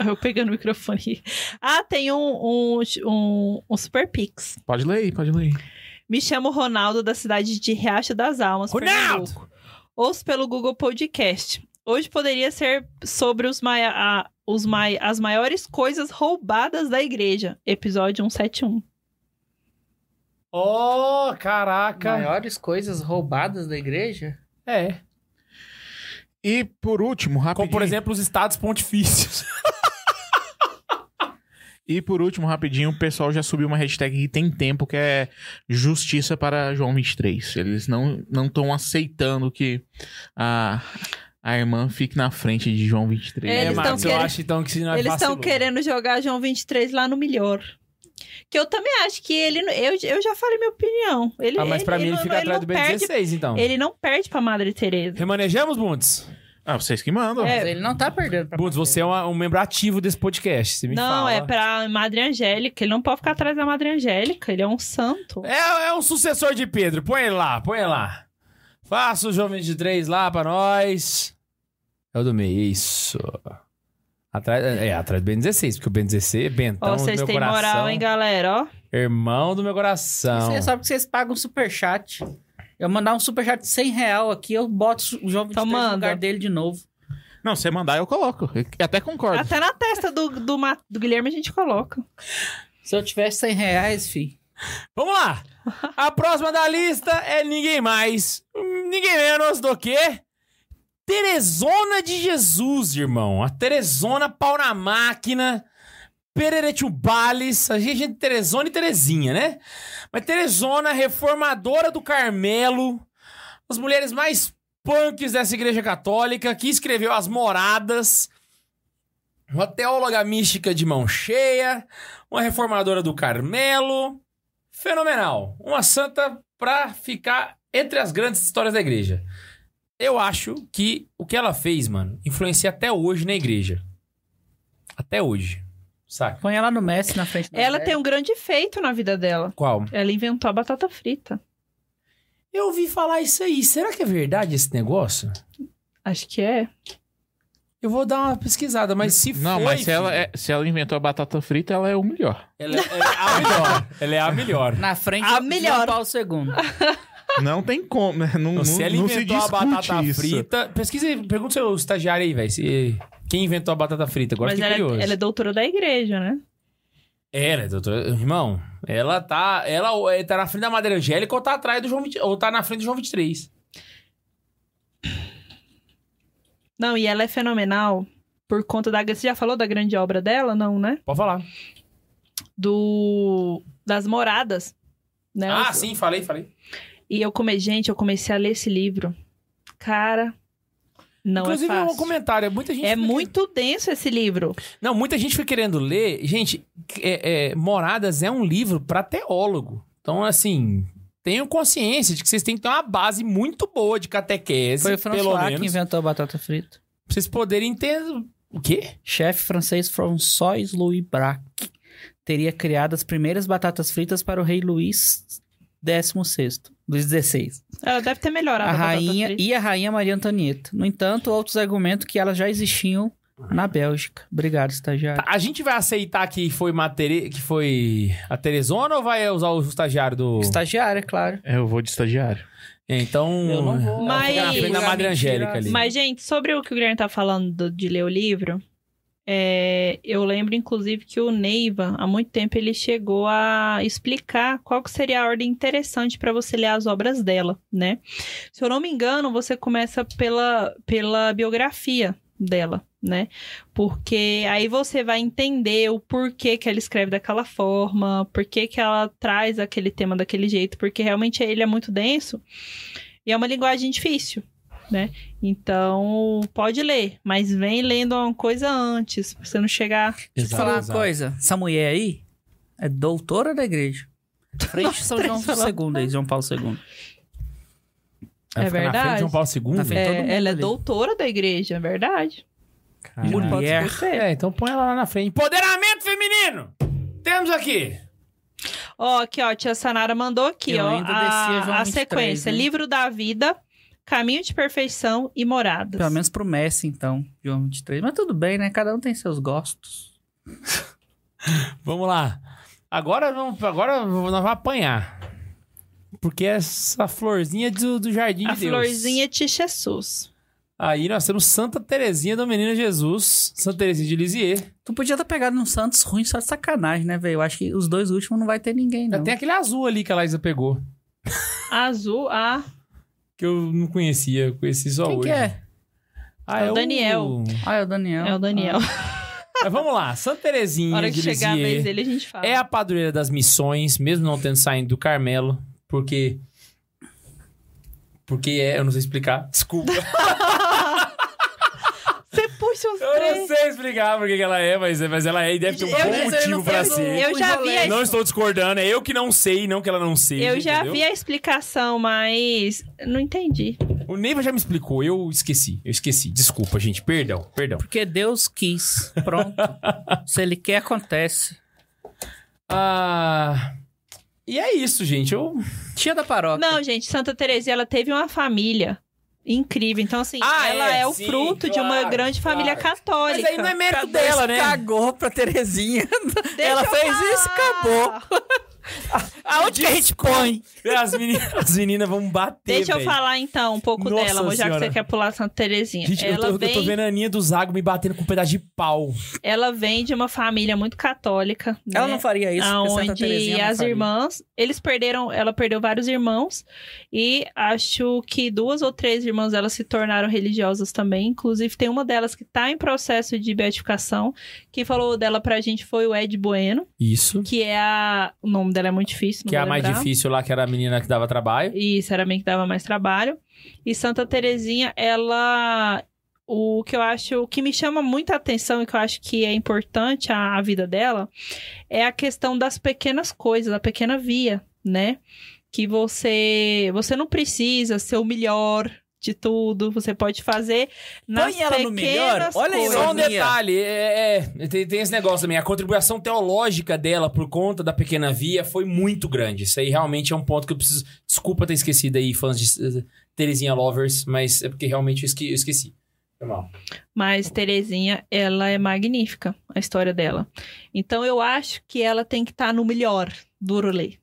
[SPEAKER 3] Ah, Eu pegando o microfone. Ah, tem um, um, um, um Super Pix.
[SPEAKER 4] Pode ler aí, pode ler aí.
[SPEAKER 3] Me chamo Ronaldo, da cidade de Riacho das Almas.
[SPEAKER 1] Ronaldo!
[SPEAKER 3] Pernambuco. Ouço pelo Google Podcast. Hoje poderia ser sobre os mai- a- os mai- as maiores coisas roubadas da igreja. Episódio 171.
[SPEAKER 1] Oh, caraca.
[SPEAKER 2] Maiores coisas roubadas da igreja?
[SPEAKER 1] É.
[SPEAKER 4] E por último, rapidinho.
[SPEAKER 1] Como, por exemplo, os estados pontifícios.
[SPEAKER 4] E por último, rapidinho, o pessoal já subiu uma hashtag que tem tempo, que é Justiça para João 23. Eles não estão aceitando que a, a irmã fique na frente de João 23.
[SPEAKER 3] Eles
[SPEAKER 1] é,
[SPEAKER 3] tão
[SPEAKER 1] Max, eu
[SPEAKER 3] querendo-
[SPEAKER 1] acho então que se nós
[SPEAKER 3] Eles estão
[SPEAKER 1] vacilou.
[SPEAKER 3] querendo jogar João 23 lá no melhor. Que eu também acho que ele. Eu, eu já falei minha opinião. Ele,
[SPEAKER 1] Ah, mas pra
[SPEAKER 3] ele,
[SPEAKER 1] mim ele
[SPEAKER 3] não-
[SPEAKER 1] fica atrás do
[SPEAKER 3] não perde,
[SPEAKER 1] B16, então.
[SPEAKER 3] Ele não perde pra Madre Teresa.
[SPEAKER 1] Remanejamos, Bundes?
[SPEAKER 4] Ah, vocês que mandam.
[SPEAKER 3] É.
[SPEAKER 2] Mas ele não tá perdendo pra
[SPEAKER 1] Bundes, você é uma- um membro ativo desse podcast. Você me
[SPEAKER 3] não,
[SPEAKER 1] fala.
[SPEAKER 3] é pra Madre Angélica. Ele não pode ficar atrás da Madre Angélica. Ele é um santo.
[SPEAKER 1] É, é um sucessor de Pedro. Põe ele lá, põe ele lá. Faça o João 23 lá pra nós. É o do meio, isso. Atrás, é, atrás do Ben 16, porque o Ben 16 Bentão
[SPEAKER 3] Ó,
[SPEAKER 1] do
[SPEAKER 3] vocês
[SPEAKER 1] Então, meu
[SPEAKER 3] têm
[SPEAKER 1] coração.
[SPEAKER 3] moral, hein, é galera? Ó.
[SPEAKER 1] Irmão do meu coração.
[SPEAKER 2] Você sabe que vocês pagam um superchat. Eu mandar um superchat de 100 real aqui, eu boto o João 23
[SPEAKER 3] Então
[SPEAKER 2] no
[SPEAKER 3] manda.
[SPEAKER 2] lugar dele de novo.
[SPEAKER 4] Não, se você mandar, eu coloco. Eu até concordo.
[SPEAKER 3] Até na testa do, do, Ma- do Guilherme a gente coloca.
[SPEAKER 2] Se eu tivesse 100 reais, fi.
[SPEAKER 1] Vamos lá. A próxima da lista é ninguém mais, ninguém menos do que Teresona de Jesus, irmão. A Teresona pau na máquina. Pereretiu Bales, a gente é de Teresona e Terezinha, né? Mas Teresona, reformadora do Carmelo, as mulheres mais punks dessa igreja católica, que escreveu As Moradas, uma teóloga mística de mão cheia, uma reformadora do Carmelo, fenomenal. Uma santa pra ficar entre as grandes histórias da igreja. Eu acho que o que ela fez, mano, influencia até hoje na igreja. Até hoje. Saca?
[SPEAKER 2] Põe ela no Messi na frente da
[SPEAKER 1] é.
[SPEAKER 3] Ela
[SPEAKER 2] mulher.
[SPEAKER 3] tem um grande feito na vida dela.
[SPEAKER 1] Qual?
[SPEAKER 3] Ela inventou a batata frita.
[SPEAKER 1] Eu ouvi falar isso aí. Será que é verdade esse negócio?
[SPEAKER 3] Acho que é.
[SPEAKER 1] Eu vou dar uma pesquisada, mas se
[SPEAKER 4] Não,
[SPEAKER 1] foi,
[SPEAKER 4] mas se ela,
[SPEAKER 1] filho,
[SPEAKER 4] é- se ela inventou a batata frita, ela é o melhor.
[SPEAKER 1] Ela é, ela é a melhor. ela é a melhor.
[SPEAKER 2] Na frente
[SPEAKER 3] A
[SPEAKER 2] do
[SPEAKER 3] melhor.
[SPEAKER 2] João Paulo II.
[SPEAKER 4] Não tem como, né? Não, não,
[SPEAKER 1] Então, se ela
[SPEAKER 4] não se
[SPEAKER 1] inventou a
[SPEAKER 4] discute
[SPEAKER 1] batata
[SPEAKER 4] isso.
[SPEAKER 1] frita... Pesquisa aí, pergunta seu estagiário aí, velho. se- Quem inventou a batata frita? Agora
[SPEAKER 3] Mas
[SPEAKER 1] fiquei
[SPEAKER 3] ela,
[SPEAKER 1] curioso.
[SPEAKER 3] é- ela é doutora da igreja, né?
[SPEAKER 1] Ela, doutor. Irmão, ela tá. Ela ou- eh, tá na frente da Madeira Angélica ou tá atrás do João 20, Ou tá na frente do João 23.
[SPEAKER 3] Não, e ela é fenomenal por conta da. Você já falou da grande obra dela? Não, né?
[SPEAKER 1] Pode falar.
[SPEAKER 3] Do. Das moradas. Né?
[SPEAKER 1] ah,
[SPEAKER 3] Os-
[SPEAKER 1] sim, falei, falei.
[SPEAKER 3] E eu comecei, gente, eu comecei a ler esse livro. Cara, não
[SPEAKER 1] Inclusive,
[SPEAKER 3] é
[SPEAKER 1] um
[SPEAKER 3] fácil.
[SPEAKER 1] comentário. Muita gente
[SPEAKER 3] É
[SPEAKER 1] foi
[SPEAKER 3] muito denso esse livro.
[SPEAKER 1] querendo- Não, muita gente foi querendo ler. Gente, é, é, Moradas é um livro pra teólogo. Então, assim. Tenham consciência de que vocês têm que ter uma base muito boa de catequese,
[SPEAKER 2] Foi o
[SPEAKER 1] pelo
[SPEAKER 2] François
[SPEAKER 1] menos,
[SPEAKER 2] que inventou a batata frita.
[SPEAKER 1] pra vocês poderem entender o quê?
[SPEAKER 2] Chefe francês François Louis Braque teria criado as primeiras batatas fritas para o rei Luís XVI. Luís XVI.
[SPEAKER 3] Ela deve ter melhorado
[SPEAKER 2] a
[SPEAKER 3] a, batata
[SPEAKER 2] rainha
[SPEAKER 3] frita.
[SPEAKER 2] e a rainha Maria Antonieta. No entanto, outros argumentam que elas já existiam na Bélgica. Obrigado, estagiário.
[SPEAKER 1] A gente vai aceitar que foi, matere... que foi a Teresona ou vai usar o estagiário do...
[SPEAKER 2] Estagiário, é claro.
[SPEAKER 4] Eu vou de estagiário.
[SPEAKER 1] Então.
[SPEAKER 2] Eu não vou.
[SPEAKER 3] Mas-
[SPEAKER 1] Fica na frente da Madre Angélica ali.
[SPEAKER 3] Mas, gente, sobre o que o Guilherme tá falando do- de ler o livro, é, eu lembro, inclusive, que o Neiva, há muito tempo, ele chegou a explicar qual que seria a ordem interessante para você ler as obras dela, né? Se eu não me engano, você começa pela, pela biografia dela, né? Porque aí você vai entender o porquê que ela escreve daquela forma, porquê que ela traz aquele tema daquele jeito, porque realmente ele é muito denso. E é uma linguagem difícil, né? Então, pode ler, mas vem lendo uma coisa antes, pra você não chegar.
[SPEAKER 2] Deixa eu te falar uma coisa. Essa mulher aí é doutora da igreja. Frente São João II, aí, João Paulo II.
[SPEAKER 1] Ela fica Na
[SPEAKER 3] É
[SPEAKER 1] frente
[SPEAKER 3] verdade.
[SPEAKER 1] de João Paulo II?
[SPEAKER 2] Na frente. Tem todo
[SPEAKER 3] É,
[SPEAKER 2] mundo
[SPEAKER 3] ela é
[SPEAKER 2] ali.
[SPEAKER 3] doutora da igreja, é verdade.
[SPEAKER 1] Caralho.
[SPEAKER 2] Mulher.
[SPEAKER 3] Pode esquecer.
[SPEAKER 1] É, então põe ela lá na frente. Empoderamento feminino! Temos aqui.
[SPEAKER 3] Ó, aqui, ó, a tia Sanara mandou aqui,
[SPEAKER 2] Eu
[SPEAKER 3] ó,
[SPEAKER 2] ainda descia João
[SPEAKER 3] a, a
[SPEAKER 2] 23,
[SPEAKER 3] sequência.
[SPEAKER 2] né?
[SPEAKER 3] Livro da Vida, Caminho de Perfeição e Moradas.
[SPEAKER 2] Pelo menos pro Messi, então, João 23. Mas tudo bem, né? Cada um tem seus gostos.
[SPEAKER 1] Vamos lá. Agora, vamos- agora nós vamos apanhar. Porque essa florzinha do, do Jardim
[SPEAKER 3] a
[SPEAKER 1] de Deus.
[SPEAKER 3] florzinha de Jesus.
[SPEAKER 1] Aí nós temos Santa Terezinha da Menina Jesus, Santa Terezinha de Lisieux.
[SPEAKER 2] Tu podia estar pegado num Santos ruim só de sacanagem, né, velho? Eu acho que os dois últimos não vai ter ninguém,
[SPEAKER 1] Ainda
[SPEAKER 2] não.
[SPEAKER 1] Tem aquele azul ali que a Laísa pegou,
[SPEAKER 3] Azul, ah, a
[SPEAKER 1] que eu não conhecia, eu conheci só
[SPEAKER 2] Quem
[SPEAKER 1] hoje.
[SPEAKER 2] que é?
[SPEAKER 1] Ah,
[SPEAKER 3] É o Daniel.
[SPEAKER 2] Ah, é o Daniel.
[SPEAKER 3] é o Daniel.
[SPEAKER 1] Mas vamos lá, Santa Terezinha
[SPEAKER 3] Na hora
[SPEAKER 1] de
[SPEAKER 3] que chegar a vez
[SPEAKER 1] Lisieux
[SPEAKER 3] dele, a gente fala.
[SPEAKER 1] é a padroeira das missões, mesmo não tendo saído do Carmelo, porque... Porque é, eu não sei explicar, desculpa.
[SPEAKER 3] Você puxa os
[SPEAKER 1] Eu não
[SPEAKER 3] três.
[SPEAKER 1] sei explicar porque que ela é, mas, mas ela é e deve ter um
[SPEAKER 2] Eu-
[SPEAKER 1] bom
[SPEAKER 2] eu- eu
[SPEAKER 1] motivo
[SPEAKER 2] não
[SPEAKER 1] pra
[SPEAKER 2] fiz o-
[SPEAKER 1] ser.
[SPEAKER 3] Eu já vi a
[SPEAKER 1] Não estou discordando, é eu que não sei, não que ela não seja.
[SPEAKER 3] Eu já
[SPEAKER 1] entendeu?
[SPEAKER 3] vi a explicação, mas não entendi.
[SPEAKER 1] O Neiva já me explicou, eu esqueci. Eu esqueci. Desculpa, gente. Perdão, perdão.
[SPEAKER 2] Porque Deus quis. Pronto. Se ele quer, acontece.
[SPEAKER 1] Ah. E é isso, gente. Eu.
[SPEAKER 2] Tia da paróquia.
[SPEAKER 3] Não, gente, Santa Terezinha, ela teve uma família incrível. Então, assim,
[SPEAKER 1] Ah,
[SPEAKER 3] ela
[SPEAKER 1] é,
[SPEAKER 3] é, o
[SPEAKER 1] sim,
[SPEAKER 3] fruto de uma
[SPEAKER 1] claro,
[SPEAKER 3] grande família
[SPEAKER 1] claro.
[SPEAKER 3] católica.
[SPEAKER 1] Mas aí não é mérito
[SPEAKER 2] Deus
[SPEAKER 1] dela, né?
[SPEAKER 2] cagou pra Terezinha.
[SPEAKER 3] Deixa
[SPEAKER 2] ela
[SPEAKER 3] eu
[SPEAKER 2] fez isso, acabou.
[SPEAKER 3] falar.
[SPEAKER 2] Aonde que a gente põe?
[SPEAKER 1] É, As meninas, as meninas vão bater.
[SPEAKER 3] Deixa eu
[SPEAKER 1] velho.
[SPEAKER 3] falar, então, um pouco
[SPEAKER 1] Nossa
[SPEAKER 3] dela, amor, já que
[SPEAKER 1] Senhora.
[SPEAKER 3] você quer pular Santa Terezinha.
[SPEAKER 1] Gente, eu
[SPEAKER 3] ela,
[SPEAKER 1] tô, eu
[SPEAKER 3] vem,
[SPEAKER 1] tô vendo a Aninha do Zago me batendo com um pedaço de pau.
[SPEAKER 3] ela vem de uma família muito católica.
[SPEAKER 2] Ela
[SPEAKER 3] né?
[SPEAKER 2] não faria É isso. porque Santa Terezinha
[SPEAKER 3] Aonde
[SPEAKER 2] não
[SPEAKER 3] as
[SPEAKER 2] faria.
[SPEAKER 3] irmãs, eles perderam, ela perdeu vários irmãos e acho que duas ou três irmãs delas se tornaram religiosas também, inclusive tem uma delas que tá em processo de beatificação, quem falou dela pra gente foi o Ed Bueno,
[SPEAKER 1] Isso.
[SPEAKER 3] que é a, o nome dela é muito difícil, não
[SPEAKER 1] Que é a
[SPEAKER 3] vou
[SPEAKER 1] mais
[SPEAKER 3] lembrar.
[SPEAKER 1] difícil lá, que era a menina que dava trabalho.
[SPEAKER 3] Isso, era bem que dava mais trabalho. E Santa Terezinha, ela. O que eu acho. O que me chama muita atenção e que eu acho que é importante a, a vida dela é a questão das pequenas coisas, da pequena via, né? Que você. Você não precisa ser o melhor de tudo, você pode fazer nas
[SPEAKER 2] ela no
[SPEAKER 3] pequenas
[SPEAKER 2] melhor, olha aí,
[SPEAKER 3] coisas.
[SPEAKER 1] Só um
[SPEAKER 2] Aninha.
[SPEAKER 1] detalhe, é, é, tem, tem esse negócio também. A contribuição teológica dela por conta da Pequena Via foi muito grande. Isso aí realmente é um ponto que eu preciso. Desculpa ter esquecido aí, fãs de eh, Terezinha Lovers, mas é porque realmente eu esque- eu esqueci. Foi mal.
[SPEAKER 3] Mas Terezinha, ela é magnífica, a história dela. Então eu acho que ela tem que estar no melhor do rolê.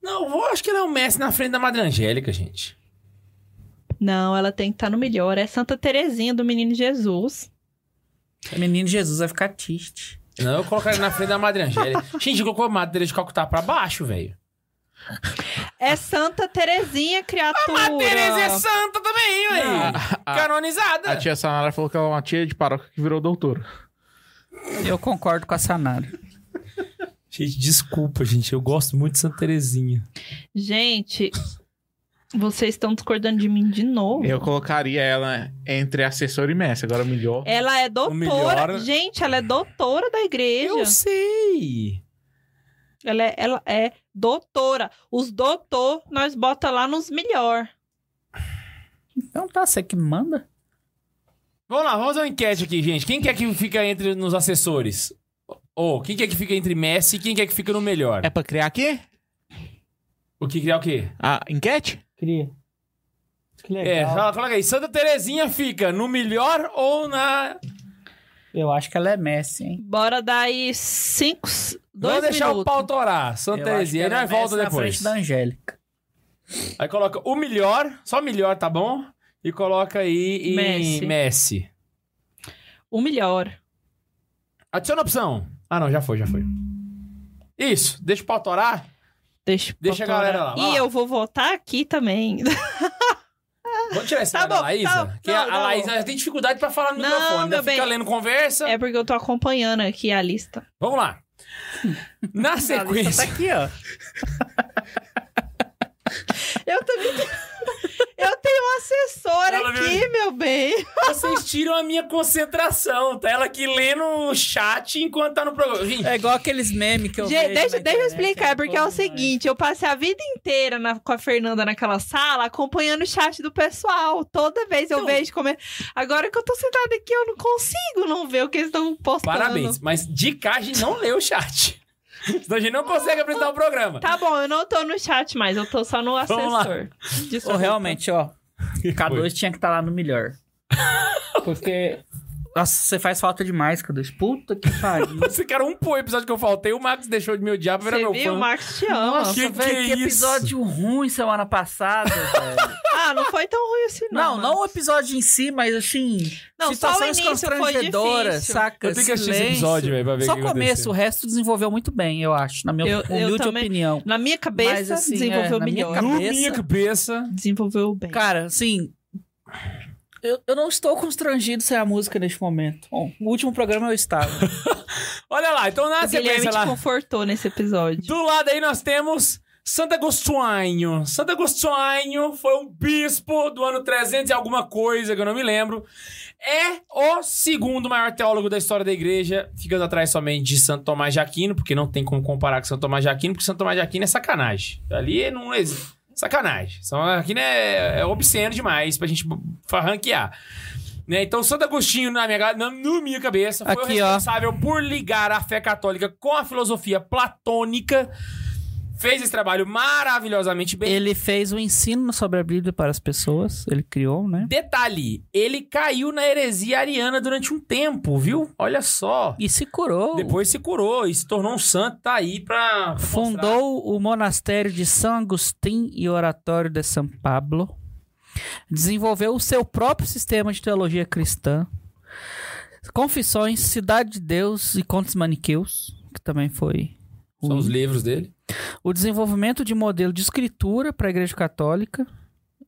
[SPEAKER 1] Não, eu acho que ela é o mestre na frente da Madre Angélica, gente.
[SPEAKER 3] Não, ela tem que estar no melhor. É Santa Terezinha do Menino Jesus.
[SPEAKER 2] Menino Jesus vai ficar triste.
[SPEAKER 1] Não, eu colocaria na frente da Madre Angélica. Gente, colocou a Madre de Calcutá pra baixo, velho.
[SPEAKER 3] É Santa Terezinha, criatura.
[SPEAKER 1] é santa também,
[SPEAKER 4] Ah, a-
[SPEAKER 1] Canonizada.
[SPEAKER 4] A tia Sanara falou que ela é uma tia de paróquia que virou doutora.
[SPEAKER 2] Eu concordo com a Sanara.
[SPEAKER 1] Gente, desculpa, gente. Eu gosto muito de Santa Terezinha.
[SPEAKER 3] Gente, vocês estão discordando de mim de novo.
[SPEAKER 4] Eu colocaria ela entre assessor e mestre, agora melhor.
[SPEAKER 3] Ela é doutora.
[SPEAKER 1] melhor-
[SPEAKER 3] Gente, ela é doutora da igreja.
[SPEAKER 1] Eu sei.
[SPEAKER 3] Ela, é, ela é doutora. Os doutor, nós bota lá nos melhor.
[SPEAKER 2] Então tá, você que manda.
[SPEAKER 1] Vamos lá, vamos fazer uma enquete aqui, gente. Quem quer que fica entre nos assessores? Ou quem quer que fica entre Messi e quem quer que fica no melhor?
[SPEAKER 4] pra criar aqui?
[SPEAKER 1] O que criar o quê?
[SPEAKER 4] A enquete?
[SPEAKER 2] Queria. Que
[SPEAKER 1] É, fala, coloca aí. Santa Terezinha fica no melhor ou na.
[SPEAKER 2] Eu acho que ela é Messi, hein?
[SPEAKER 3] Bora dar aí cinco, s- dois
[SPEAKER 1] Vamos deixar o
[SPEAKER 3] minutos.
[SPEAKER 1] pau torar. Santa
[SPEAKER 2] Eu acho que
[SPEAKER 1] Terezinha. Aí
[SPEAKER 2] ela é
[SPEAKER 1] nós volta
[SPEAKER 2] Messi Na
[SPEAKER 1] depois.
[SPEAKER 2] frente da Angélica.
[SPEAKER 1] Aí coloca o melhor, só o melhor, tá bom? E coloca aí em Messi.
[SPEAKER 3] Messi. O melhor.
[SPEAKER 1] Adiciona a opção. Ah, não, já foi, já foi. Isso, deixa o pau torar.
[SPEAKER 3] Deixa, o
[SPEAKER 1] Deixa a
[SPEAKER 3] doutor-
[SPEAKER 1] galera lá, Então- vai
[SPEAKER 3] E
[SPEAKER 1] lá.
[SPEAKER 3] eu vou votar aqui também.
[SPEAKER 1] Vamos tirar esse
[SPEAKER 3] Tá
[SPEAKER 1] lado da
[SPEAKER 3] bom,
[SPEAKER 1] Laísa?
[SPEAKER 3] tá bom.
[SPEAKER 1] que
[SPEAKER 3] Não,
[SPEAKER 1] a, a
[SPEAKER 3] não.
[SPEAKER 1] Laísa tem dificuldade pra falar no
[SPEAKER 3] Não,
[SPEAKER 1] microfone. Ainda
[SPEAKER 3] meu
[SPEAKER 1] fica
[SPEAKER 3] bem.
[SPEAKER 1] lendo conversa.
[SPEAKER 3] É porque eu tô acompanhando aqui a lista.
[SPEAKER 1] Vamos lá. Na
[SPEAKER 3] tá
[SPEAKER 1] sequência.
[SPEAKER 2] Tá aqui, ó.
[SPEAKER 3] Eu também. professora
[SPEAKER 1] Ela
[SPEAKER 3] aqui, meu bem.
[SPEAKER 1] Vocês tiram a minha concentração, tá? Ela aqui lendo o chat enquanto tá no programa. Gente,
[SPEAKER 2] É igual aqueles memes que eu
[SPEAKER 3] Gente,
[SPEAKER 2] vejo
[SPEAKER 3] deixa,
[SPEAKER 2] na
[SPEAKER 3] deixa eu
[SPEAKER 2] internet,
[SPEAKER 3] explicar,
[SPEAKER 2] né?
[SPEAKER 3] porque é o
[SPEAKER 2] Todo mundo-
[SPEAKER 3] seguinte: eu passei a vida inteira na- com a Fernanda naquela sala, acompanhando o chat do pessoal. Toda vez eu
[SPEAKER 1] Então-
[SPEAKER 3] vejo como. é- Agora que eu tô sentada aqui, eu não consigo não ver o que eles estão postando.
[SPEAKER 1] Parabéns, mas de cá a gente não lê o chat. Senão a gente não consegue apresentar o programa.
[SPEAKER 3] Tá bom, eu não tô no chat mais, eu tô só no
[SPEAKER 1] Vamos lá.
[SPEAKER 3] assessor.
[SPEAKER 2] Ô,
[SPEAKER 3] Desculpa.
[SPEAKER 2] realmente, ó. K2 tinha que estar lá no melhor. Porque. Nossa, você faz falta demais, K2. Puta que pariu.
[SPEAKER 1] Esse cara, um pô, episódio que eu faltei, o Max deixou de me
[SPEAKER 2] Tá
[SPEAKER 1] odiar pra virar
[SPEAKER 3] Você
[SPEAKER 1] meu
[SPEAKER 3] viu? O
[SPEAKER 1] fã.
[SPEAKER 3] Max te ama.
[SPEAKER 1] Nossa. Que
[SPEAKER 2] velho,
[SPEAKER 1] que
[SPEAKER 2] que
[SPEAKER 1] é isso?
[SPEAKER 2] episódio ruim semana passada, velho.
[SPEAKER 3] Ah, não foi tão ruim assim,
[SPEAKER 2] Não,
[SPEAKER 3] não.
[SPEAKER 2] não o episódio em si, mas assim.
[SPEAKER 3] Não, só o
[SPEAKER 2] situações
[SPEAKER 3] início foi
[SPEAKER 2] constrangedoras,
[SPEAKER 3] difícil.
[SPEAKER 2] saca?
[SPEAKER 1] Eu tenho que assistir esse
[SPEAKER 2] Silêncio.
[SPEAKER 1] episódio, velho, pra ver
[SPEAKER 2] Só
[SPEAKER 1] o que
[SPEAKER 2] o começo,
[SPEAKER 1] aconteceu.
[SPEAKER 2] o resto desenvolveu muito bem, eu acho, na minha
[SPEAKER 3] Eu- eu
[SPEAKER 2] humilde
[SPEAKER 3] também.
[SPEAKER 2] opinião.
[SPEAKER 3] Na minha cabeça,
[SPEAKER 2] Mas, assim,
[SPEAKER 3] desenvolveu
[SPEAKER 2] é, na minha
[SPEAKER 3] melhor.
[SPEAKER 2] cabeça-
[SPEAKER 1] No minha cabeça.
[SPEAKER 3] Desenvolveu bem.
[SPEAKER 2] Cara, assim. Eu, eu não estou constrangido sem a música neste momento. Bom, o último programa eu estava.
[SPEAKER 1] Olha lá, então na
[SPEAKER 3] O Guilherme
[SPEAKER 1] sequência lá.
[SPEAKER 3] te confortou nesse episódio.
[SPEAKER 1] Do lado aí nós temos Santo Agostinho. Santo Agostinho foi um bispo do ano 300 e alguma coisa, que eu não me lembro. É o segundo maior teólogo da história da igreja, ficando atrás somente de Santo Tomás de Aquino, porque não tem como comparar com Santo Tomás de Aquino, porque Santo Tomás de Aquino é sacanagem. Ali não existe. Sacanagem. São Aquino é, é obsceno demais pra gente farranquear. Né? Então, Santo Agostinho, na minha, na, na minha cabeça, foi o
[SPEAKER 2] Aqui, ó.
[SPEAKER 1] responsável por ligar a fé católica com a filosofia platônica. Fez esse trabalho maravilhosamente bem.
[SPEAKER 2] Ele fez o ensino sobre a Bíblia para as pessoas, ele criou, né?
[SPEAKER 1] Detalhe, ele caiu na heresia ariana durante um tempo, viu? Olha só.
[SPEAKER 2] E se curou.
[SPEAKER 1] Depois se curou e se tornou um santo, tá aí pra. mostrar.
[SPEAKER 2] fundou o monastério de São Agostinho e Oratório de São Pablo. Desenvolveu o seu próprio sistema de teologia cristã. Confissões, Cidade de Deus e Contos Maniqueus, que também foi um
[SPEAKER 1] São
[SPEAKER 2] ruim.
[SPEAKER 1] os livros dele.
[SPEAKER 2] o desenvolvimento de modelo de escritura para a Igreja Católica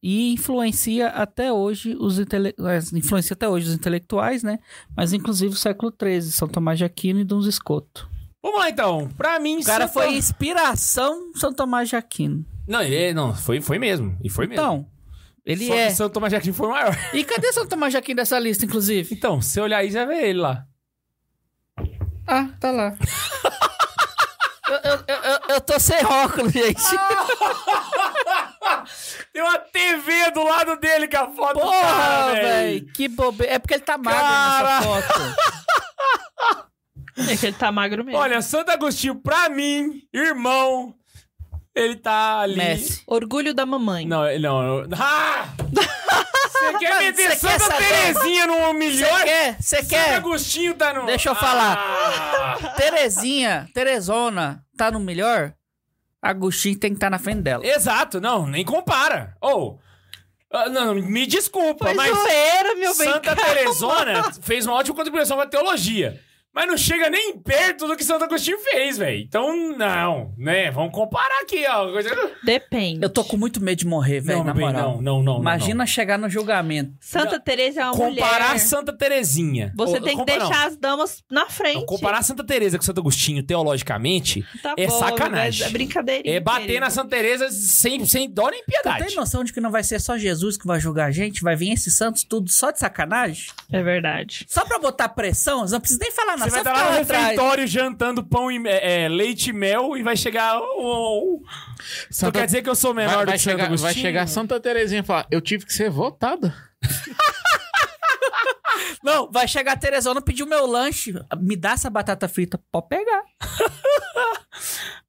[SPEAKER 2] e influencia até hoje os intele... eh, influencia até hoje os intelectuais, né? Mas inclusive o século XIII, São Tomás de Aquino e Duns Escoto.
[SPEAKER 1] Vamos lá então. Pra mim,
[SPEAKER 2] O cara
[SPEAKER 1] Santo-
[SPEAKER 2] foi inspiração São Tomás de Aquino.
[SPEAKER 1] Não, ele, é, não foi, foi mesmo. E foi mesmo.
[SPEAKER 2] Então, ele
[SPEAKER 1] Só
[SPEAKER 2] é.
[SPEAKER 1] que Santo Tomás de Aquino foi o maior.
[SPEAKER 2] E cadê São Tomás de Aquino dessa lista, inclusive?
[SPEAKER 1] Então, se você olhar aí, já vê ele lá.
[SPEAKER 2] Ah, tá lá. eu, eu- eu- eu- eu tô sem óculos, gente.
[SPEAKER 1] Tem uma TV do lado dele com a foto do
[SPEAKER 2] Porra,
[SPEAKER 1] cara,
[SPEAKER 2] velho. Que bobeira. É porque ele tá magro
[SPEAKER 1] Cara.
[SPEAKER 2] nessa foto.
[SPEAKER 3] É que ele tá magro mesmo.
[SPEAKER 1] Olha, Santo Agostinho, pra mim, irmão, ele tá ali.
[SPEAKER 2] Messi.
[SPEAKER 3] Orgulho da mamãe.
[SPEAKER 1] Não, ele- não. eu- Ah! Você quer meter
[SPEAKER 2] você quer
[SPEAKER 1] Santa
[SPEAKER 2] saber?
[SPEAKER 1] Terezinha no
[SPEAKER 2] Você
[SPEAKER 1] melhor?
[SPEAKER 2] quer? Você
[SPEAKER 1] Santo
[SPEAKER 2] quer?
[SPEAKER 1] Agostinho Ah. tá no.
[SPEAKER 2] Deixa eu
[SPEAKER 1] falar.
[SPEAKER 2] Terezinha, Terezona, tá no melhor? Agostinho tem que estar na frente dela.
[SPEAKER 1] Exato, não, nem compara. Ou. ah, não, me desculpa,
[SPEAKER 3] Foi
[SPEAKER 1] mas.
[SPEAKER 3] zoeira, meu bem.
[SPEAKER 1] Santa Teresona fez uma ótima contribuição pra teologia. Mas não chega nem perto do que Santo Agostinho fez, velho. Então, não, né? Vamos comparar aqui, ó. Coisa...
[SPEAKER 3] Depende.
[SPEAKER 2] Eu tô com muito medo de morrer, velho,
[SPEAKER 1] Não,
[SPEAKER 2] na
[SPEAKER 1] meu bem,
[SPEAKER 2] moral.
[SPEAKER 1] não, não, não.
[SPEAKER 2] Imagina chegar no julgamento.
[SPEAKER 3] Santa Teresa é uma
[SPEAKER 1] não. comparar
[SPEAKER 3] mulher.
[SPEAKER 1] Santa Terezinha.
[SPEAKER 3] Você
[SPEAKER 1] Ou-
[SPEAKER 3] tem que
[SPEAKER 1] compara-
[SPEAKER 3] deixar as damas na
[SPEAKER 1] não,
[SPEAKER 3] frente.
[SPEAKER 1] não, comparar Santa Teresa com Santo Agostinho teologicamente
[SPEAKER 3] Tá
[SPEAKER 1] é
[SPEAKER 3] bom,
[SPEAKER 1] sacanagem.
[SPEAKER 3] mas É brincadeirinha.
[SPEAKER 1] é bater
[SPEAKER 3] querido.
[SPEAKER 1] na Santa Teresa sem, sem dó nem
[SPEAKER 2] Tu
[SPEAKER 1] piedade.
[SPEAKER 2] tem noção de que não vai ser só Jesus que vai julgar a gente? Vai vir esses santos tudo só de sacanagem?
[SPEAKER 3] É verdade.
[SPEAKER 2] Só pra botar pressão? Não precisa nem falar nada,
[SPEAKER 1] Você vai
[SPEAKER 2] só ficar
[SPEAKER 1] estar lá
[SPEAKER 2] lá
[SPEAKER 1] no
[SPEAKER 2] atrás.
[SPEAKER 1] refeitório jantando pão e é, é, leite e mel e vai chegar. o. Tu quer dizer que eu sou menor
[SPEAKER 4] vai,
[SPEAKER 1] do
[SPEAKER 4] vai
[SPEAKER 1] que Santo
[SPEAKER 4] chegar, vai
[SPEAKER 1] Agostinho?
[SPEAKER 4] chegar Santa Terezinha e falar, eu tive que ser votada.
[SPEAKER 2] Não, vai chegar a Teresona pedir o meu lanche. Me dá essa batata frita. Pode pegar.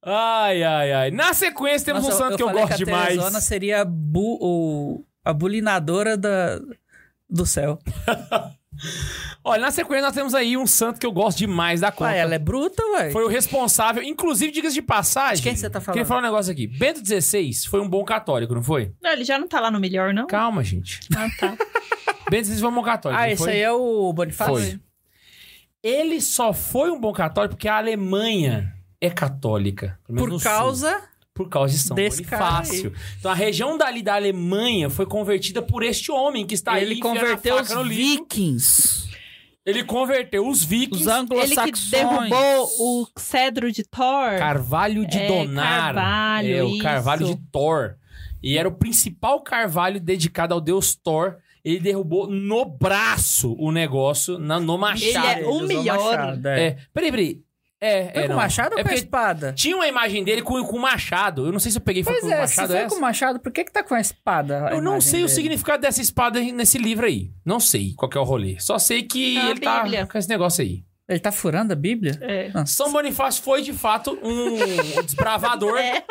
[SPEAKER 1] Ai, ai, ai. Na sequência temos
[SPEAKER 2] Nossa,
[SPEAKER 1] um santo que eu
[SPEAKER 2] falei
[SPEAKER 1] gosto
[SPEAKER 2] a
[SPEAKER 1] demais.
[SPEAKER 2] Teresona seria a bu- o- a bulinadora da, do céu.
[SPEAKER 1] Olha, na sequência nós temos aí um santo que eu gosto demais da conta.
[SPEAKER 2] Ah, ela é bruta, ué.
[SPEAKER 1] Foi o responsável, inclusive, diga-se de passagem.
[SPEAKER 2] De quem você tá falando?
[SPEAKER 1] Queria falar um negócio aqui. Bento XVI foi um bom católico, não foi?
[SPEAKER 3] Não, ele já não tá lá no melhor, não?
[SPEAKER 1] Calma, gente.
[SPEAKER 3] Ah, tá.
[SPEAKER 1] Bento XVI foi um bom católico.
[SPEAKER 2] Ah,
[SPEAKER 1] não
[SPEAKER 2] esse
[SPEAKER 1] foi?
[SPEAKER 2] aí é o Bonifácio?
[SPEAKER 1] Foi. Ele só foi um bom católico porque a Alemanha é católica. pelo menos no
[SPEAKER 2] Por
[SPEAKER 1] sul.
[SPEAKER 2] causa.
[SPEAKER 1] Por causa de São
[SPEAKER 2] Desse
[SPEAKER 1] Bonifácio. Então a região dali da Alemanha foi convertida por este homem que está Tá aí
[SPEAKER 2] ele
[SPEAKER 1] enfiando a
[SPEAKER 2] converteu os
[SPEAKER 1] faca no livro.
[SPEAKER 2] vikings,
[SPEAKER 1] Ele converteu os vikings.
[SPEAKER 2] os
[SPEAKER 3] ele que
[SPEAKER 2] anglo-saxões.
[SPEAKER 3] derrubou o cedro de Thor.
[SPEAKER 1] Carvalho de
[SPEAKER 3] É,
[SPEAKER 1] Donar.
[SPEAKER 3] Carvalho,
[SPEAKER 1] é, o
[SPEAKER 3] isso.
[SPEAKER 1] Carvalho de Thor. E era o principal carvalho dedicado ao deus Thor. Ele derrubou no braço o negócio, na, no machado.
[SPEAKER 3] Ele é o
[SPEAKER 2] usou
[SPEAKER 3] melhor.
[SPEAKER 2] machado, é.
[SPEAKER 1] É, peraí, peraí. É,
[SPEAKER 2] Foi
[SPEAKER 1] é,
[SPEAKER 2] com
[SPEAKER 1] não.
[SPEAKER 2] machado
[SPEAKER 1] É
[SPEAKER 2] ou com a
[SPEAKER 1] porque
[SPEAKER 2] espada?
[SPEAKER 1] Tinha uma imagem dele com, com machado. Eu não sei se eu peguei foi
[SPEAKER 2] Pois
[SPEAKER 1] com
[SPEAKER 2] é, se
[SPEAKER 1] machado
[SPEAKER 2] foi
[SPEAKER 1] essa.
[SPEAKER 2] com machado, por que que tá com a espada? a
[SPEAKER 1] Eu não
[SPEAKER 2] imagem
[SPEAKER 1] sei o
[SPEAKER 2] dele?
[SPEAKER 1] significado dessa espada nesse livro aí. Não sei qual que é o rolê. Só sei que
[SPEAKER 3] É uma
[SPEAKER 1] ele tá
[SPEAKER 3] bíblia.
[SPEAKER 1] com esse negócio aí.
[SPEAKER 2] Ele tá furando a Bíblia?
[SPEAKER 3] É.
[SPEAKER 1] São Bonifácio foi, de fato, um desbravador.
[SPEAKER 3] É.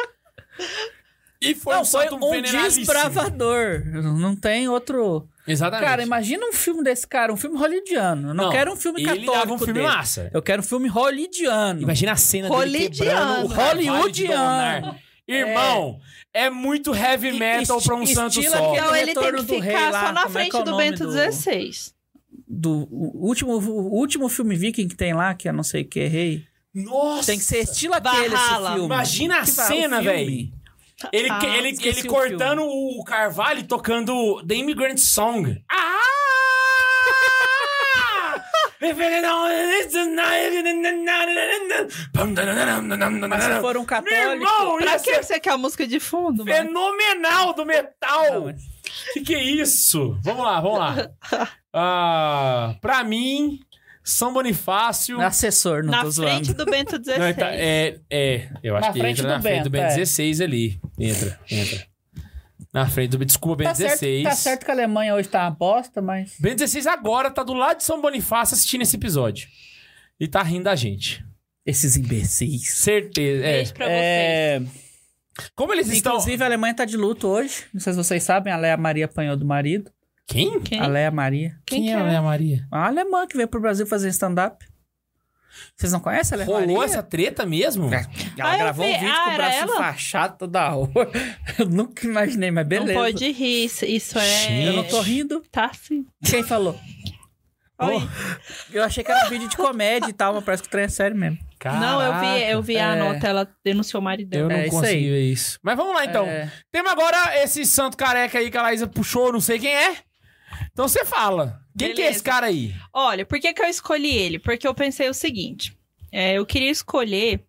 [SPEAKER 1] E foi um
[SPEAKER 2] não, foi
[SPEAKER 1] santo
[SPEAKER 2] um
[SPEAKER 1] veneradíssimo.
[SPEAKER 2] desbravador. Não tem outro...
[SPEAKER 1] Exatamente.
[SPEAKER 2] Cara, imagina um filme desse cara, um filme hollywoodiano. Eu não,
[SPEAKER 1] Não,
[SPEAKER 2] quero um filme
[SPEAKER 1] Ele
[SPEAKER 2] católico
[SPEAKER 1] dava um filme
[SPEAKER 2] dele.
[SPEAKER 1] massa.
[SPEAKER 2] Eu quero um filme hollywoodiano.
[SPEAKER 1] Imagina a cena dele quebrando o
[SPEAKER 3] Hollywoodiano.
[SPEAKER 1] carvalho de
[SPEAKER 2] Hollywoodiano.
[SPEAKER 1] Donar. Irmão, é. muito heavy
[SPEAKER 2] E-
[SPEAKER 1] metal
[SPEAKER 2] esti-
[SPEAKER 1] pra um santo só.
[SPEAKER 2] estilo aquele-
[SPEAKER 3] Então ele tem
[SPEAKER 2] Retorno
[SPEAKER 3] que
[SPEAKER 2] do Rei
[SPEAKER 3] ficar
[SPEAKER 2] lá,
[SPEAKER 3] só na
[SPEAKER 2] como é que
[SPEAKER 3] frente
[SPEAKER 2] é o
[SPEAKER 3] do
[SPEAKER 2] nome
[SPEAKER 3] Bento
[SPEAKER 2] do-
[SPEAKER 3] XVI.
[SPEAKER 2] Do o último, o último filme viking que tem lá, que é não sei o que, rei.
[SPEAKER 1] Nossa!
[SPEAKER 2] Tem que ser estilo aquele
[SPEAKER 3] Valhalla.
[SPEAKER 2] esse filme.
[SPEAKER 1] Imagina a
[SPEAKER 2] Que va- o
[SPEAKER 1] cena,
[SPEAKER 2] filme.
[SPEAKER 1] velho. Ele,
[SPEAKER 3] Ah,
[SPEAKER 1] ele,
[SPEAKER 2] esqueci
[SPEAKER 1] ele
[SPEAKER 2] o
[SPEAKER 1] cortando o carvalho e tocando The Immigrant Song. Ah!
[SPEAKER 2] Mas se for
[SPEAKER 1] Ah,
[SPEAKER 2] um
[SPEAKER 1] Meu
[SPEAKER 2] católico...
[SPEAKER 1] irmão, é-
[SPEAKER 3] Pra
[SPEAKER 1] ia
[SPEAKER 3] que
[SPEAKER 1] ser
[SPEAKER 3] você quer a música de fundo, mano?
[SPEAKER 1] fenomenal do metal.
[SPEAKER 2] Não,
[SPEAKER 1] Que que é isso? Vamos lá, vamos lá. Ah, pra mim, São Bonifácio...
[SPEAKER 2] é um Assessor, não
[SPEAKER 3] Na
[SPEAKER 2] tô zoando.
[SPEAKER 3] frente do Bento XVI.
[SPEAKER 1] Não, tá- é, é, eu acho
[SPEAKER 2] Na
[SPEAKER 1] que
[SPEAKER 2] frente
[SPEAKER 1] entra
[SPEAKER 2] do
[SPEAKER 1] na frente do
[SPEAKER 2] Bento,
[SPEAKER 1] Ben
[SPEAKER 2] é.
[SPEAKER 1] 16 ali. Entra, entra. Na frente do... Desculpa, Ben
[SPEAKER 2] Tá certo,
[SPEAKER 1] 16.
[SPEAKER 2] tá certo que a Alemanha hoje tá uma bosta, mas...
[SPEAKER 1] Ben 16 agora tá do lado de São Bonifácio assistindo esse episódio. E tá rindo da gente.
[SPEAKER 2] Esses imbecis.
[SPEAKER 1] Certeza. É.
[SPEAKER 3] Beijo pra vocês.
[SPEAKER 2] É,
[SPEAKER 1] Como eles estão.
[SPEAKER 2] inclusive, a Alemanha tá de luto hoje. Não sei se vocês sabem, a Leia Maria apanhou do marido.
[SPEAKER 1] Quem?
[SPEAKER 3] Quem?
[SPEAKER 2] A Leia Maria.
[SPEAKER 3] Quem
[SPEAKER 1] Quem
[SPEAKER 3] que
[SPEAKER 1] é a
[SPEAKER 3] é?
[SPEAKER 1] Léa Maria?
[SPEAKER 2] A alemã que veio pro Brasil fazer stand-up. Vocês não conhecem a Leia
[SPEAKER 1] Rolou
[SPEAKER 2] é Maria?
[SPEAKER 1] essa treta mesmo?
[SPEAKER 2] É. Ela
[SPEAKER 3] Ah, eu
[SPEAKER 2] gravou um
[SPEAKER 3] vi.
[SPEAKER 2] vídeo
[SPEAKER 3] Ah,
[SPEAKER 2] com o
[SPEAKER 3] era
[SPEAKER 2] braço
[SPEAKER 3] ela?
[SPEAKER 2] fachado toda hora. Eu nunca imaginei, mas beleza.
[SPEAKER 3] Não pode rir, isso- isso é...
[SPEAKER 1] Gente.
[SPEAKER 2] Eu não tô rindo.
[SPEAKER 3] Tá sim.
[SPEAKER 2] Quem falou?
[SPEAKER 3] Oi.
[SPEAKER 2] Eu achei que era um vídeo de comédia e tal, mas parece que o trem é sério mesmo.
[SPEAKER 3] Não, eu vi, eu vi a
[SPEAKER 2] É.
[SPEAKER 3] nota, ela denunciou o marido
[SPEAKER 1] Oh, Eu
[SPEAKER 3] dela.
[SPEAKER 1] não
[SPEAKER 2] É isso
[SPEAKER 1] consegui
[SPEAKER 2] aí.
[SPEAKER 1] ver isso. Mas vamos lá então.
[SPEAKER 2] É.
[SPEAKER 1] Temos agora esse santo careca aí que a Laísa puxou, não sei quem é. Então você fala. Quem que é
[SPEAKER 3] Beleza.
[SPEAKER 1] esse cara aí?
[SPEAKER 3] Olha, por que, que eu escolhi ele? Porque eu pensei o seguinte: é, eu queria escolher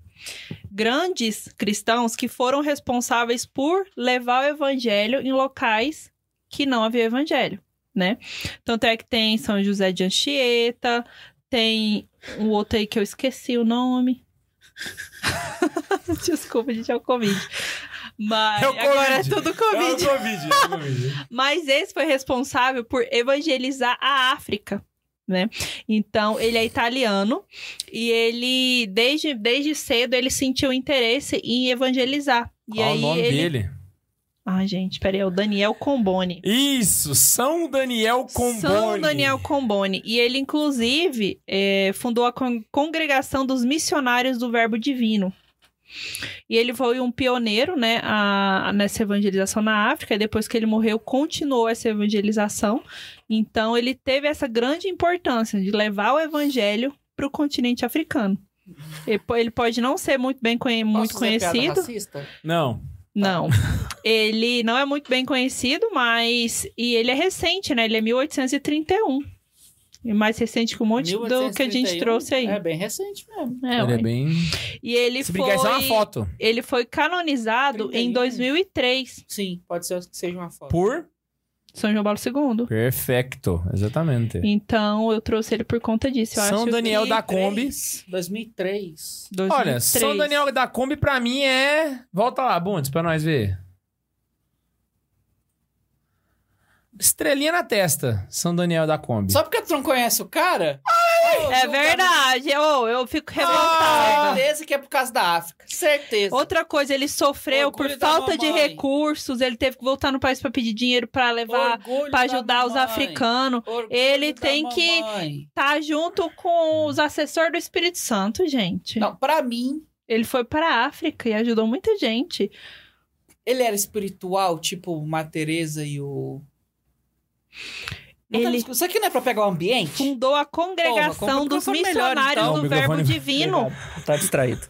[SPEAKER 3] grandes cristãos que foram responsáveis por levar o evangelho em locais que não havia evangelho, né? Tanto é que tem São José de Anchieta, tem um outro aí que eu esqueci o nome. Desculpa, gente, é o Covid. Mas
[SPEAKER 1] É o
[SPEAKER 3] agora é
[SPEAKER 1] Covid.
[SPEAKER 3] tudo Covid.
[SPEAKER 1] Covid, é o Covid.
[SPEAKER 3] Mas esse foi responsável por evangelizar a África, né? Então, ele é italiano e ele, desde, desde cedo, ele sentiu interesse em evangelizar. E
[SPEAKER 1] Qual
[SPEAKER 3] aí
[SPEAKER 1] o nome
[SPEAKER 3] ele...
[SPEAKER 1] dele?
[SPEAKER 3] Ah, gente, peraí, é o Daniel Comboni.
[SPEAKER 1] Isso, São Daniel Comboni.
[SPEAKER 3] São Daniel Comboni. E ele, inclusive, eh, fundou a con- Congregação dos Missionários do Verbo Divino. E ele foi um pioneiro né, a- a- nessa evangelização na África. E depois que ele morreu, continuou essa evangelização. Então, ele teve essa grande importância de levar o evangelho para o continente africano. Ele po- ele pode não ser muito bem conhe- muito conhecido. Um
[SPEAKER 1] Não.
[SPEAKER 5] Tá.
[SPEAKER 3] Não. ele não é muito bem conhecido, mas. E ele é recente, né? Ele é 1831. E mais recente que um monte do que a gente
[SPEAKER 5] um
[SPEAKER 3] trouxe aí.
[SPEAKER 2] É bem recente mesmo.
[SPEAKER 3] É,
[SPEAKER 1] ele
[SPEAKER 3] ué.
[SPEAKER 1] é bem.
[SPEAKER 3] E ele
[SPEAKER 1] Se
[SPEAKER 3] foi.
[SPEAKER 1] brincar, isso é uma foto.
[SPEAKER 3] Ele foi canonizado
[SPEAKER 2] 31.
[SPEAKER 3] em 2003,
[SPEAKER 2] Sim, pode ser que seja uma foto.
[SPEAKER 1] Por?
[SPEAKER 3] São João Paulo II.
[SPEAKER 1] Perfeito, exatamente.
[SPEAKER 3] Então eu trouxe ele por conta disso. Eu
[SPEAKER 1] São
[SPEAKER 3] acho
[SPEAKER 1] Daniel
[SPEAKER 3] que...
[SPEAKER 1] da Kombi.
[SPEAKER 2] 2003.
[SPEAKER 3] 2003.
[SPEAKER 1] Olha, São Daniel da Kombi pra mim é. Volta lá, Bundes, pra nós ver. Estrelinha na testa, São Daniel da Kombi.
[SPEAKER 5] Só porque tu não conhece o cara? Ô,
[SPEAKER 3] É
[SPEAKER 5] julga-
[SPEAKER 3] verdade. é ô, eu fico revoltada.
[SPEAKER 5] Certeza que é por causa da África. Certeza.
[SPEAKER 3] Outra coisa, ele sofreu
[SPEAKER 5] Orgulho
[SPEAKER 3] por
[SPEAKER 5] da
[SPEAKER 3] falta de
[SPEAKER 5] mamãe.
[SPEAKER 3] recursos, ele teve que voltar no país pra pedir dinheiro pra levar,
[SPEAKER 5] Orgulho
[SPEAKER 3] pra
[SPEAKER 5] da
[SPEAKER 3] ajudar os
[SPEAKER 5] mamãe.
[SPEAKER 3] africanos.
[SPEAKER 5] Orgulho
[SPEAKER 3] Ele
[SPEAKER 5] da
[SPEAKER 3] tem que-
[SPEAKER 5] mamãe.
[SPEAKER 3] Tá junto com os assessores do Espírito Santo, gente.
[SPEAKER 5] Não, pra mim,
[SPEAKER 3] Ele foi pra África e ajudou muita gente.
[SPEAKER 5] ele era espiritual, tipo uma Tereza e o. Não tá
[SPEAKER 3] Ele-
[SPEAKER 5] discu- Isso aqui não é pra pegar o ambiente?
[SPEAKER 3] Fundou a
[SPEAKER 2] Porra,
[SPEAKER 3] congregação
[SPEAKER 2] compra um
[SPEAKER 3] dos
[SPEAKER 2] microfone melhor,
[SPEAKER 3] missionários
[SPEAKER 1] então.
[SPEAKER 3] do
[SPEAKER 1] O microfone-
[SPEAKER 3] Verbo Divino.
[SPEAKER 2] Obrigado, Tá distraído.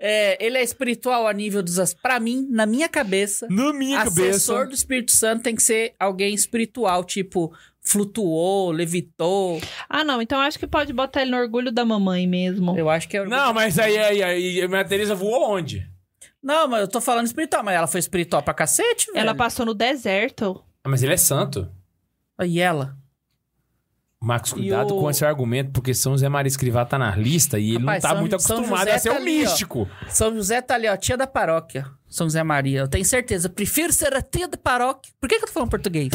[SPEAKER 2] É, ele é espiritual a nível dos. as- Pra mim, na minha cabeça,
[SPEAKER 1] Na minha
[SPEAKER 2] assessor do Espírito Santo tem que ser alguém espiritual, tipo, flutuou, levitou.
[SPEAKER 3] Ah, não, então acho que pode botar ele no orgulho da mamãe mesmo.
[SPEAKER 2] Eu acho que é.
[SPEAKER 1] Não, mas aí, aí, aí, mas a Tereza voou onde?
[SPEAKER 2] Não, mas eu tô falando espiritual, mas ela foi espiritual pra cacete, velho.
[SPEAKER 3] Ela passou no deserto.
[SPEAKER 1] Ah, mas ele é santo.
[SPEAKER 2] E ela?
[SPEAKER 1] Marcos,
[SPEAKER 5] E
[SPEAKER 1] cuidado
[SPEAKER 5] o-
[SPEAKER 1] com esse argumento, porque São José Maria Escrivá tá na lista e ele
[SPEAKER 2] Rapaz,
[SPEAKER 1] não tá
[SPEAKER 2] São-
[SPEAKER 1] muito
[SPEAKER 2] São
[SPEAKER 1] acostumado
[SPEAKER 2] José
[SPEAKER 1] a ser
[SPEAKER 2] tá
[SPEAKER 1] um
[SPEAKER 2] ali, ó.
[SPEAKER 1] místico.
[SPEAKER 2] São José tá ali, ó, tia da paróquia. São José Maria, eu tenho certeza. Eu prefiro ser a tia da paróquia. Por que, que eu tô falando português?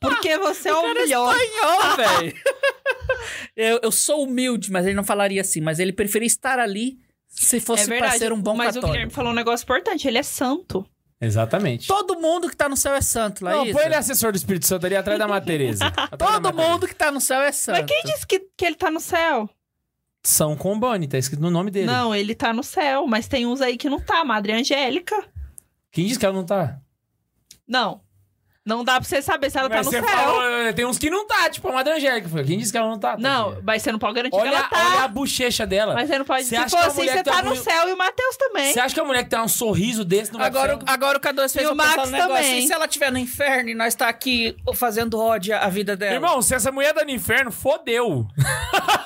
[SPEAKER 3] Porque você é o melhor.
[SPEAKER 2] espanhol, velho. eu, eu sou humilde, mas ele não falaria assim. Mas ele preferia estar ali se
[SPEAKER 3] É
[SPEAKER 2] fosse pra
[SPEAKER 3] verdade.
[SPEAKER 2] ser um bom
[SPEAKER 3] mas o
[SPEAKER 2] católico.
[SPEAKER 3] Guilherme falou um negócio importante. Ele é santo.
[SPEAKER 1] Exatamente.
[SPEAKER 2] Todo mundo que tá no céu é santo,
[SPEAKER 1] Não,
[SPEAKER 2] Laís.
[SPEAKER 1] põe ele assessor do Espírito Santo ali atrás da Madre Teresa. Atrás da
[SPEAKER 2] Todo
[SPEAKER 1] Madre
[SPEAKER 2] mundo que tá no céu é santo.
[SPEAKER 3] Mas quem disse que, que ele tá no céu?
[SPEAKER 1] Teresa. São Combani, tá escrito no nome dele.
[SPEAKER 3] Não, ele tá no céu. Mas tem uns aí que não tá. Madre Angélica.
[SPEAKER 1] Quem disse que ela não tá?
[SPEAKER 3] Não. Não dá pra você saber se ela
[SPEAKER 1] Mas
[SPEAKER 3] tá
[SPEAKER 1] você
[SPEAKER 3] no céu.
[SPEAKER 1] falou, eh, tem uns que não tá, tipo a Madre Angélica. Eu falei, Quem disse que ela não tá?
[SPEAKER 3] Não,
[SPEAKER 1] Tadinha?
[SPEAKER 3] mas você não pode garantir que
[SPEAKER 1] Olha,
[SPEAKER 3] ela tá.
[SPEAKER 1] olha a bochecha dela.
[SPEAKER 3] Mas você não pode.
[SPEAKER 1] Você
[SPEAKER 3] Se
[SPEAKER 1] acha
[SPEAKER 3] for
[SPEAKER 1] que a
[SPEAKER 3] assim,
[SPEAKER 1] mulher
[SPEAKER 3] você
[SPEAKER 1] que
[SPEAKER 3] tá
[SPEAKER 1] tá
[SPEAKER 3] no
[SPEAKER 1] bonita-
[SPEAKER 3] céu e o Matheus também.
[SPEAKER 1] Você acha que a mulher que tem um sorriso desse não vai
[SPEAKER 2] Agora,
[SPEAKER 1] pro
[SPEAKER 2] o-
[SPEAKER 1] céu?
[SPEAKER 2] agora o K2 fez
[SPEAKER 3] E
[SPEAKER 2] uma
[SPEAKER 3] o
[SPEAKER 2] pensar
[SPEAKER 3] Max
[SPEAKER 2] no negócio.
[SPEAKER 3] também.
[SPEAKER 2] E se ela estiver no inferno e nós tá aqui fazendo ódio à vida dela?
[SPEAKER 1] Irmão, se essa mulher tá no inferno, fodeu.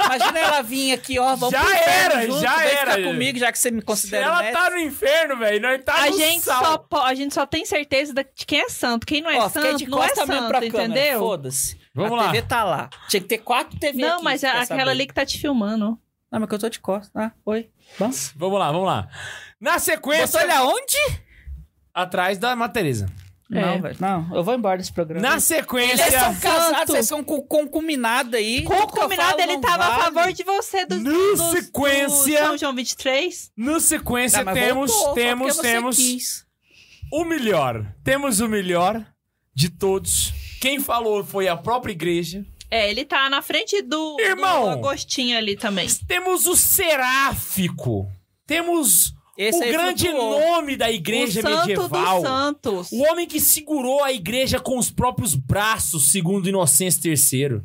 [SPEAKER 2] Imagina ela vir aqui, ó, vamos
[SPEAKER 1] Já
[SPEAKER 2] pro inferno
[SPEAKER 1] era,
[SPEAKER 2] junto,
[SPEAKER 1] já
[SPEAKER 2] vem
[SPEAKER 1] era,
[SPEAKER 2] ficar
[SPEAKER 1] gente.
[SPEAKER 2] comigo, já que você me
[SPEAKER 1] Se
[SPEAKER 2] considera
[SPEAKER 1] ela
[SPEAKER 2] neto.
[SPEAKER 1] tá no inferno, velho, nós tá
[SPEAKER 3] A
[SPEAKER 1] no
[SPEAKER 3] gente,
[SPEAKER 1] sal.
[SPEAKER 3] só, po- a gente só tem certeza da- de quem é santo. Quem não é
[SPEAKER 2] Ó, fiquei
[SPEAKER 3] santo,
[SPEAKER 2] de
[SPEAKER 3] não é
[SPEAKER 2] costa mesmo pra
[SPEAKER 3] santo,
[SPEAKER 2] câmera,
[SPEAKER 3] entendeu?
[SPEAKER 2] foda-se.
[SPEAKER 1] Vamos
[SPEAKER 2] a
[SPEAKER 1] lá.
[SPEAKER 2] TV tá lá. Tinha que ter quatro TV
[SPEAKER 3] Não,
[SPEAKER 2] aqui,
[SPEAKER 3] mas
[SPEAKER 2] pra
[SPEAKER 3] é
[SPEAKER 2] saber.
[SPEAKER 3] aquela ali que tá te filmando.
[SPEAKER 2] Não, mas que eu tô de costa. Ah, oi. Bom.
[SPEAKER 1] Vamos lá, vamos lá. Na
[SPEAKER 2] Botou
[SPEAKER 1] sequência,
[SPEAKER 2] ele aonde?
[SPEAKER 1] atrás da Madre Teresa.
[SPEAKER 3] É.
[SPEAKER 2] Não, velho. Não, eu vou embora desse programa.
[SPEAKER 1] Na
[SPEAKER 2] Vocês
[SPEAKER 1] sequência,
[SPEAKER 2] são casados, vocês são com concubinada aí. Tudo que eu
[SPEAKER 3] Combinado,
[SPEAKER 2] falo
[SPEAKER 3] ele
[SPEAKER 2] não
[SPEAKER 3] tava
[SPEAKER 2] vale.
[SPEAKER 3] a favor de você dos,
[SPEAKER 1] Na
[SPEAKER 3] dos,
[SPEAKER 1] sequência-
[SPEAKER 3] do São João 23.
[SPEAKER 1] na sequência
[SPEAKER 2] Tá, mas
[SPEAKER 1] temos,
[SPEAKER 2] voltou, foi porque
[SPEAKER 1] temos,
[SPEAKER 2] você
[SPEAKER 1] temos
[SPEAKER 2] quis.
[SPEAKER 1] o melhor. Temos o melhor de todos. Quem falou foi a própria igreja.
[SPEAKER 3] É, ele tá na frente do,
[SPEAKER 1] Irmão!
[SPEAKER 3] do Agostinho ali também.
[SPEAKER 1] Temos o seráfico. Temos
[SPEAKER 2] Esse
[SPEAKER 1] o
[SPEAKER 2] aí
[SPEAKER 1] grande
[SPEAKER 2] flutuou.
[SPEAKER 1] nome da igreja
[SPEAKER 3] o santo
[SPEAKER 1] medieval.
[SPEAKER 3] dos santos.
[SPEAKER 1] O homem que segurou a igreja com os próprios braços, segundo Inocêncio III.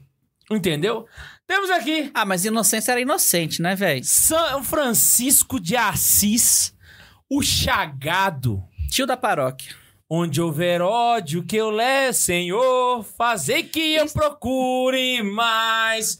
[SPEAKER 1] Entendeu? Temos aqui
[SPEAKER 2] Ah, mas inocência era inocente, né, velho?
[SPEAKER 1] São Francisco de Assis, o chagado.
[SPEAKER 2] Tio da paróquia.
[SPEAKER 1] Onde houver ódio que eu leve, Senhor, fazer que eu procure mais.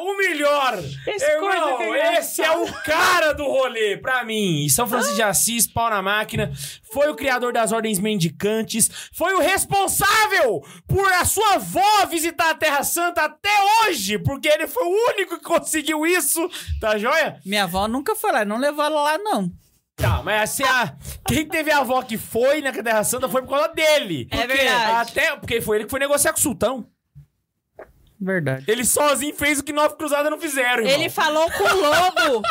[SPEAKER 1] o melhor.
[SPEAKER 3] Esse coisa
[SPEAKER 1] Irmão,
[SPEAKER 3] que é
[SPEAKER 1] esse é o cara do rolê, pra mim. E São Francisco de Assis, pau na máquina, foi o criador das ordens mendicantes, foi o responsável por a sua avó visitar a Terra Santa até hoje, porque ele foi o único que conseguiu isso, tá joia?
[SPEAKER 2] Minha avó nunca foi lá, não levou ela lá, não.
[SPEAKER 1] Tá, mas assim, a... quem teve a avó que foi na Terra Santa foi por causa dele.
[SPEAKER 3] É
[SPEAKER 1] Porque
[SPEAKER 3] verdade.
[SPEAKER 1] Até, porque foi ele que foi negociar com o sultão.
[SPEAKER 2] Verdade.
[SPEAKER 1] Ele sozinho fez o que Nove Cruzadas não fizeram, irmão.
[SPEAKER 3] Ele falou com o lobo.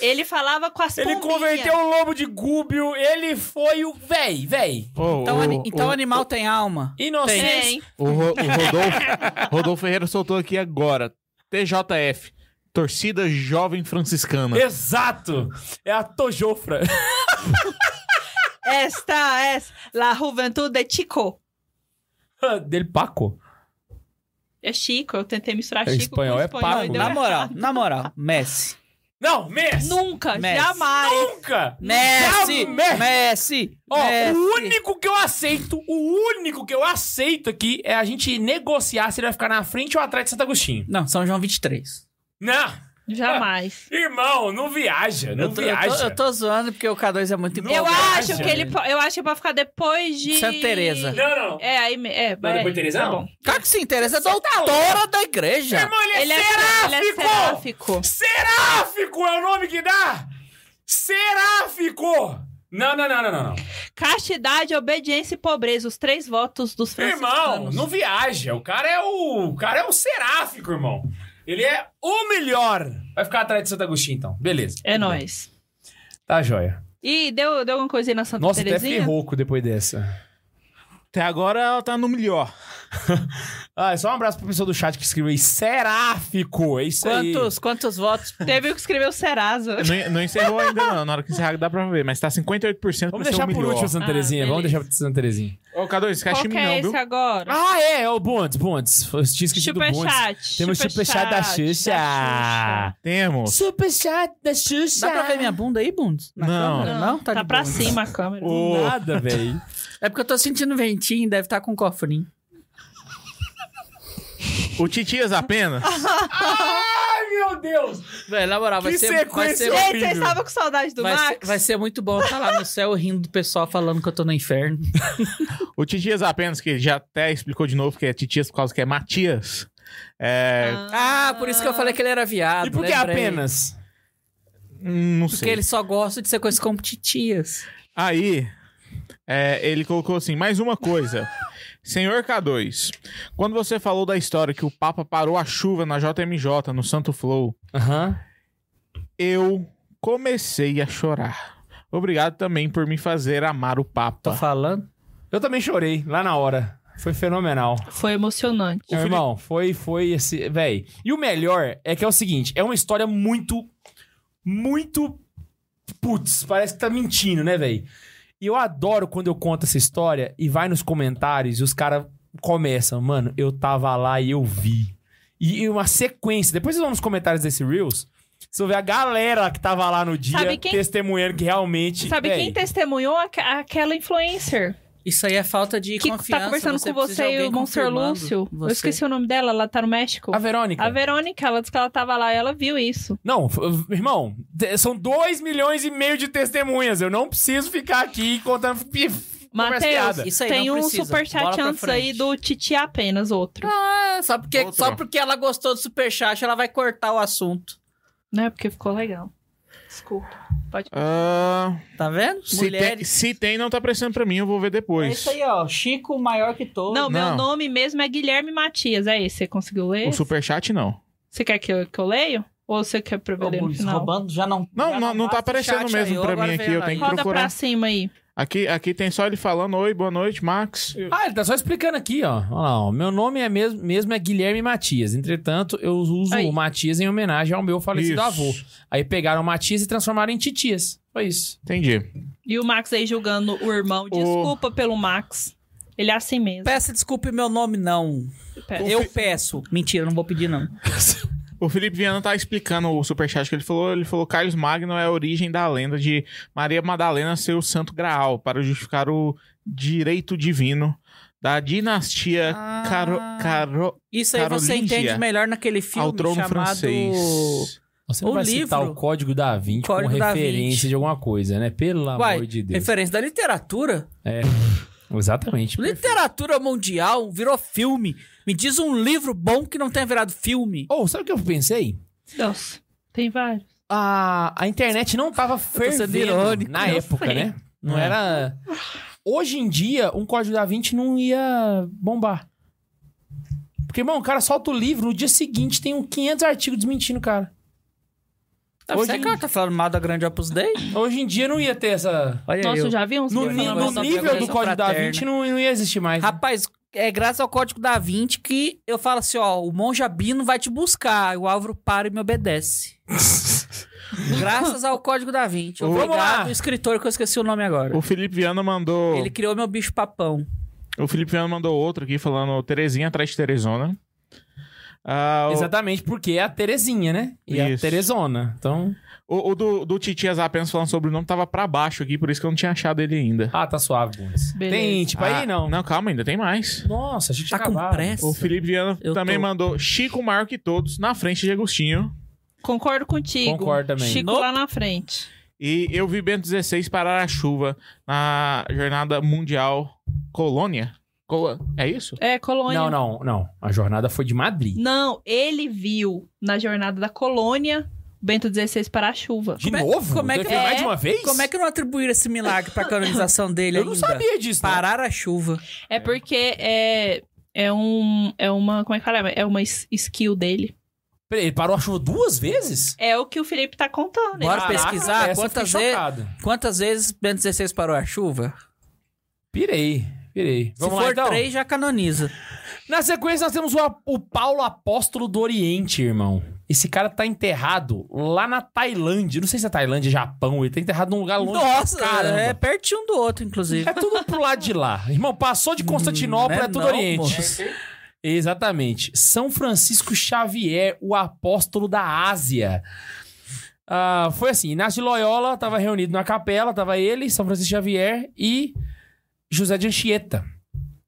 [SPEAKER 3] ele falava com as
[SPEAKER 1] Ele
[SPEAKER 3] pombinhas.
[SPEAKER 1] converteu o lobo de Gúbio, ele foi o. Véi, véi.
[SPEAKER 4] Ô,
[SPEAKER 2] Então,
[SPEAKER 4] o-
[SPEAKER 2] ani- então
[SPEAKER 4] o-
[SPEAKER 2] animal tem alma.
[SPEAKER 1] Inocêncio.
[SPEAKER 3] Tem.
[SPEAKER 4] O, Ro- o Rodolfo, Rodolfo Ferreira soltou aqui agora. TJF. Torcida Jovem Franciscana.
[SPEAKER 1] Exato! É a Tojofra.
[SPEAKER 3] Esta es la juventud de Chico.
[SPEAKER 1] Dele Paco.
[SPEAKER 3] É Chico, eu tentei misturar
[SPEAKER 1] É,
[SPEAKER 3] Chico
[SPEAKER 1] espanhol
[SPEAKER 3] com
[SPEAKER 1] é
[SPEAKER 3] espanhol
[SPEAKER 1] pago,
[SPEAKER 3] e deu
[SPEAKER 2] Na
[SPEAKER 1] né?
[SPEAKER 3] errado.
[SPEAKER 2] moral, na moral, Messi.
[SPEAKER 1] Não, Messi!
[SPEAKER 3] Nunca,
[SPEAKER 2] Messi.
[SPEAKER 3] jamais.
[SPEAKER 1] Nunca!
[SPEAKER 2] Messi!
[SPEAKER 1] Jamais.
[SPEAKER 2] Messi!
[SPEAKER 1] Ó,
[SPEAKER 2] Messi.
[SPEAKER 1] o único que eu aceito, o único que eu aceito aqui é a gente negociar se ele vai ficar na frente ou atrás de Santo Agostinho.
[SPEAKER 2] Não, São João 23.
[SPEAKER 1] Não!
[SPEAKER 3] Jamais.
[SPEAKER 1] Irmão, não viaja, não
[SPEAKER 2] eu, tô, eu,
[SPEAKER 1] viaja.
[SPEAKER 2] tô, eu tô zoando porque o K2 é muito
[SPEAKER 1] Não
[SPEAKER 3] eu
[SPEAKER 1] viaja.
[SPEAKER 2] empolgado.
[SPEAKER 3] acho que ele po- eu acho que vai ficar depois de
[SPEAKER 2] Santa Teresa.
[SPEAKER 1] Não, não.
[SPEAKER 3] É, aí me- é,
[SPEAKER 1] Não,
[SPEAKER 3] é,
[SPEAKER 1] depois de Teresa,
[SPEAKER 3] tá
[SPEAKER 1] não.
[SPEAKER 3] bom.
[SPEAKER 2] Cara que se interessa, é doutora da igreja.
[SPEAKER 1] Irmão, ele é,
[SPEAKER 3] Ele é,
[SPEAKER 1] seráfico!
[SPEAKER 3] ele é seráfico.
[SPEAKER 1] Seráfico é o nome que dá! Seráfico! Não, não, não, não, não. não.
[SPEAKER 3] Castidade, obediência e pobreza, os três votos dos
[SPEAKER 1] Irmão,
[SPEAKER 3] franciscanos.
[SPEAKER 1] não viaja. O cara é o. O cara é o seráfico, irmão. Ele é o melhor. Vai ficar atrás de Santo Agostinho, então. Beleza.
[SPEAKER 3] É nóis.
[SPEAKER 1] Tá joia.
[SPEAKER 3] E deu, deu alguma coisa aí na Santa
[SPEAKER 1] Nossa, até
[SPEAKER 3] Terezinha?
[SPEAKER 1] fiquei rouco depois dessa.
[SPEAKER 4] Até agora ela tá no melhor.
[SPEAKER 1] Ah, só um abraço pro pessoal do chat que escreveu aí. Seráfico! É isso aí.
[SPEAKER 2] Quantos, quantos votos?
[SPEAKER 3] Teve o que escreveu Serasa.
[SPEAKER 4] Não, não encerrou ainda, não. Na hora que encerrar dá pra ver. Mas tá 58% pra ser
[SPEAKER 1] Vamos
[SPEAKER 4] o
[SPEAKER 1] deixar por
[SPEAKER 4] melhor.
[SPEAKER 1] último Santa
[SPEAKER 3] Ah,
[SPEAKER 1] Terezinha. Vamos
[SPEAKER 3] beleza.
[SPEAKER 1] deixar pro Santa Terezinha.
[SPEAKER 4] Ô, K2, esse
[SPEAKER 3] Qual que
[SPEAKER 4] cachimbo não,
[SPEAKER 3] é
[SPEAKER 4] viu?
[SPEAKER 3] esse agora?
[SPEAKER 1] Ah, é, é o Bondes, Bondes. Eu tinha esquecido do Bondes.
[SPEAKER 3] Superchat.
[SPEAKER 1] Temos superchat da Xuxa.
[SPEAKER 4] Temos.
[SPEAKER 1] Superchat da Xuxa.
[SPEAKER 2] Dá pra ver minha bunda aí, bundes? Na
[SPEAKER 4] Não.
[SPEAKER 2] câmera? Não, tá,
[SPEAKER 3] Tá,
[SPEAKER 2] de
[SPEAKER 3] pra
[SPEAKER 2] boa.
[SPEAKER 3] cima a câmera.
[SPEAKER 1] Do Nada, velho.
[SPEAKER 2] É porque eu tô sentindo ventinho, deve estar com cofrinho.
[SPEAKER 4] O Titias apenas.
[SPEAKER 1] Ai, meu Deus.
[SPEAKER 2] Velho, na moral, vai
[SPEAKER 1] Que
[SPEAKER 2] ser, vai
[SPEAKER 1] sequência
[SPEAKER 2] ser,
[SPEAKER 3] Gente,
[SPEAKER 1] horrível.
[SPEAKER 3] vocês estavam com saudade do
[SPEAKER 2] vai,
[SPEAKER 3] Max?
[SPEAKER 2] ser, vai ser muito bom estar lá no céu rindo do pessoal falando que eu tô no inferno.
[SPEAKER 4] O Titias apenas, que já até explicou de novo que é Titias por causa que é Matias. É.
[SPEAKER 2] Ah, por isso que eu falei que ele era viado.
[SPEAKER 1] E por que
[SPEAKER 2] lembrei.
[SPEAKER 1] apenas?
[SPEAKER 4] hum, Não
[SPEAKER 2] Porque
[SPEAKER 4] sei.
[SPEAKER 2] ele só gosta de ser coisa como titias.
[SPEAKER 4] Aí, é, ele colocou assim: mais uma coisa. Senhor K2, quando você falou da história que o Papa parou a chuva na JMJ, no Santo Flow,
[SPEAKER 1] Aham.
[SPEAKER 4] eu comecei a chorar. Obrigado também por me fazer amar o
[SPEAKER 2] Tô
[SPEAKER 4] Papa.
[SPEAKER 2] falando?
[SPEAKER 1] Eu também chorei lá na hora. Foi fenomenal.
[SPEAKER 3] Foi emocionante.
[SPEAKER 1] Meu irmão, foi, foi esse. Véi. E o melhor é que é o seguinte: é uma história muito. Muito. Putz, parece que tá mentindo, né, véi? E eu adoro quando eu conto essa história e vai nos comentários e os caras começam, mano, eu tava lá e eu vi. E, e uma sequência. Depois vocês vão nos comentários desse Reels. Vocês vão ver a galera que tava lá no dia
[SPEAKER 3] Sabe quem-
[SPEAKER 1] testemunhando que realmente.
[SPEAKER 3] Sabe
[SPEAKER 1] véi,
[SPEAKER 3] quem testemunhou? Aqu- Aquela influencer
[SPEAKER 2] Isso aí é falta de
[SPEAKER 3] que
[SPEAKER 2] confiança.
[SPEAKER 3] tá conversando com
[SPEAKER 2] precisa de
[SPEAKER 3] você e
[SPEAKER 2] alguém
[SPEAKER 3] o Monster
[SPEAKER 2] confirmando
[SPEAKER 3] Lúcio. Eu
[SPEAKER 2] você.
[SPEAKER 3] esqueci o nome dela, ela tá no México.
[SPEAKER 1] A Verônica.
[SPEAKER 3] A Verônica, ela disse que ela tava lá e ela viu isso.
[SPEAKER 1] Não, f- irmão, te- são 2 milhões e meio de testemunhas. Eu não preciso ficar aqui contando. pi- Conversa
[SPEAKER 3] Matheus,
[SPEAKER 1] piada.
[SPEAKER 2] Isso aí,
[SPEAKER 3] tem
[SPEAKER 2] não
[SPEAKER 3] um
[SPEAKER 2] precisa. Bola
[SPEAKER 3] superchat
[SPEAKER 2] pra
[SPEAKER 3] antes aí
[SPEAKER 2] frente.
[SPEAKER 3] do Titi apenas outro.
[SPEAKER 2] Ah, só porque,
[SPEAKER 4] Outro.
[SPEAKER 2] só porque ela gostou do superchat, ela vai cortar o assunto.
[SPEAKER 3] Né? Porque ficou legal. Desculpa. Pode.
[SPEAKER 4] Ah,
[SPEAKER 2] Tá vendo?
[SPEAKER 4] se, tem,
[SPEAKER 2] Mulheres.
[SPEAKER 4] se tem, não tá prestando pra mim, eu vou ver
[SPEAKER 2] É
[SPEAKER 4] depois.
[SPEAKER 2] isso aí, ó. Chico maior que todo.
[SPEAKER 3] Não, meu
[SPEAKER 4] não.
[SPEAKER 3] nome mesmo é Guilherme Matias. É esse, você conseguiu ler?
[SPEAKER 4] o superchat, não.
[SPEAKER 3] Você quer que eu, que eu leio? Ou você quer pra eu
[SPEAKER 2] Ô,
[SPEAKER 3] ler no
[SPEAKER 2] Bundes,
[SPEAKER 3] final?
[SPEAKER 2] roubando já não.
[SPEAKER 4] Não,
[SPEAKER 2] já
[SPEAKER 4] não- não tá
[SPEAKER 2] basta o
[SPEAKER 4] aparecendo
[SPEAKER 2] chat
[SPEAKER 4] mesmo
[SPEAKER 2] aí,
[SPEAKER 4] pra
[SPEAKER 2] agora
[SPEAKER 4] mim
[SPEAKER 2] vem
[SPEAKER 4] aqui, eu
[SPEAKER 2] ela
[SPEAKER 4] tenho que
[SPEAKER 3] Roda
[SPEAKER 4] procurar.
[SPEAKER 3] pra cima aí.
[SPEAKER 4] Aqui, aqui tem só ele falando: Oi, boa noite, Max.
[SPEAKER 1] Ah, ele tá só explicando aqui, ó. Olha lá, ó. Meu nome é mesmo, mesmo é Guilherme Matias. Entretanto, eu uso
[SPEAKER 3] Aí.
[SPEAKER 1] o Matias em homenagem ao meu falecido
[SPEAKER 4] Isso.
[SPEAKER 1] avô. Aí pegaram o Matias e transformaram em Titias. Foi isso.
[SPEAKER 4] Entendi.
[SPEAKER 3] E o Max aí julgando o irmão. Desculpa pelo Max. Ele é assim mesmo.
[SPEAKER 2] Peça desculpa em meu nome, não.
[SPEAKER 3] Pera.
[SPEAKER 2] Eu peço. Mentira, não vou pedir, não.
[SPEAKER 4] O Felipe Viana tá explicando o superchat que ele falou. Ele falou: Carlos Magno é a origem da lenda de Maria Madalena ser o santo graal para justificar o direito divino da dinastia
[SPEAKER 2] Ah.
[SPEAKER 4] Caro, Caro,
[SPEAKER 2] Isso aí você
[SPEAKER 4] Carolingia
[SPEAKER 2] entende melhor naquele filme
[SPEAKER 4] ao trono
[SPEAKER 2] chamado...
[SPEAKER 4] francês.
[SPEAKER 1] Você não
[SPEAKER 2] O
[SPEAKER 1] vai citar
[SPEAKER 2] livro-
[SPEAKER 1] o Código da Vinci como
[SPEAKER 2] Código Da
[SPEAKER 1] referência
[SPEAKER 2] Vinci.
[SPEAKER 1] de alguma coisa, né? Pelo
[SPEAKER 2] Uai,
[SPEAKER 1] amor de Deus.
[SPEAKER 2] referência da literatura.
[SPEAKER 1] Exatamente.
[SPEAKER 2] Literatura mundial virou filme. Me diz um livro bom que não tenha virado filme.
[SPEAKER 1] Ou sabe o que eu pensei?
[SPEAKER 3] Nossa, tem vários.
[SPEAKER 1] a, a internet não tava fervendo
[SPEAKER 2] irônico,
[SPEAKER 1] na
[SPEAKER 2] eu
[SPEAKER 1] época,
[SPEAKER 3] sei.
[SPEAKER 1] né? Não
[SPEAKER 4] É.
[SPEAKER 1] era... Hoje em dia, um Código da Vinci não ia bombar. Porque, irmão, o cara solta o livro, no dia seguinte tem um 500 artigos desmentindo o cara.
[SPEAKER 2] Tá,
[SPEAKER 1] Hoje
[SPEAKER 2] Será que ela tá falando mal da grande Opus Dei?
[SPEAKER 1] Hoje em dia não ia ter essa...
[SPEAKER 2] Olha
[SPEAKER 3] Nossa,
[SPEAKER 2] eu.
[SPEAKER 3] eu já vi uns
[SPEAKER 1] No,
[SPEAKER 3] vídeos
[SPEAKER 1] ni-
[SPEAKER 2] não,
[SPEAKER 1] no
[SPEAKER 3] falando
[SPEAKER 2] não,
[SPEAKER 3] sobre
[SPEAKER 1] nível do
[SPEAKER 2] não,
[SPEAKER 3] isso.
[SPEAKER 1] Código da
[SPEAKER 2] fraterna.
[SPEAKER 1] Vinci não, não ia existir mais. né?
[SPEAKER 2] Rapaz, é graças ao Código da Vinci que eu falo assim, ó, o monge Abino vai te buscar, o Álvaro para e me obedece. graças ao Código da Vinci.
[SPEAKER 4] Vamos
[SPEAKER 1] lá.
[SPEAKER 2] Obrigado, o escritor que eu esqueci o nome agora.
[SPEAKER 4] O Felipe Viana mandou.
[SPEAKER 2] Ele criou meu bicho papão.
[SPEAKER 4] O Felipe Viana mandou outro aqui falando Terezinha atrás de Teresona. Ah, o-
[SPEAKER 1] Exatamente, porque é a Terezinha, né? E a
[SPEAKER 4] Isso.
[SPEAKER 1] Teresona. Então...
[SPEAKER 4] o, o do, do Titias apenas falando sobre o nome tava pra baixo aqui, por isso que eu não tinha achado ele ainda.
[SPEAKER 1] Ah, tá suave, Bundes.
[SPEAKER 3] Beleza.
[SPEAKER 1] Tem, tipo,
[SPEAKER 4] Ah,
[SPEAKER 1] aí não.
[SPEAKER 4] Não, calma, ainda tem mais.
[SPEAKER 1] Nossa, a gente
[SPEAKER 2] Tá com pressa?
[SPEAKER 4] O Felipe Viana
[SPEAKER 2] Eu
[SPEAKER 4] também
[SPEAKER 2] tô-
[SPEAKER 4] mandou Chico maior que todos, na frente de Agostinho.
[SPEAKER 3] Concordo contigo.
[SPEAKER 1] Concordo também.
[SPEAKER 3] Chico
[SPEAKER 2] Nope.
[SPEAKER 3] lá na frente.
[SPEAKER 4] E eu vi Bento XVI parar a chuva na jornada mundial Colônia. Colo- É isso?
[SPEAKER 3] É, colônia.
[SPEAKER 1] Não, não, não. A jornada foi de Madrid.
[SPEAKER 3] Não, ele viu na jornada da colônia o Bento XVI para a chuva.
[SPEAKER 1] De
[SPEAKER 2] Como é-
[SPEAKER 1] novo?
[SPEAKER 2] como é que-
[SPEAKER 1] Teve mais
[SPEAKER 3] é?
[SPEAKER 1] de uma vez?
[SPEAKER 2] Como é que não atribuíram esse milagre pra canonização dele
[SPEAKER 1] Eu
[SPEAKER 2] ainda?
[SPEAKER 1] não sabia disso. né?
[SPEAKER 2] Parar a chuva.
[SPEAKER 3] É porque é, é um. É uma. Como é que fala? É uma es- skill dele.
[SPEAKER 1] Peraí, ele parou a chuva duas vezes?
[SPEAKER 3] É o que o Felipe tá contando. ele
[SPEAKER 2] Bora
[SPEAKER 3] tá-
[SPEAKER 1] essa
[SPEAKER 2] pesquisar
[SPEAKER 1] eu
[SPEAKER 2] quantas
[SPEAKER 1] fiquei chocado.
[SPEAKER 2] Quantas vezes Bento XVI parou a chuva?
[SPEAKER 1] Pirei. Virei. Vamos
[SPEAKER 2] Se
[SPEAKER 1] lá,
[SPEAKER 2] for
[SPEAKER 1] então?
[SPEAKER 2] três, já canoniza.
[SPEAKER 1] Na sequência, nós temos o, a- o Paulo Apóstolo do Oriente, irmão. Esse cara tá enterrado lá na Tailândia. Não sei se é Tailândia, Japão. Ele tá enterrado num lugar longe. pra
[SPEAKER 2] Nossa,
[SPEAKER 1] caramba.
[SPEAKER 2] é pertinho um do outro, inclusive.
[SPEAKER 1] É tudo pro lado de lá. Irmão, passou de Constantinopla,
[SPEAKER 2] Não
[SPEAKER 1] é,
[SPEAKER 2] é
[SPEAKER 1] tudo
[SPEAKER 2] não,
[SPEAKER 1] Oriente.
[SPEAKER 2] moço.
[SPEAKER 1] Exatamente. São Francisco Xavier, o apóstolo da Ásia. Ah, foi assim, Inácio de Loyola estava reunido na capela, estava ele, São Francisco Xavier e José de Anchieta.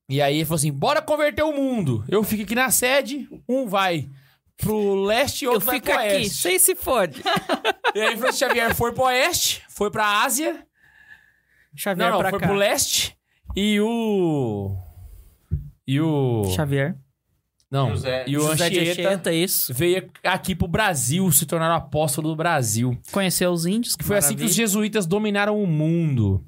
[SPEAKER 1] E aí ele falou assim, bora converter o mundo. Eu fico aqui na sede, um vai pro leste e
[SPEAKER 2] Eu
[SPEAKER 1] outro vai
[SPEAKER 2] fico
[SPEAKER 1] pro
[SPEAKER 2] aqui,
[SPEAKER 1] oeste.
[SPEAKER 2] sem se fode.
[SPEAKER 1] E aí Francisco Xavier foi pro oeste, foi pra Ásia,
[SPEAKER 2] Xavier
[SPEAKER 1] não, não,
[SPEAKER 2] pra
[SPEAKER 1] foi
[SPEAKER 2] cá.
[SPEAKER 1] pro leste e o... E o...
[SPEAKER 2] Xavier.
[SPEAKER 1] Não,
[SPEAKER 4] José-
[SPEAKER 1] e o
[SPEAKER 2] José de
[SPEAKER 1] Anchieta
[SPEAKER 2] Anchieta, isso.
[SPEAKER 1] veio aqui pro Brasil, se tornaram apóstolo do Brasil.
[SPEAKER 2] Conheceu os índios.
[SPEAKER 1] Que foi assim que os jesuítas dominaram o mundo.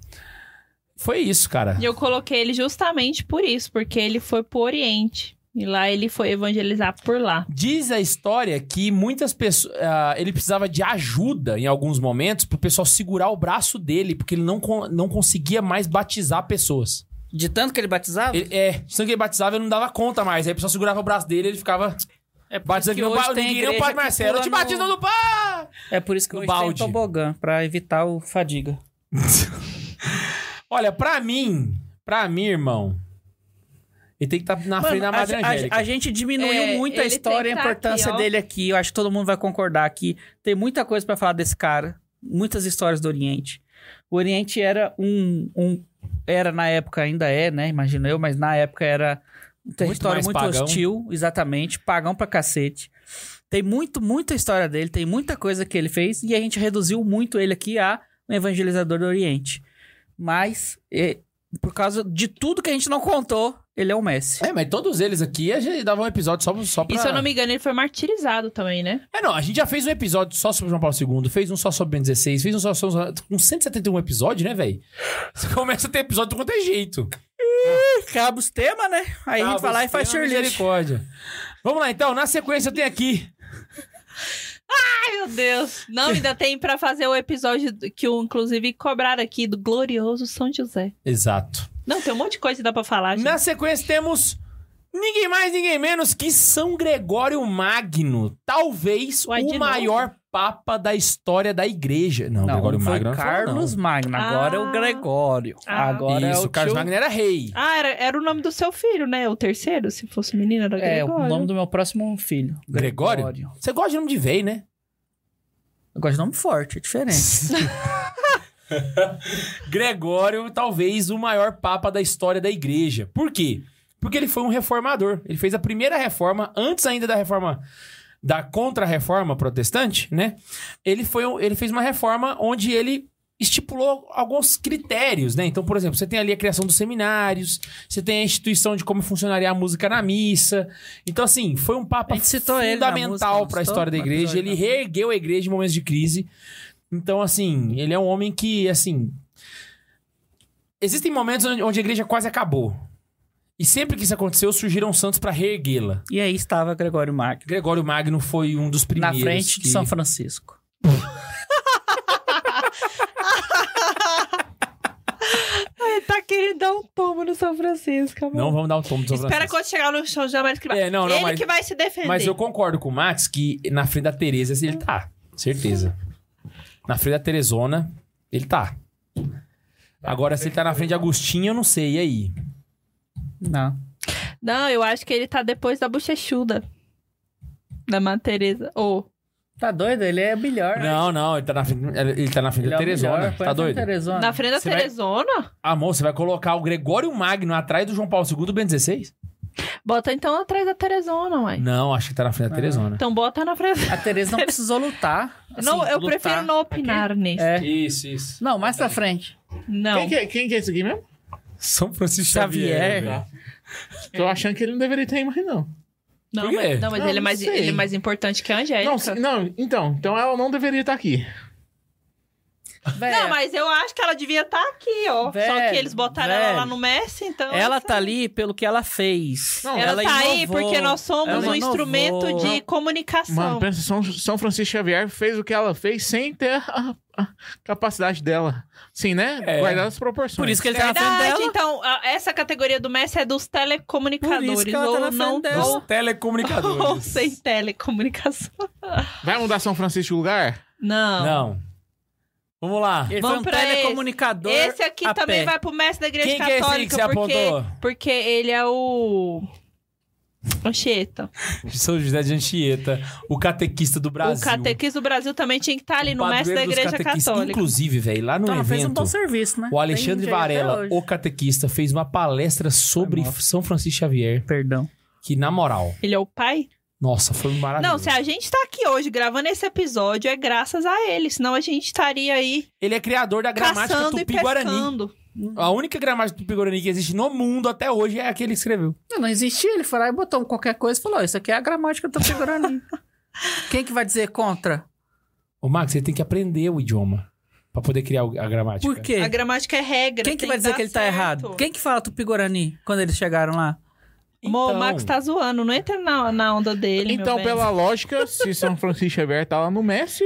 [SPEAKER 1] Foi isso, cara.
[SPEAKER 3] E eu coloquei ele justamente por isso, porque ele foi pro Oriente. E lá ele foi evangelizar por lá.
[SPEAKER 1] Diz a história que muitas pessoas. ah, ele precisava de ajuda em alguns momentos pro pessoal segurar o braço dele, porque ele não, con- não conseguia mais batizar pessoas.
[SPEAKER 2] De tanto que ele batizava?
[SPEAKER 1] Ele, é, senão que ele batizava, ele não dava conta mais. Aí o pessoal segurava o braço dele e ele ficava.
[SPEAKER 2] É por isso
[SPEAKER 1] Batizando
[SPEAKER 2] que
[SPEAKER 1] que não
[SPEAKER 2] hoje
[SPEAKER 1] pa-
[SPEAKER 2] tem
[SPEAKER 1] ninguém, nem o
[SPEAKER 2] igreja
[SPEAKER 1] Padre
[SPEAKER 2] que
[SPEAKER 1] Marcelo. Eu
[SPEAKER 2] pula
[SPEAKER 1] te
[SPEAKER 2] no-
[SPEAKER 1] batizo no pá!
[SPEAKER 2] É por isso que
[SPEAKER 1] No
[SPEAKER 2] hoje
[SPEAKER 1] balde.
[SPEAKER 2] tem tobogã, pra evitar o fadiga.
[SPEAKER 1] Olha, pra mim, pra mim, irmão, ele tem que estar na frente da
[SPEAKER 2] Mano,
[SPEAKER 1] Madre
[SPEAKER 2] a-
[SPEAKER 1] Angélica.
[SPEAKER 2] a, a gente diminuiu
[SPEAKER 3] É,
[SPEAKER 2] muito a
[SPEAKER 3] ele
[SPEAKER 2] história e
[SPEAKER 3] tem
[SPEAKER 2] a
[SPEAKER 3] que tá
[SPEAKER 2] importância
[SPEAKER 3] aqui, ó.
[SPEAKER 2] dele aqui. Eu acho que todo mundo vai concordar que tem muita coisa pra falar desse cara. Muitas histórias do Oriente. O Oriente era um... um- era na época, ainda é, né? Imagino eu, mas na época era um território
[SPEAKER 1] mais
[SPEAKER 2] muito,
[SPEAKER 1] pagão.
[SPEAKER 2] hostil, exatamente. Pagão pra cacete. Tem muito, muita história dele, tem muita coisa que ele fez e a gente reduziu muito ele aqui a um evangelizador do Oriente. Mas, é, por causa de tudo que a gente não contou, ele é o Messi.
[SPEAKER 1] É, mas todos eles aqui a gente dava um episódio só, só pra.
[SPEAKER 3] E se eu não me engano, ele foi martirizado também, né?
[SPEAKER 1] É, não, a gente já fez um episódio só sobre João Paulo II, fez um só sobre Ben 16, fez um só sobre. Com 171 episódios, né, velho? Você começa a ter episódio do quanto é jeito.
[SPEAKER 2] Acaba os temas, né? Aí a gente vai lá e faz
[SPEAKER 1] Tem uma
[SPEAKER 2] cheerleading.
[SPEAKER 1] Misericórdia. Vamos lá, então, na sequência eu tenho aqui.
[SPEAKER 3] Ai, meu Deus. Não, ainda tem pra fazer o episódio do- que o, inclusive, cobraram aqui do glorioso São José.
[SPEAKER 1] Exato.
[SPEAKER 3] Não, tem um monte de coisa que dá pra falar, gente.
[SPEAKER 1] Na sequência temos. Ninguém mais, ninguém menos que São Gregório Magno. Talvez
[SPEAKER 3] Uai, de
[SPEAKER 1] o
[SPEAKER 3] novo?
[SPEAKER 1] maior papa da história da igreja. Não,
[SPEAKER 2] Não,
[SPEAKER 1] Gregório
[SPEAKER 2] foi
[SPEAKER 1] Magno é um não foi,
[SPEAKER 2] Carlos Magno. Agora é
[SPEAKER 3] Ah.
[SPEAKER 2] o Gregório.
[SPEAKER 3] Ah.
[SPEAKER 2] Agora
[SPEAKER 1] não.
[SPEAKER 2] é
[SPEAKER 1] Isso,
[SPEAKER 2] o
[SPEAKER 1] Carlos
[SPEAKER 2] tio...
[SPEAKER 1] Magno era rei.
[SPEAKER 3] Ah, era, era o nome do seu filho, né? O terceiro, se fosse menina, era
[SPEAKER 2] É,
[SPEAKER 3] Gregório.
[SPEAKER 2] o nome do meu próximo filho.
[SPEAKER 1] Gregório? Você gosta de nome de véi, né?
[SPEAKER 2] Eu gosto de nome forte, é diferente.
[SPEAKER 1] Gregório, talvez o maior papa da história da igreja. Por quê? Porque ele foi um reformador. Ele fez a primeira reforma, antes ainda da reforma da contra-reforma protestante, né? Ele, foi, um- ele fez uma reforma onde ele estipulou alguns critérios, né? Então, por exemplo, você tem ali a criação dos seminários, você tem a instituição de como funcionaria a música na missa. Então, assim, foi um
[SPEAKER 2] A
[SPEAKER 1] papa
[SPEAKER 2] gente citou ele na música,
[SPEAKER 1] fundamental
[SPEAKER 2] não
[SPEAKER 1] para a
[SPEAKER 2] citou?
[SPEAKER 1] história da
[SPEAKER 2] No
[SPEAKER 1] igreja.
[SPEAKER 2] episódio
[SPEAKER 1] Ele
[SPEAKER 2] da-
[SPEAKER 1] reergueu a igreja em momentos de crise. Então, assim, ele é um homem que, assim, Existem momentos onde onde a igreja quase acabou. E sempre que isso aconteceu, surgiram santos pra reerguê-la.
[SPEAKER 2] E aí estava Gregório Magno.
[SPEAKER 1] Gregório Magno foi um dos
[SPEAKER 2] Na
[SPEAKER 1] primeiros.
[SPEAKER 2] frente
[SPEAKER 1] que...
[SPEAKER 2] de São Francisco.
[SPEAKER 3] Ele tá querendo dar um tombo no São Francisco, amor.
[SPEAKER 1] Não vamos dar o tom do São
[SPEAKER 3] Espera
[SPEAKER 1] Francisco.
[SPEAKER 3] quando chegar no São José, mas que vai...
[SPEAKER 1] É, não, não,
[SPEAKER 3] ele
[SPEAKER 1] mas-
[SPEAKER 3] que vai se defender.
[SPEAKER 1] Mas eu concordo com o Max que na frente da Tereza ele tá. Certeza. Na frente da Teresona, ele tá. Agora, se ele tá na frente de Agostinho, eu não sei. E aí?
[SPEAKER 2] Não.
[SPEAKER 3] Não, eu acho que ele tá depois da bochechuda. Da Mãe Teresa. Ou.
[SPEAKER 2] Tá doido? Ele é melhor.
[SPEAKER 1] Não, não, ele tá na frente, ele tá na frente
[SPEAKER 2] Ele é
[SPEAKER 1] da
[SPEAKER 2] o
[SPEAKER 1] Teresona.
[SPEAKER 2] melhor. Põe
[SPEAKER 1] Tá
[SPEAKER 2] a
[SPEAKER 1] doido?
[SPEAKER 2] Teresona.
[SPEAKER 3] na frente da
[SPEAKER 1] você vai-
[SPEAKER 3] Teresona?
[SPEAKER 1] Amor, você vai colocar o Gregório Magno atrás do João Paulo II do Ben 16?
[SPEAKER 3] Bota então atrás da Teresona, uai.
[SPEAKER 1] Não, acho que tá na frente da
[SPEAKER 2] Ah.
[SPEAKER 1] Teresona.
[SPEAKER 3] Então bota na frente.
[SPEAKER 2] A Tereza não precisou lutar. assim,
[SPEAKER 3] não, eu
[SPEAKER 2] lutar.
[SPEAKER 3] prefiro não opinar nisso.
[SPEAKER 2] É.
[SPEAKER 1] Isso, isso.
[SPEAKER 2] Não, mais pra frente.
[SPEAKER 3] Não.
[SPEAKER 4] Quem que, é- quem que é esse aqui mesmo?
[SPEAKER 1] São Francisco
[SPEAKER 2] Xavier.
[SPEAKER 1] velho.
[SPEAKER 4] Tô achando que ele não deveria ter mais, não.
[SPEAKER 1] Por
[SPEAKER 3] Não,
[SPEAKER 1] quê?
[SPEAKER 3] mas, não, mas
[SPEAKER 4] Ah,
[SPEAKER 3] ele, é
[SPEAKER 4] não
[SPEAKER 3] mais,
[SPEAKER 4] sei.
[SPEAKER 3] ele é mais importante que a Angélica.
[SPEAKER 4] Não, se- não, então. Então ela não deveria estar aqui.
[SPEAKER 2] Véia,
[SPEAKER 3] Não, mas eu acho que ela devia estar aqui, ó. Só
[SPEAKER 2] É. Velho,
[SPEAKER 3] que eles botaram ela lá
[SPEAKER 2] velho.
[SPEAKER 3] no Messi, então.
[SPEAKER 2] ela tá ali pelo que ela fez.
[SPEAKER 4] Não,
[SPEAKER 3] Ela, tá aí
[SPEAKER 2] inovou.
[SPEAKER 3] porque nós somos
[SPEAKER 2] Ela
[SPEAKER 3] um
[SPEAKER 2] inovou.
[SPEAKER 3] instrumento de
[SPEAKER 4] Mano,
[SPEAKER 3] comunicação.
[SPEAKER 4] pensa, São, São Francisco Xavier fez o que ela fez sem ter a, a capacidade dela. Sim, né?
[SPEAKER 1] É.
[SPEAKER 4] Guardar as proporções.
[SPEAKER 2] Por isso que ele tá na frente
[SPEAKER 3] Verdade,
[SPEAKER 2] dela.
[SPEAKER 3] então, a- essa categoria do Messi é dos telecomunicadores.
[SPEAKER 2] Por isso que ela tá
[SPEAKER 3] ou
[SPEAKER 2] na frente
[SPEAKER 3] não
[SPEAKER 2] dela.
[SPEAKER 1] Dos
[SPEAKER 3] ou- ou
[SPEAKER 1] telecomunicadores.
[SPEAKER 3] sem telecomunicação.
[SPEAKER 4] Vai mudar São Francisco de lugar?
[SPEAKER 3] Não.
[SPEAKER 1] Não. Vamos lá.
[SPEAKER 2] Ele
[SPEAKER 3] Vamos
[SPEAKER 2] foi um
[SPEAKER 3] pra esse.
[SPEAKER 2] telecomunicador.
[SPEAKER 3] Esse aqui
[SPEAKER 2] a
[SPEAKER 3] também
[SPEAKER 2] pé.
[SPEAKER 3] vai pro mestre da igreja
[SPEAKER 1] Quem que é esse aí
[SPEAKER 3] católica,
[SPEAKER 1] que você
[SPEAKER 3] porque,
[SPEAKER 1] apontou?
[SPEAKER 3] porque ele é o. Anchieta.
[SPEAKER 1] São José de Anchieta, o catequista do Brasil.
[SPEAKER 3] O catequista do Brasil também tinha que estar ali no
[SPEAKER 1] padroeiro
[SPEAKER 3] mestre da
[SPEAKER 1] dos
[SPEAKER 3] igreja
[SPEAKER 1] catequistas.
[SPEAKER 3] católica.
[SPEAKER 1] Inclusive, velho, lá no
[SPEAKER 2] Então, ela fez um
[SPEAKER 1] evento,
[SPEAKER 2] bom serviço, né?
[SPEAKER 1] o Alexandre
[SPEAKER 2] Tem gente aí até
[SPEAKER 1] Varela,
[SPEAKER 2] hoje.
[SPEAKER 1] o catequista, fez uma palestra sobre
[SPEAKER 2] Foi mal.
[SPEAKER 1] São Francisco Xavier,
[SPEAKER 2] Perdão.
[SPEAKER 1] que, na moral,
[SPEAKER 3] Ele é o pai?
[SPEAKER 1] nossa, foi um maravilhoso.
[SPEAKER 3] Não, se a gente tá aqui hoje gravando esse episódio, é graças a ele. Senão a gente estaria aí
[SPEAKER 1] Ele é criador da gramática
[SPEAKER 3] caçando e
[SPEAKER 1] tupi-guarani.
[SPEAKER 3] pescando.
[SPEAKER 1] A única gramática tupi-guarani que existe no mundo até hoje é a que ele escreveu.
[SPEAKER 2] Não, não existia. Ele foi lá e botou qualquer coisa e falou: "Ó, Isso aqui é a gramática do Guarani. Quem que vai dizer contra?
[SPEAKER 1] Ô, Max, você tem que aprender o idioma pra poder criar o- a gramática.
[SPEAKER 2] Por quê?
[SPEAKER 3] A gramática é regra.
[SPEAKER 2] Quem que
[SPEAKER 3] tem
[SPEAKER 2] vai dizer
[SPEAKER 3] dar
[SPEAKER 2] que ele tá
[SPEAKER 3] certo.
[SPEAKER 2] errado? Quem que fala Tupi-Guarani quando eles chegaram lá?
[SPEAKER 3] Mo,
[SPEAKER 1] Então.
[SPEAKER 3] o Max tá zoando, não entra na, na onda dele. meu
[SPEAKER 4] então,
[SPEAKER 3] bem.
[SPEAKER 4] pela lógica, se São Francisco Xavier tá lá no Messi,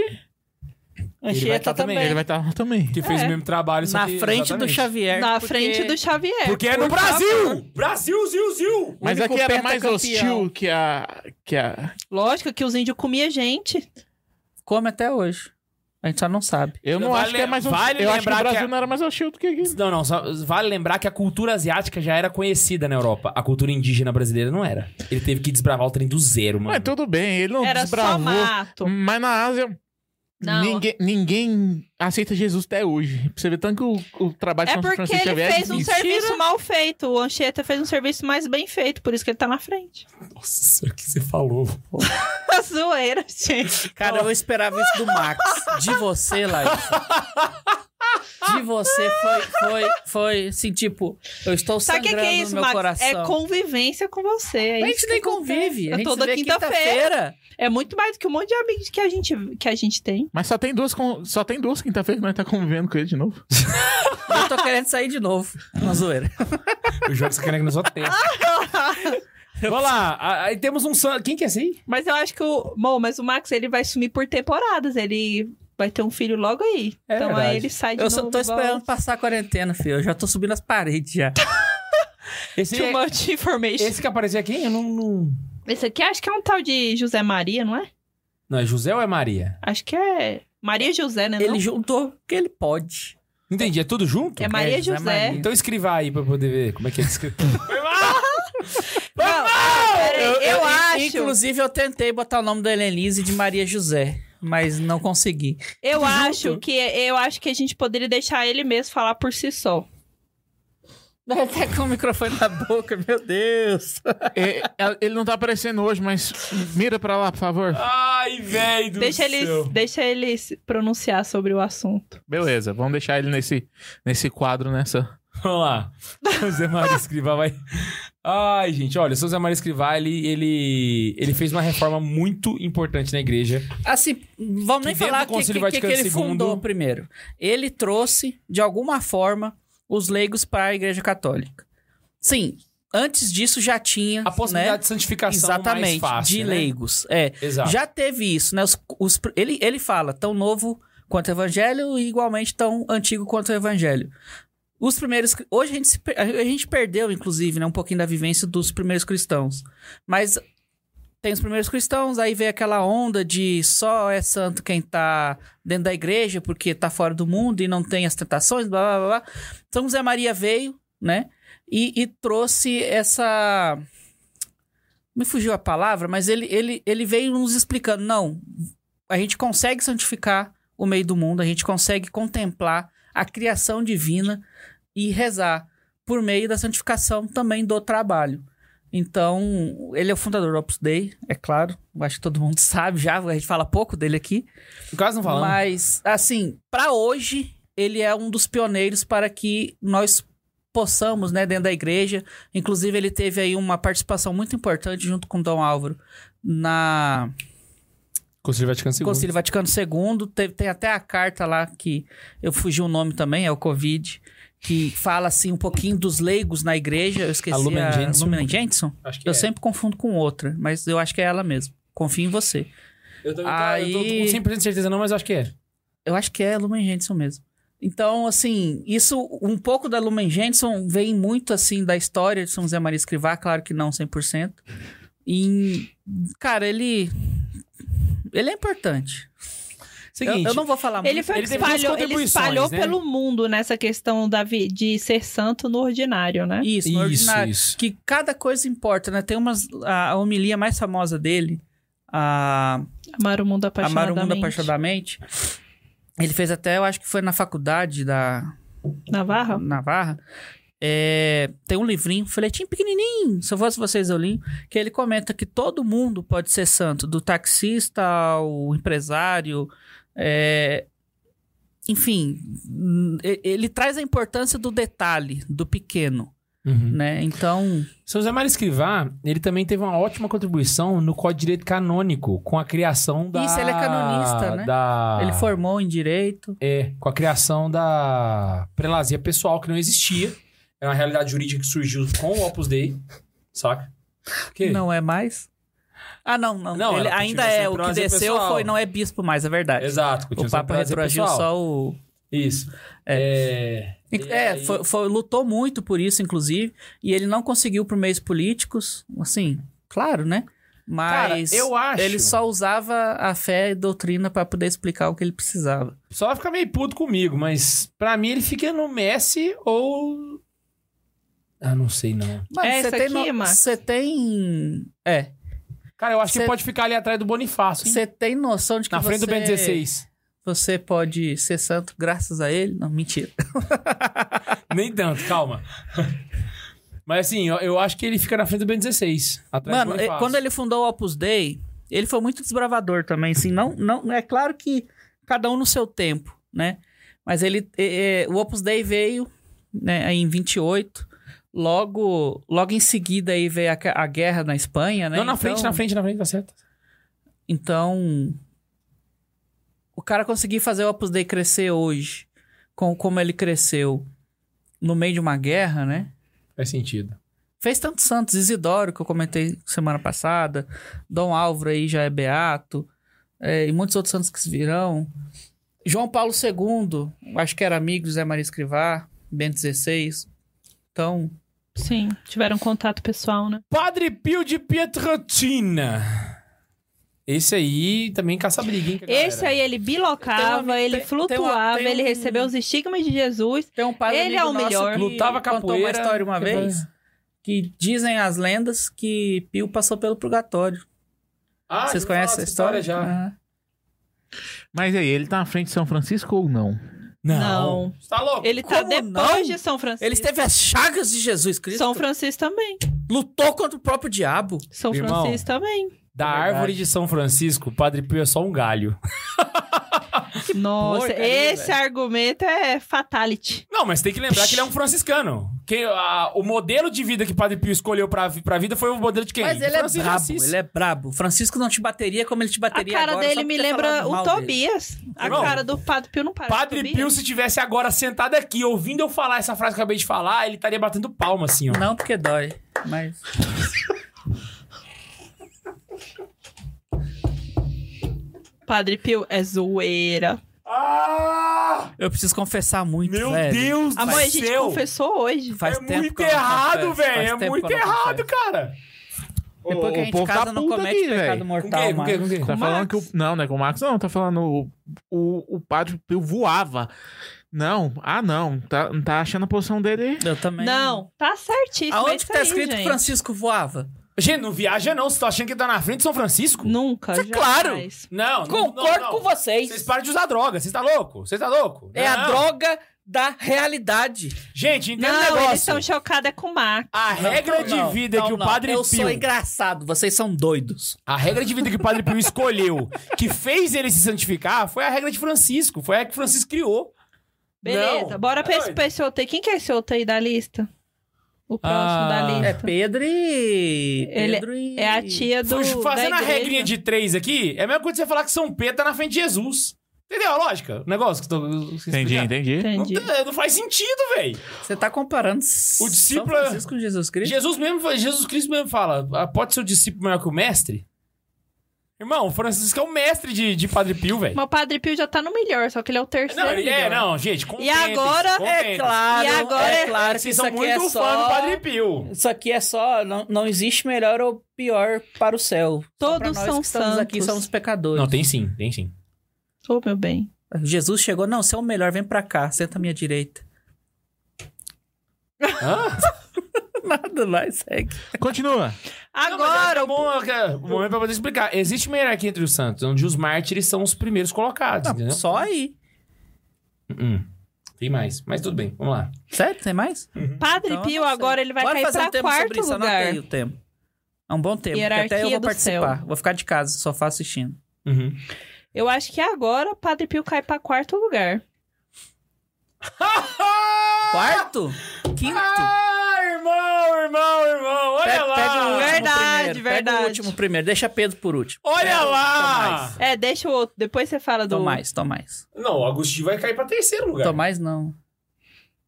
[SPEAKER 1] tá também.
[SPEAKER 4] ele vai estar lá também.
[SPEAKER 1] Que fez
[SPEAKER 3] É.
[SPEAKER 1] o mesmo trabalho, só
[SPEAKER 2] Na
[SPEAKER 1] que-
[SPEAKER 2] frente do
[SPEAKER 1] exatamente.
[SPEAKER 2] Xavier.
[SPEAKER 3] Na
[SPEAKER 2] porque-
[SPEAKER 3] frente do Xavier.
[SPEAKER 1] Porque é no
[SPEAKER 3] Por
[SPEAKER 1] Brasil!
[SPEAKER 3] favor.
[SPEAKER 1] Brasil, Zil, Zil!
[SPEAKER 4] Mas
[SPEAKER 2] único
[SPEAKER 4] aqui era mais
[SPEAKER 2] pentacampeão.
[SPEAKER 4] hostil que a. Que a...
[SPEAKER 3] Lógico que os índios comiam gente.
[SPEAKER 2] Come até hoje. A gente só não sabe.
[SPEAKER 4] Eu não
[SPEAKER 1] Vale-
[SPEAKER 4] acho que é mais hostil.
[SPEAKER 1] vale
[SPEAKER 4] eu acho que o
[SPEAKER 1] lembrar que
[SPEAKER 4] Brasil
[SPEAKER 1] a-
[SPEAKER 4] não era mais hostil do que aqui.
[SPEAKER 1] Não, não, só vale lembrar que a cultura asiática já era conhecida na Europa. A cultura indígena brasileira não era. Ele teve que desbravar o trem do zero, mano.
[SPEAKER 4] Mas tudo bem, ele não
[SPEAKER 3] Era só
[SPEAKER 4] desbravou.
[SPEAKER 3] mato.
[SPEAKER 4] Mas na Ásia,
[SPEAKER 3] Não.
[SPEAKER 4] Ninguém, ninguém aceita Jesus até hoje. Pra você ver tanto que o, o trabalho de
[SPEAKER 3] É
[SPEAKER 4] São
[SPEAKER 3] porque
[SPEAKER 4] Francisco
[SPEAKER 3] ele
[SPEAKER 4] Xavier
[SPEAKER 3] fez um
[SPEAKER 4] difícil.
[SPEAKER 3] serviço mal feito. O Anchieta fez um serviço mais bem feito, por isso que ele tá na frente.
[SPEAKER 1] Nossa, o que você falou?
[SPEAKER 3] Zoeira, gente.
[SPEAKER 2] Cara, eu esperava isso do Max. De você, Larissa. De você foi, foi, foi, assim, tipo, eu estou
[SPEAKER 3] Sabe o
[SPEAKER 2] sangrando
[SPEAKER 3] que, que é isso,
[SPEAKER 2] no meu
[SPEAKER 3] Max?
[SPEAKER 2] coração.
[SPEAKER 3] É convivência com você. É
[SPEAKER 2] a
[SPEAKER 3] isso
[SPEAKER 2] gente
[SPEAKER 3] que
[SPEAKER 2] nem
[SPEAKER 3] acontece.
[SPEAKER 2] convive. A
[SPEAKER 3] É
[SPEAKER 2] gente
[SPEAKER 3] toda
[SPEAKER 2] se vê
[SPEAKER 3] quinta-feira. É muito mais do que um monte de amigos que a gente, que a gente tem.
[SPEAKER 4] Mas só tem duas, com- só tem duas quinta-feira que nós tá convivendo com ele de novo.
[SPEAKER 2] Eu tô querendo sair de novo. Uma zoeira.
[SPEAKER 1] Eu jogo essa caneca na sua testa. Vamos lá, a- aí temos um... san- Quem que é esse aí?
[SPEAKER 3] Mas eu acho que o. Bom, mas o Max ele vai sumir por temporadas. Ele vai ter um filho logo aí.
[SPEAKER 1] É
[SPEAKER 3] então
[SPEAKER 1] verdade.
[SPEAKER 3] aí ele sai de
[SPEAKER 2] Eu
[SPEAKER 3] novo.
[SPEAKER 2] só tô esperando passar a quarentena, filho. Eu já tô subindo as paredes já.
[SPEAKER 1] Esse,
[SPEAKER 3] Too
[SPEAKER 1] é-
[SPEAKER 3] much information. Esse...
[SPEAKER 1] esse que apareceu aqui? Eu não, não...
[SPEAKER 3] aqui acho que é um tal de José Maria, não é?
[SPEAKER 1] Não, é José ou é Maria?
[SPEAKER 3] Acho que é. Maria José, né?
[SPEAKER 2] Ele
[SPEAKER 3] não?
[SPEAKER 2] juntou o que ele pode.
[SPEAKER 1] Não Entendi, é tudo junto?
[SPEAKER 3] É Maria
[SPEAKER 2] É, José
[SPEAKER 3] José.
[SPEAKER 2] Maria.
[SPEAKER 1] Então escreva aí pra eu poder ver como é que é escrito.
[SPEAKER 3] Não, peraí, eu,
[SPEAKER 2] in-
[SPEAKER 3] acho.
[SPEAKER 2] Inclusive, eu tentei botar o nome da Helenise de Maria José, mas não consegui.
[SPEAKER 3] Eu
[SPEAKER 2] Tudo
[SPEAKER 3] acho
[SPEAKER 2] junto?
[SPEAKER 3] que eu acho que a gente poderia deixar ele mesmo falar por si só.
[SPEAKER 2] Até com o microfone na boca, meu Deus.
[SPEAKER 4] É, é, ele não tá aparecendo hoje, mas mira pra lá, por favor.
[SPEAKER 1] Ai, velho do
[SPEAKER 3] Deixa ele, deixa ele se pronunciar sobre o assunto.
[SPEAKER 4] Beleza, vamos deixar ele nesse, nesse quadro, nessa.
[SPEAKER 1] Vamos lá. José Maria Escrivá vai. Ai, gente, olha, o José Maria Escrivá, ele, ele, ele fez uma reforma muito importante na igreja.
[SPEAKER 2] Assim, vamos
[SPEAKER 1] Que
[SPEAKER 2] nem
[SPEAKER 1] dentro
[SPEAKER 2] falar
[SPEAKER 1] do
[SPEAKER 2] que,
[SPEAKER 1] Conselho
[SPEAKER 2] que, que, que
[SPEAKER 1] Vaticano
[SPEAKER 2] ele
[SPEAKER 1] II.
[SPEAKER 2] fundou primeiro. Ele trouxe, de alguma forma, os leigos para a Igreja Católica. Sim, antes disso já tinha.
[SPEAKER 1] A possibilidade
[SPEAKER 2] né?
[SPEAKER 1] de santificação mais
[SPEAKER 2] Exatamente,
[SPEAKER 1] fácil.
[SPEAKER 2] de
[SPEAKER 1] né?
[SPEAKER 2] leigos. É,
[SPEAKER 1] Exato.
[SPEAKER 2] Já teve isso, né? Os- os- ele, ele fala tão novo quanto o evangelho e igualmente tão antigo quanto o evangelho. Os primeiros. cri- Hoje a gente, se per- a gente perdeu, inclusive, né, um pouquinho da vivência dos primeiros cristãos. Mas tem os primeiros cristãos, aí veio aquela onda de só é santo quem tá dentro da igreja porque tá fora do mundo e não tem as tentações, blá blá blá. blá. Então Zé Maria veio, né? E, e trouxe essa. Me fugiu a palavra, mas ele, ele, ele veio nos explicando: não, a gente consegue santificar o meio do mundo, a gente consegue contemplar a criação divina e rezar por meio da santificação também do trabalho. Então, ele é o fundador do Opus Dei, é claro. eu Acho que todo mundo sabe já, a gente fala pouco dele aqui.
[SPEAKER 1] Quase não né? falando.
[SPEAKER 2] Mas, assim, pra hoje, ele é um dos pioneiros para que nós possamos, né, dentro da igreja. Inclusive, ele teve aí uma participação muito importante junto com Dom Álvaro na
[SPEAKER 1] Conselho Vaticano II.
[SPEAKER 2] Concílio Vaticano II, teve- tem até a carta lá que eu fugi o nome também, é o Covid, que fala assim um pouquinho dos leigos na igreja. Eu esqueci
[SPEAKER 1] A
[SPEAKER 2] a
[SPEAKER 1] Lumen
[SPEAKER 2] Lumen,
[SPEAKER 1] Gentium.
[SPEAKER 2] Gentium?
[SPEAKER 1] Acho que
[SPEAKER 2] Eu
[SPEAKER 1] é.
[SPEAKER 2] sempre confundo com outra, mas eu acho que é ela mesmo. Confio em você.
[SPEAKER 1] Eu tô, eu tô-
[SPEAKER 2] Aí-
[SPEAKER 1] eu tô com 100% de certeza não, mas eu acho que é.
[SPEAKER 2] Eu acho que é Lumen Gentium mesmo. Então, assim, isso, um pouco da Lumen Gentium vem muito, assim, da história de São José Maria Escrivá, claro que não 100%. E, cara, ele... Ele é importante. Eu,
[SPEAKER 1] Seguinte,
[SPEAKER 2] eu não vou falar
[SPEAKER 3] Ele
[SPEAKER 2] muito.
[SPEAKER 3] foi o
[SPEAKER 1] Ele
[SPEAKER 3] que
[SPEAKER 1] teve duas
[SPEAKER 3] espalhou, ele
[SPEAKER 1] contribuições,
[SPEAKER 3] espalhou
[SPEAKER 1] né?
[SPEAKER 3] pelo mundo nessa questão da vi- de ser santo no ordinário, né?
[SPEAKER 2] Isso, no
[SPEAKER 1] isso,
[SPEAKER 2] ordinário.
[SPEAKER 1] isso.
[SPEAKER 2] que cada coisa importa, né? Tem umas. A, a homilia mais famosa dele, a
[SPEAKER 3] Amar o mundo
[SPEAKER 2] Amar o
[SPEAKER 3] apaixonadamente.
[SPEAKER 2] Mundo Apaixonadamente. Ele fez até, eu acho que foi na faculdade da
[SPEAKER 3] Navarra?
[SPEAKER 2] Navarra. É, tem um livrinho, um folhetinho pequenininho, se eu fosse vocês eu li, que ele comenta que todo mundo pode ser santo, do taxista ao empresário, é, enfim, e- ele traz a importância do detalhe, do pequeno,
[SPEAKER 1] Uhum.
[SPEAKER 2] né? Então,
[SPEAKER 1] Seu Zé Mário Escrivá, ele também teve uma ótima contribuição no Código de Direito Canônico, com a criação da...
[SPEAKER 2] Isso, ele é canonista, né?
[SPEAKER 1] Da...
[SPEAKER 2] ele formou em direito.
[SPEAKER 1] É, com a criação da prelazia pessoal, que não existia. É uma realidade jurídica que surgiu com o Opus Dei, saca? Que?
[SPEAKER 2] Não é mais? Ah, não, não.
[SPEAKER 1] Não,
[SPEAKER 2] Ele
[SPEAKER 1] ela
[SPEAKER 2] ainda
[SPEAKER 1] continua
[SPEAKER 2] é.
[SPEAKER 1] sendo
[SPEAKER 2] O que
[SPEAKER 1] prazer
[SPEAKER 2] desceu
[SPEAKER 1] pessoal.
[SPEAKER 2] foi, não é bispo mais, é verdade.
[SPEAKER 1] Exato. continua
[SPEAKER 2] O
[SPEAKER 1] sendo
[SPEAKER 2] Papa
[SPEAKER 1] prelazia
[SPEAKER 2] retroagiu
[SPEAKER 1] pessoal.
[SPEAKER 2] só o.
[SPEAKER 1] Isso. É... E
[SPEAKER 2] É,
[SPEAKER 1] aí-
[SPEAKER 2] foi- foi- lutou muito por isso, inclusive. E ele não conseguiu por meios políticos. Assim, claro, né? Mas.
[SPEAKER 1] Cara, eu acho...
[SPEAKER 2] Ele só usava a fé e doutrina pra poder explicar o que ele precisava.
[SPEAKER 1] Só vai ficar meio puto comigo, mas pra mim ele fica no Messi ou... Ah, não sei não.
[SPEAKER 2] Mano,
[SPEAKER 3] É
[SPEAKER 2] você
[SPEAKER 3] essa
[SPEAKER 2] tem
[SPEAKER 3] aqui, Max?
[SPEAKER 2] Você tem. É.
[SPEAKER 1] Cara, eu acho que
[SPEAKER 2] Cê-
[SPEAKER 1] pode ficar ali atrás do Bonifácio, hein?
[SPEAKER 2] Você tem noção de que
[SPEAKER 1] Na frente
[SPEAKER 2] você...
[SPEAKER 1] do Ben 16.
[SPEAKER 2] Você pode ser santo graças a ele? Não, mentira.
[SPEAKER 1] Nem tanto, calma. Mas assim, eu, eu acho que ele fica na frente do Ben 16. Atrás
[SPEAKER 2] Mano,
[SPEAKER 1] do
[SPEAKER 2] eh,
[SPEAKER 1] Bonifácio.
[SPEAKER 2] quando ele fundou o Opus Dei, ele foi muito desbravador também, assim, não, não, é claro que cada um no seu tempo, né? Mas ele, eh, eh, o Opus Dei veio, né, aí em 28, logo, logo em seguida aí veio a, ca- a guerra na Espanha, né?
[SPEAKER 1] Não, na frente, na frente, na frente, tá certo.
[SPEAKER 2] Então, o cara conseguir fazer o Opus Dei crescer hoje, com, como ele cresceu no meio de uma guerra, né?
[SPEAKER 1] Faz sentido.
[SPEAKER 2] Fez tanto Santos, Isidoro, que eu comentei semana passada, Dom Álvaro aí já é beato, é, e muitos outros santos que se virão. João Paulo II, acho que era amigo de Zé Maria Escrivá, Bento XVI. Então,
[SPEAKER 3] Sim, tiveram contato pessoal, né?
[SPEAKER 1] Padre Pio de Pietrotina. Esse aí também caça briga, hein? com a galera.
[SPEAKER 3] Esse aí, ele
[SPEAKER 2] Tem um
[SPEAKER 3] bilocava,
[SPEAKER 2] amigo-
[SPEAKER 3] ele
[SPEAKER 2] tem-
[SPEAKER 3] flutuava,
[SPEAKER 2] tem uma- tem
[SPEAKER 3] ele
[SPEAKER 2] um-
[SPEAKER 3] recebeu os estigmas de Jesus.
[SPEAKER 2] tem um padre
[SPEAKER 3] Ele
[SPEAKER 2] amigo
[SPEAKER 3] é o
[SPEAKER 2] nosso
[SPEAKER 3] melhor.
[SPEAKER 2] que
[SPEAKER 1] Lutava
[SPEAKER 2] contou uma
[SPEAKER 1] capoeira,
[SPEAKER 2] história uma
[SPEAKER 1] que
[SPEAKER 2] vez, que dizem as lendas que Pio passou pelo purgatório.
[SPEAKER 1] Ah,
[SPEAKER 2] Vocês
[SPEAKER 1] eu vou falar
[SPEAKER 2] conhecem essa
[SPEAKER 1] dessa
[SPEAKER 2] história?
[SPEAKER 1] já?
[SPEAKER 2] Ah.
[SPEAKER 4] Mas aí, ele tá na frente de São Francisco ou não?
[SPEAKER 1] Não. Você tá louco?
[SPEAKER 3] Ele tá
[SPEAKER 2] Como
[SPEAKER 3] depois
[SPEAKER 2] não?
[SPEAKER 3] de São Francisco.
[SPEAKER 2] Ele teve as chagas de Jesus Cristo,
[SPEAKER 3] São Francisco também.
[SPEAKER 2] lutou contra o próprio diabo.
[SPEAKER 3] São
[SPEAKER 1] Irmão.
[SPEAKER 3] Francisco também.
[SPEAKER 1] Da
[SPEAKER 4] Verdade.
[SPEAKER 1] árvore de São Francisco, o Padre Pio é só um galho.
[SPEAKER 3] Nossa,
[SPEAKER 2] porcaria,
[SPEAKER 3] esse
[SPEAKER 2] velho.
[SPEAKER 3] argumento é fatality.
[SPEAKER 1] Não, mas tem que lembrar que ele é um franciscano. Que, ah, o modelo de vida que Padre Pio escolheu pra, vi- pra vida foi o modelo de quem?
[SPEAKER 2] Mas
[SPEAKER 1] De
[SPEAKER 2] ele é
[SPEAKER 1] Francisco de
[SPEAKER 2] brabo,
[SPEAKER 1] Assis.
[SPEAKER 2] ele é brabo. Francisco não te bateria como ele te
[SPEAKER 3] A
[SPEAKER 2] bateria
[SPEAKER 3] cara
[SPEAKER 2] agora, só
[SPEAKER 3] dele
[SPEAKER 2] por
[SPEAKER 3] me
[SPEAKER 2] ter
[SPEAKER 3] lembra
[SPEAKER 2] falado
[SPEAKER 3] o
[SPEAKER 2] mal dele.
[SPEAKER 3] Tobias. A
[SPEAKER 1] Irmão,
[SPEAKER 3] cara do Padre Pio não parece.
[SPEAKER 1] Padre
[SPEAKER 2] é
[SPEAKER 3] Tobias.
[SPEAKER 1] Pio, se tivesse agora sentado aqui, ouvindo eu falar essa frase que eu acabei de falar, ele estaria batendo palma, assim, ó.
[SPEAKER 2] Não, porque dói, mas...
[SPEAKER 3] Padre Pio é zoeira.
[SPEAKER 1] Ah!
[SPEAKER 2] Eu preciso confessar muito,
[SPEAKER 1] Meu
[SPEAKER 2] velho.
[SPEAKER 1] Deus do
[SPEAKER 3] Amor, a gente
[SPEAKER 1] céu!
[SPEAKER 3] confessou hoje.
[SPEAKER 2] Faz
[SPEAKER 1] é
[SPEAKER 2] tempo
[SPEAKER 1] muito
[SPEAKER 2] que eu não
[SPEAKER 1] errado,
[SPEAKER 2] confesso, faz
[SPEAKER 1] velho! É
[SPEAKER 2] tempo
[SPEAKER 1] muito
[SPEAKER 2] que eu não
[SPEAKER 1] errado,
[SPEAKER 2] confesso.
[SPEAKER 1] cara!
[SPEAKER 2] Depois que
[SPEAKER 1] tá
[SPEAKER 2] a gente casa, não comete pecado mortal,
[SPEAKER 1] quem? Com quem?
[SPEAKER 2] mano.
[SPEAKER 1] Com quem?
[SPEAKER 4] Tá
[SPEAKER 3] o
[SPEAKER 4] falando
[SPEAKER 3] Max.
[SPEAKER 4] que o. Não, não é com o Max, não. Tá falando o, o, o padre Pio voava. Não, ah, não. Tá, tá achando a posição dele.
[SPEAKER 2] Eu também...
[SPEAKER 3] Não, tá certíssimo. é
[SPEAKER 2] Aonde
[SPEAKER 3] isso
[SPEAKER 2] que tá
[SPEAKER 3] aí,
[SPEAKER 2] escrito que
[SPEAKER 3] gente.
[SPEAKER 2] Francisco voava?
[SPEAKER 1] Gente, não viaja não. Você tá achando que tá na frente de São Francisco?
[SPEAKER 3] Nunca.
[SPEAKER 2] Isso é
[SPEAKER 3] jamais.
[SPEAKER 2] claro.
[SPEAKER 1] Não, não,
[SPEAKER 2] Concordo
[SPEAKER 1] não, não.
[SPEAKER 2] com vocês.
[SPEAKER 1] Vocês param de usar droga. Vocês tá louco? Vocês tá louco?
[SPEAKER 2] É a
[SPEAKER 1] Não.
[SPEAKER 2] droga da realidade.
[SPEAKER 1] Gente, entenda um
[SPEAKER 3] Não,
[SPEAKER 1] negócio.
[SPEAKER 3] eles estão chocados é com o Max.
[SPEAKER 1] A regra
[SPEAKER 2] Não,
[SPEAKER 1] de
[SPEAKER 2] não,
[SPEAKER 1] vida
[SPEAKER 2] não,
[SPEAKER 1] que o
[SPEAKER 2] não.
[SPEAKER 1] Padre
[SPEAKER 2] Eu
[SPEAKER 1] Pio...
[SPEAKER 2] sou engraçado, vocês são doidos.
[SPEAKER 1] A regra de vida que o Padre Pio escolheu, que fez ele se santificar, foi a regra de Francisco. Foi a que Francisco criou.
[SPEAKER 3] Beleza,
[SPEAKER 1] Não.
[SPEAKER 3] bora
[SPEAKER 1] Tá
[SPEAKER 3] pra esse,
[SPEAKER 1] doido.
[SPEAKER 3] pra esse outro aí. Quem que é esse outro aí da lista? O próximo
[SPEAKER 1] Ah.
[SPEAKER 3] da
[SPEAKER 2] É
[SPEAKER 3] lista.
[SPEAKER 2] Pedro e.
[SPEAKER 3] Ele-
[SPEAKER 2] Pedro e.
[SPEAKER 3] É a tia do.
[SPEAKER 1] Faz- Fazendo
[SPEAKER 3] da
[SPEAKER 1] a
[SPEAKER 3] igreja.
[SPEAKER 1] regrinha de três aqui, é a mesma coisa que você falar que São Pedro tá na frente de Jesus. Entendeu a lógica? O negócio que eu tô. que eu
[SPEAKER 4] Entendi,
[SPEAKER 1] explicar?
[SPEAKER 4] entendi.
[SPEAKER 1] Não,
[SPEAKER 3] Entendi.
[SPEAKER 1] tem- não faz sentido, velho.
[SPEAKER 2] Você tá
[SPEAKER 1] O
[SPEAKER 2] comparando
[SPEAKER 1] discípulo- é
[SPEAKER 2] São Francisco com Jesus Cristo?
[SPEAKER 1] Jesus mesmo, Jesus Cristo mesmo fala: "Ah, pode ser o discípulo maior que o mestre? Irmão, o Francisco é o mestre de, de Padre Pio, velho.
[SPEAKER 3] Mas o Padre Pio já tá no melhor, só que ele é o terceiro.
[SPEAKER 1] Não, ele é,
[SPEAKER 3] melhor.
[SPEAKER 1] não, gente. contentem-se,
[SPEAKER 3] agora-
[SPEAKER 1] contentem-se.
[SPEAKER 2] claro.
[SPEAKER 3] E agora
[SPEAKER 2] é
[SPEAKER 3] é-
[SPEAKER 2] claro que
[SPEAKER 1] Então, Vocês
[SPEAKER 2] isso
[SPEAKER 1] são
[SPEAKER 2] aqui
[SPEAKER 1] muito
[SPEAKER 2] é
[SPEAKER 1] fã
[SPEAKER 2] só.
[SPEAKER 1] do Padre Pio.
[SPEAKER 2] Isso aqui é só. Não, não existe melhor ou pior para o céu. Só pra
[SPEAKER 3] Todos
[SPEAKER 2] nós
[SPEAKER 3] são
[SPEAKER 2] que estamos aqui
[SPEAKER 3] santos.
[SPEAKER 2] somos pecadores.
[SPEAKER 1] Não, tem sim, tem sim.
[SPEAKER 3] Ô, meu bem.
[SPEAKER 2] Jesus chegou, não, você é o melhor, vem pra cá, senta à minha direita.
[SPEAKER 1] Hã?
[SPEAKER 2] Nada mais, segue.
[SPEAKER 1] Tá
[SPEAKER 4] Continua.
[SPEAKER 3] Agora,
[SPEAKER 1] Não, mas é bom, é, o momento pra poder explicar. Existe uma hierarquia entre os santos, onde os mártires são os primeiros colocados, entendeu?
[SPEAKER 2] Só aí.
[SPEAKER 1] Hum, Tem mais, mas tudo bem, vamos lá.
[SPEAKER 2] Certo? Tem mais?
[SPEAKER 3] o Padre
[SPEAKER 2] Então, eu
[SPEAKER 3] Pio
[SPEAKER 2] não sei.
[SPEAKER 3] agora ele vai
[SPEAKER 2] Bora
[SPEAKER 3] cair
[SPEAKER 2] fazer
[SPEAKER 3] pra
[SPEAKER 2] um tema sobre
[SPEAKER 3] quarto
[SPEAKER 2] isso,
[SPEAKER 3] lugar.
[SPEAKER 2] anotei o tema. É um bom tema, porque
[SPEAKER 3] Hierarquia
[SPEAKER 2] até eu vou
[SPEAKER 3] do
[SPEAKER 2] participar. Vou ficar de casa, no sofá assistindo.
[SPEAKER 1] Uhum.
[SPEAKER 3] Eu acho que agora o Padre Pio cai pra quarto lugar.
[SPEAKER 2] Quarto? Quinto?
[SPEAKER 1] Ah, irmão, irmão, irmão, olha
[SPEAKER 2] Pega,
[SPEAKER 1] lá!
[SPEAKER 2] pega o último
[SPEAKER 3] Verdade,
[SPEAKER 2] primeiro. Pega
[SPEAKER 3] verdade.
[SPEAKER 2] o último primeiro. Deixa Pedro por último.
[SPEAKER 1] Olha
[SPEAKER 2] Pega o-
[SPEAKER 1] lá!
[SPEAKER 3] É, deixa o outro. Depois você fala do.
[SPEAKER 2] Tomás, Tomás.
[SPEAKER 1] Não, o Agostinho vai cair pra terceiro lugar.
[SPEAKER 2] Tomás não.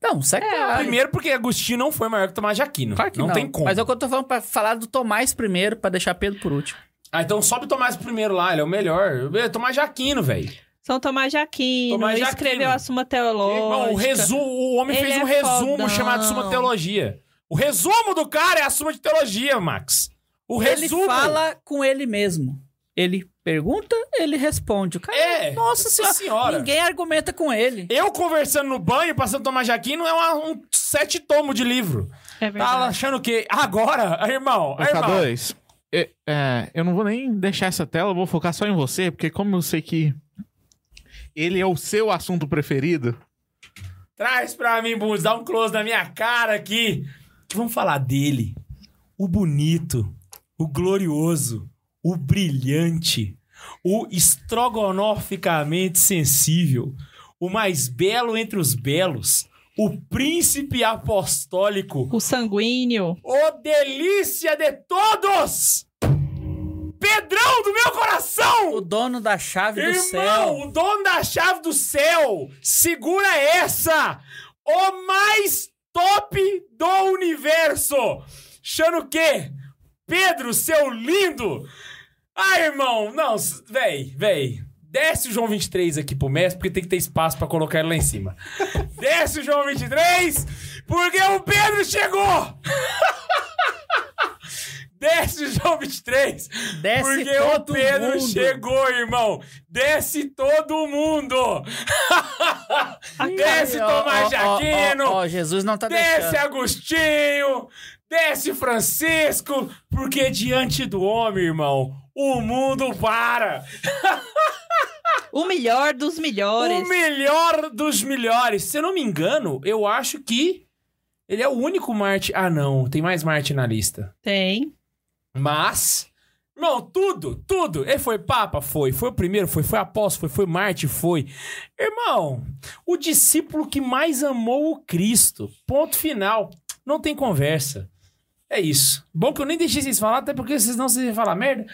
[SPEAKER 2] Não, isso é claro.
[SPEAKER 1] Primeiro porque Agostinho não foi maior que Tomás de Aquino.
[SPEAKER 2] Claro que não.
[SPEAKER 1] não tem como.
[SPEAKER 2] Mas é o que eu tô falando pra falar do Tomás primeiro, pra deixar Pedro por último.
[SPEAKER 1] Ah, então sobe o Tomás primeiro lá, ele é o melhor. É, Tomás de Aquino, velho.
[SPEAKER 3] São Tomás de Aquino.
[SPEAKER 1] Tomás de
[SPEAKER 3] ele escreveu
[SPEAKER 1] Aquino.
[SPEAKER 3] a Suma Teológica.
[SPEAKER 1] Irmão, o, resu... o homem
[SPEAKER 3] Ele
[SPEAKER 1] fez um
[SPEAKER 3] é
[SPEAKER 1] resumo
[SPEAKER 3] fodão.
[SPEAKER 1] chamado Suma de Teologia. O resumo do cara é a Suma de Teologia, Max. O
[SPEAKER 2] Ele
[SPEAKER 1] resumo.
[SPEAKER 2] fala com ele mesmo. Ele pergunta, ele responde. O cara,
[SPEAKER 1] É.
[SPEAKER 2] nossa senhora,
[SPEAKER 1] senhora.
[SPEAKER 2] ninguém argumenta com ele.
[SPEAKER 1] Eu conversando no banho, passando Tomás de Aquino, é uma- um sete tomo de livro.
[SPEAKER 3] É
[SPEAKER 1] Tá
[SPEAKER 3] verdade.
[SPEAKER 1] achando o quê? Agora, irmão,
[SPEAKER 4] Ô,
[SPEAKER 1] irmão.
[SPEAKER 4] K2, eu, é, eu não vou nem deixar essa tela, eu vou focar só em você, porque como eu sei que ele é o seu assunto preferido,
[SPEAKER 1] Traz pra mim, Bundes, dá um close na minha cara aqui. Que vamos falar dele. O bonito, o glorioso, o brilhante, o estrogonoficamente sensível, o mais belo entre os belos, o príncipe apostólico,
[SPEAKER 3] O sanguíneo.
[SPEAKER 1] o delícia de todos! Pedrão do meu coração!
[SPEAKER 2] O dono da chave do
[SPEAKER 1] Irmão,
[SPEAKER 2] céu.
[SPEAKER 1] o dono da chave do céu, segura essa! O mais top do universo! Chama o quê? Pedro, seu lindo! Ah, irmão, não, s- véi, véi. Desce o João 23 aqui pro mestre, porque tem que ter espaço pra colocar ele lá em cima. Desce o João 23, porque o Pedro chegou! Desce o João 23,
[SPEAKER 2] Desce
[SPEAKER 1] porque
[SPEAKER 2] todo
[SPEAKER 1] o Pedro
[SPEAKER 2] mundo.
[SPEAKER 1] chegou, irmão. Desce todo mundo. desce
[SPEAKER 2] Ó,
[SPEAKER 1] Tomás
[SPEAKER 2] ó,
[SPEAKER 1] de
[SPEAKER 2] ó,
[SPEAKER 1] Aquino.
[SPEAKER 2] Ó, ó, Jesus não tá
[SPEAKER 1] Desce
[SPEAKER 2] deixando.
[SPEAKER 1] Agostinho, desce Francisco, porque diante do homem, irmão, o mundo para.
[SPEAKER 3] O melhor dos melhores.
[SPEAKER 1] O melhor dos melhores. Se eu não me engano, eu acho que ele é o único Marte. Ah, não, tem mais Marte na lista.
[SPEAKER 3] Tem.
[SPEAKER 1] Mas, irmão, tudo, tudo. Ele foi Papa? Foi. Foi o primeiro? Foi. Foi apóstolo? Foi. Foi Marte? Foi. Irmão, o discípulo que mais amou o Cristo. Ponto final. Não tem conversa. É isso. Bom que eu nem deixei vocês falar, até porque vocês não vocês iam falar merda.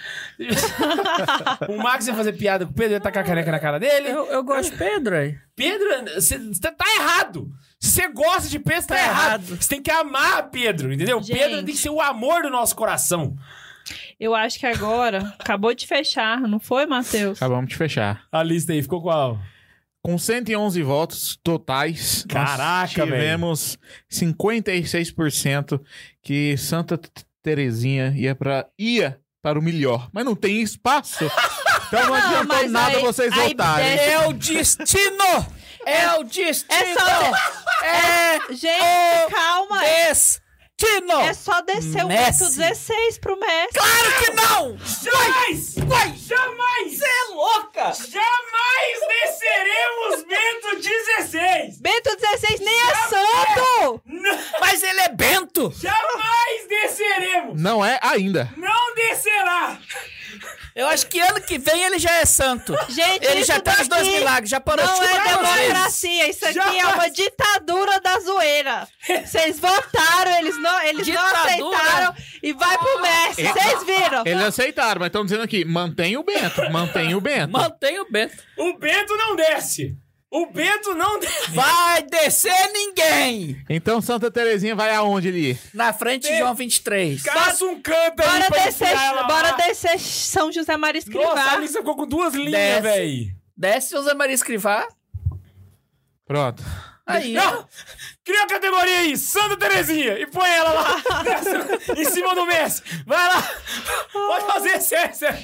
[SPEAKER 1] o Max ia fazer piada com o Pedro, ia tacar a careca na cara dele.
[SPEAKER 2] Eu, eu gosto de Pedro aí.
[SPEAKER 1] Pedro, você tá tá errado. Se você gosta de Pedro, tá,
[SPEAKER 2] Tá
[SPEAKER 1] errado.
[SPEAKER 2] errado.
[SPEAKER 1] Você tem que amar Pedro, entendeu?
[SPEAKER 3] Gente.
[SPEAKER 1] Pedro tem que ser o amor do nosso coração.
[SPEAKER 3] Eu acho que agora. acabou de fechar, não foi, Matheus?
[SPEAKER 4] acabamos de fechar.
[SPEAKER 1] A lista aí ficou qual?
[SPEAKER 4] Com 111 votos totais, nós
[SPEAKER 1] Caraca, velho.
[SPEAKER 4] tivemos 56% que Santa T- Terezinha ia para ia para o melhor, mas não tem espaço. Então não adiantou
[SPEAKER 3] Ah, mas
[SPEAKER 4] nada
[SPEAKER 3] aí-
[SPEAKER 4] vocês
[SPEAKER 3] aí
[SPEAKER 4] votarem.
[SPEAKER 3] desce-
[SPEAKER 2] É o destino! É o destino!
[SPEAKER 3] É só-
[SPEAKER 2] Então, É
[SPEAKER 3] Gente, calma. É,
[SPEAKER 2] destino!
[SPEAKER 3] só descer o
[SPEAKER 2] Messi.
[SPEAKER 3] ponto 16 pro Messi.
[SPEAKER 2] Claro que não!
[SPEAKER 1] Jamais! Jamais!
[SPEAKER 2] É louca!
[SPEAKER 1] Jamais desceremos Bento 16!
[SPEAKER 3] Bento 16 nem é santo!
[SPEAKER 2] Mas ele é bento!
[SPEAKER 1] Jamais desceremos!
[SPEAKER 4] Não é ainda.
[SPEAKER 1] Não descerá!
[SPEAKER 2] Eu acho acho que ano que vem ele já é santo.
[SPEAKER 3] Gente,
[SPEAKER 2] Ele
[SPEAKER 3] isso
[SPEAKER 2] já tem os dois
[SPEAKER 3] daqui
[SPEAKER 2] milagres, já parou
[SPEAKER 3] Não
[SPEAKER 2] de
[SPEAKER 3] é
[SPEAKER 2] chorar às vezes.
[SPEAKER 3] democracia, isso aqui
[SPEAKER 1] Já
[SPEAKER 3] é uma ditadura da zoeira. Vocês votaram, eles não, eles não
[SPEAKER 2] Ditadura?
[SPEAKER 3] aceitaram e vai pro Messi.
[SPEAKER 4] Ele-
[SPEAKER 1] tá
[SPEAKER 3] Vocês viram?
[SPEAKER 4] Eles aceitaram, mas estão dizendo aqui, mantém o Bento, mantém o Bento.
[SPEAKER 2] Mantém o Bento.
[SPEAKER 1] O Bento não desce. O Bento não desce.
[SPEAKER 2] Vai descer ninguém!
[SPEAKER 4] Então Santa Terezinha vai aonde ali?
[SPEAKER 2] Na frente,
[SPEAKER 1] Tem-
[SPEAKER 2] João 23.
[SPEAKER 1] Caça um canto aí
[SPEAKER 3] Bora
[SPEAKER 1] pra
[SPEAKER 3] descer,
[SPEAKER 1] enfiar ela
[SPEAKER 3] bora
[SPEAKER 1] lá.
[SPEAKER 3] descer São José Maria Escrivá.
[SPEAKER 1] Nossa, a Alissa ficou com duas linhas,
[SPEAKER 2] Desce.
[SPEAKER 1] véi.
[SPEAKER 2] Desce José Maria Escrivá.
[SPEAKER 4] Pronto.
[SPEAKER 2] Aí, ó.
[SPEAKER 1] Não! Cria uma categoria aí, Santa Terezinha, e põe ela lá, desce, em cima do Messi. Vai lá, pode fazer, sério, sério.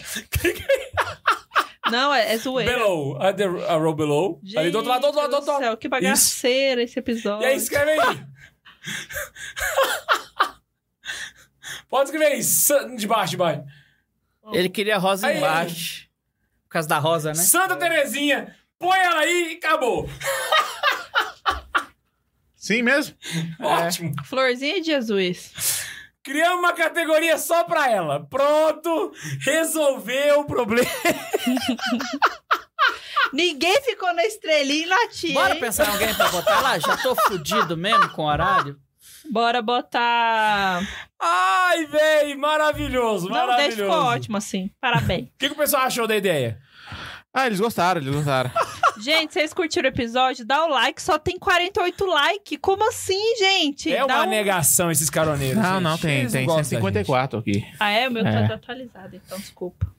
[SPEAKER 3] Não, é, é zoeira.
[SPEAKER 1] Below, a, the, a row below. ali do outro lado, do outro lado, do
[SPEAKER 3] Gente
[SPEAKER 1] outro lado.
[SPEAKER 3] céu, que bagaceira esse episódio.
[SPEAKER 1] E é aí, escreve aí. Pode escrever aí, san- de baixo, vai.
[SPEAKER 3] Né?
[SPEAKER 2] Ele queria rosa
[SPEAKER 1] Aí.
[SPEAKER 2] embaixo. Por causa da rosa, né?
[SPEAKER 1] Santa Terezinha, põe ela aí e acabou.
[SPEAKER 4] Sim mesmo?
[SPEAKER 3] É.
[SPEAKER 1] Ótimo.
[SPEAKER 3] Florzinha de Jesus.
[SPEAKER 1] Criamos uma categoria só pra ela. Pronto, resolveu o problema.
[SPEAKER 3] Ninguém ficou na estrelinha e latia.
[SPEAKER 2] Bora
[SPEAKER 3] hein?
[SPEAKER 2] pensar em alguém pra botar lá? Já tô fudido mesmo com o horário.
[SPEAKER 3] Bora botar.
[SPEAKER 1] Ai, véi, maravilhoso,
[SPEAKER 3] Não, deixa ficou
[SPEAKER 1] maravilhoso.
[SPEAKER 3] ótimo assim. Parabéns.
[SPEAKER 1] O que, que o pessoal achou da ideia?
[SPEAKER 4] Ah, eles gostaram, eles gostaram.
[SPEAKER 3] Gente, vocês curtiram o episódio? Dá o like, só tem 48 like. Como assim, gente?
[SPEAKER 1] é
[SPEAKER 3] Dá
[SPEAKER 1] uma
[SPEAKER 3] um-
[SPEAKER 1] negação esses caroneiros.
[SPEAKER 4] Não,
[SPEAKER 1] gente.
[SPEAKER 4] não, tem,
[SPEAKER 1] Eles
[SPEAKER 4] tem
[SPEAKER 1] gostam da
[SPEAKER 4] 154 aqui.
[SPEAKER 3] Ah, é? O meu
[SPEAKER 4] É.
[SPEAKER 3] tá atualizado, então desculpa.
[SPEAKER 1] gente.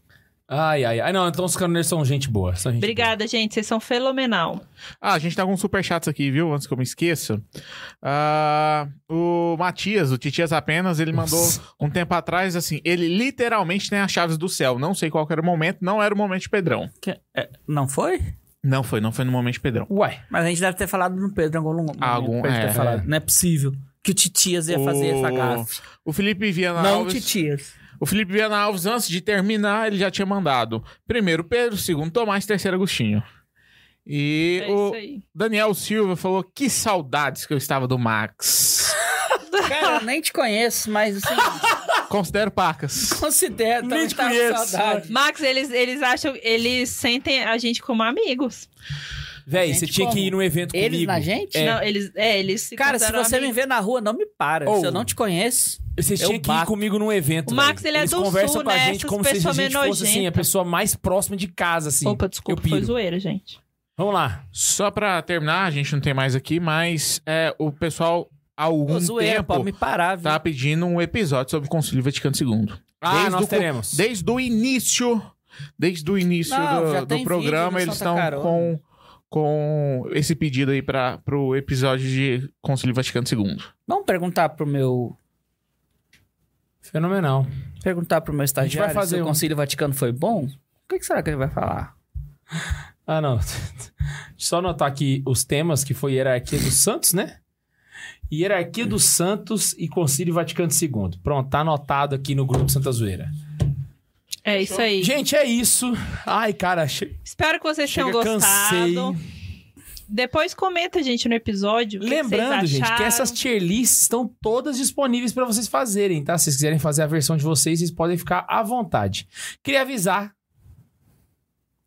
[SPEAKER 1] Ai, ai, ai. Não, então os caroneiros são gente boa. São gente
[SPEAKER 3] Obrigada, gente. Vocês são fenomenal.
[SPEAKER 4] Ah, a gente tá com uns superchats aqui, viu? Antes que eu me esqueça. Ah, o Matias, o Titias Apenas, ele mandou
[SPEAKER 1] Nossa.
[SPEAKER 4] um tempo atrás, assim, ele literalmente tem as chaves do céu. Não sei qual que era o momento, não era o momento de Pedrão.
[SPEAKER 2] Não foi?
[SPEAKER 4] Não foi, não foi no momento de Pedrão.
[SPEAKER 1] boa. Uai.
[SPEAKER 2] Mas a gente deve ter falado no Pedro em algum momento.
[SPEAKER 4] Algum,
[SPEAKER 2] pra ele ter
[SPEAKER 4] é,
[SPEAKER 2] falado.
[SPEAKER 1] é.
[SPEAKER 2] Não é possível que o Titias ia fazer
[SPEAKER 4] O-
[SPEAKER 2] essa gafe.
[SPEAKER 4] O Felipe Viana
[SPEAKER 2] Não o
[SPEAKER 4] Alves...
[SPEAKER 2] Titias.
[SPEAKER 4] O Felipe Viana Alves, antes de terminar, ele já tinha mandado. Primeiro Pedro, segundo Tomás, terceiro Agostinho. E
[SPEAKER 3] É
[SPEAKER 4] o
[SPEAKER 3] isso aí.
[SPEAKER 4] Daniel Silva falou: que saudades que eu estava do Max.
[SPEAKER 2] Cara, eu nem te conheço, mas assim,
[SPEAKER 4] Considero pacas.
[SPEAKER 2] considero.
[SPEAKER 1] Nem
[SPEAKER 2] Nem
[SPEAKER 1] te
[SPEAKER 2] te conheço.
[SPEAKER 1] conheço.
[SPEAKER 2] Saudade.
[SPEAKER 3] Max, eles, eles acham, eles sentem a gente como amigos.
[SPEAKER 1] Véi,
[SPEAKER 2] Gente
[SPEAKER 1] você tinha
[SPEAKER 2] como?
[SPEAKER 1] que ir num evento
[SPEAKER 2] Eles
[SPEAKER 1] comigo.
[SPEAKER 2] na gente?
[SPEAKER 1] É.
[SPEAKER 3] Não, eles, é, eles se
[SPEAKER 2] Cara, se
[SPEAKER 3] consideram
[SPEAKER 2] você me
[SPEAKER 3] amigos.
[SPEAKER 2] vê na rua, não me para.
[SPEAKER 1] Ou-
[SPEAKER 2] Se eu não te conheço,
[SPEAKER 1] Você
[SPEAKER 2] Eu
[SPEAKER 1] tinha que ir
[SPEAKER 2] bato.
[SPEAKER 1] comigo num evento.
[SPEAKER 3] O Max,
[SPEAKER 1] véi.
[SPEAKER 3] ele é
[SPEAKER 1] Eles
[SPEAKER 3] do
[SPEAKER 1] conversam
[SPEAKER 3] sul,
[SPEAKER 1] com a
[SPEAKER 3] né?
[SPEAKER 1] gente
[SPEAKER 3] Essas
[SPEAKER 1] como se a gente
[SPEAKER 3] pessoas
[SPEAKER 1] fosse
[SPEAKER 3] meio
[SPEAKER 1] assim, a
[SPEAKER 3] nojenta.
[SPEAKER 1] pessoa mais próxima de casa, assim.
[SPEAKER 3] Opa, desculpa,
[SPEAKER 1] Eu piro.
[SPEAKER 3] foi zoeira, gente.
[SPEAKER 1] Vamos lá.
[SPEAKER 4] Só pra terminar, a gente não tem mais aqui, mas é, o pessoal há algum
[SPEAKER 1] um
[SPEAKER 2] eu zoeira,
[SPEAKER 4] tempo
[SPEAKER 2] pode me parar, viu?
[SPEAKER 4] tá pedindo um episódio sobre o Concílio Vaticano II.
[SPEAKER 1] Ah,
[SPEAKER 4] Desde
[SPEAKER 1] nós
[SPEAKER 4] o co-
[SPEAKER 1] teremos.
[SPEAKER 4] Desde o início, desde o início
[SPEAKER 2] Não,
[SPEAKER 4] do-
[SPEAKER 2] já
[SPEAKER 4] do,
[SPEAKER 2] tem vídeo
[SPEAKER 4] programa,
[SPEAKER 2] do
[SPEAKER 4] eles
[SPEAKER 2] Santa
[SPEAKER 4] estão
[SPEAKER 2] Carona.
[SPEAKER 4] com, com esse pedido aí para pro episódio de Concílio Vaticano II.
[SPEAKER 2] Vamos perguntar pro meu.
[SPEAKER 1] Fenomenal.
[SPEAKER 2] Perguntar pro meu
[SPEAKER 1] vai
[SPEAKER 2] estagiário
[SPEAKER 1] fazer
[SPEAKER 2] se o
[SPEAKER 1] um.
[SPEAKER 2] Conselho Vaticano foi bom? O que, que será que ele vai falar?
[SPEAKER 1] Ah, não. Só anotar aqui os temas, que foi Hierarquia dos Santos, né? Hierarquia dos Santos e Concílio Vaticano II. Pronto, tá anotado aqui no grupo Santa Zoeira.
[SPEAKER 3] É isso aí.
[SPEAKER 1] Gente, é isso. Ai, cara, che...
[SPEAKER 3] Espero que vocês
[SPEAKER 1] chega,
[SPEAKER 3] tenham
[SPEAKER 1] cansei.
[SPEAKER 3] gostado. Depois comenta, gente, no episódio. o que que vocês
[SPEAKER 1] Lembrando, gente, que
[SPEAKER 3] acharam.
[SPEAKER 1] essas tier lists estão todas disponíveis para vocês fazerem, tá? Se vocês quiserem fazer a versão de vocês, vocês podem ficar à vontade. Queria avisar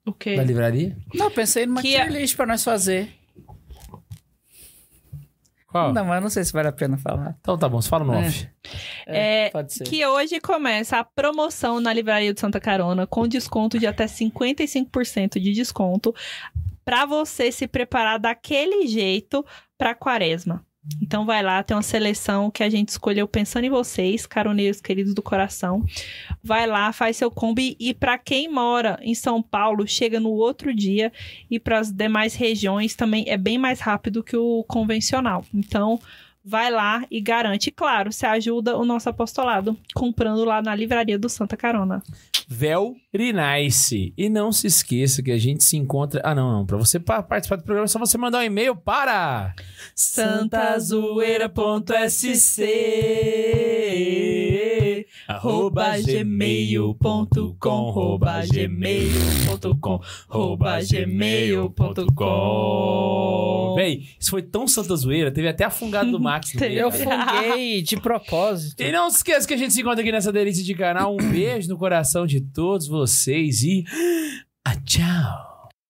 [SPEAKER 3] O quê?
[SPEAKER 1] da livraria.
[SPEAKER 2] Não, eu pensei numa
[SPEAKER 3] Que-
[SPEAKER 2] tier list pra nós fazer.
[SPEAKER 1] Qual?
[SPEAKER 2] Não, mas eu não sei se vale a pena falar.
[SPEAKER 1] Então tá bom, você fala no
[SPEAKER 2] É.
[SPEAKER 1] off.
[SPEAKER 3] É,
[SPEAKER 2] Pode ser.
[SPEAKER 3] Que hoje começa a promoção na Livraria do Santa Carona com desconto de até 55% de desconto para você se preparar daquele jeito para quaresma. Então vai lá, tem uma seleção que a gente escolheu pensando em vocês, caroneiros queridos do coração. Vai lá, faz seu combi e para quem mora em São Paulo, chega no outro dia e para as demais regiões também é bem mais rápido que o convencional. Então Vai lá e garante. E, Claro, você ajuda o nosso apostolado comprando lá na livraria do Santa Carona.
[SPEAKER 1] Velrinice. E não se esqueça que a gente se encontra. Ah, não, não. Para você pa- participar do programa, é só você mandar um e-mail para santazoeira.sc.
[SPEAKER 3] você. Arroba gmail.com, arroba gmail.com, arroba gmail.com.
[SPEAKER 1] Véi, isso foi tão santa zoeira, teve até a fungada do Max. no meio,
[SPEAKER 2] Eu
[SPEAKER 1] cara.
[SPEAKER 2] funguei de propósito.
[SPEAKER 1] E não se esqueça que a gente se encontra aqui nessa delícia de canal. Um beijo no coração de todos vocês e. Ah, tchau!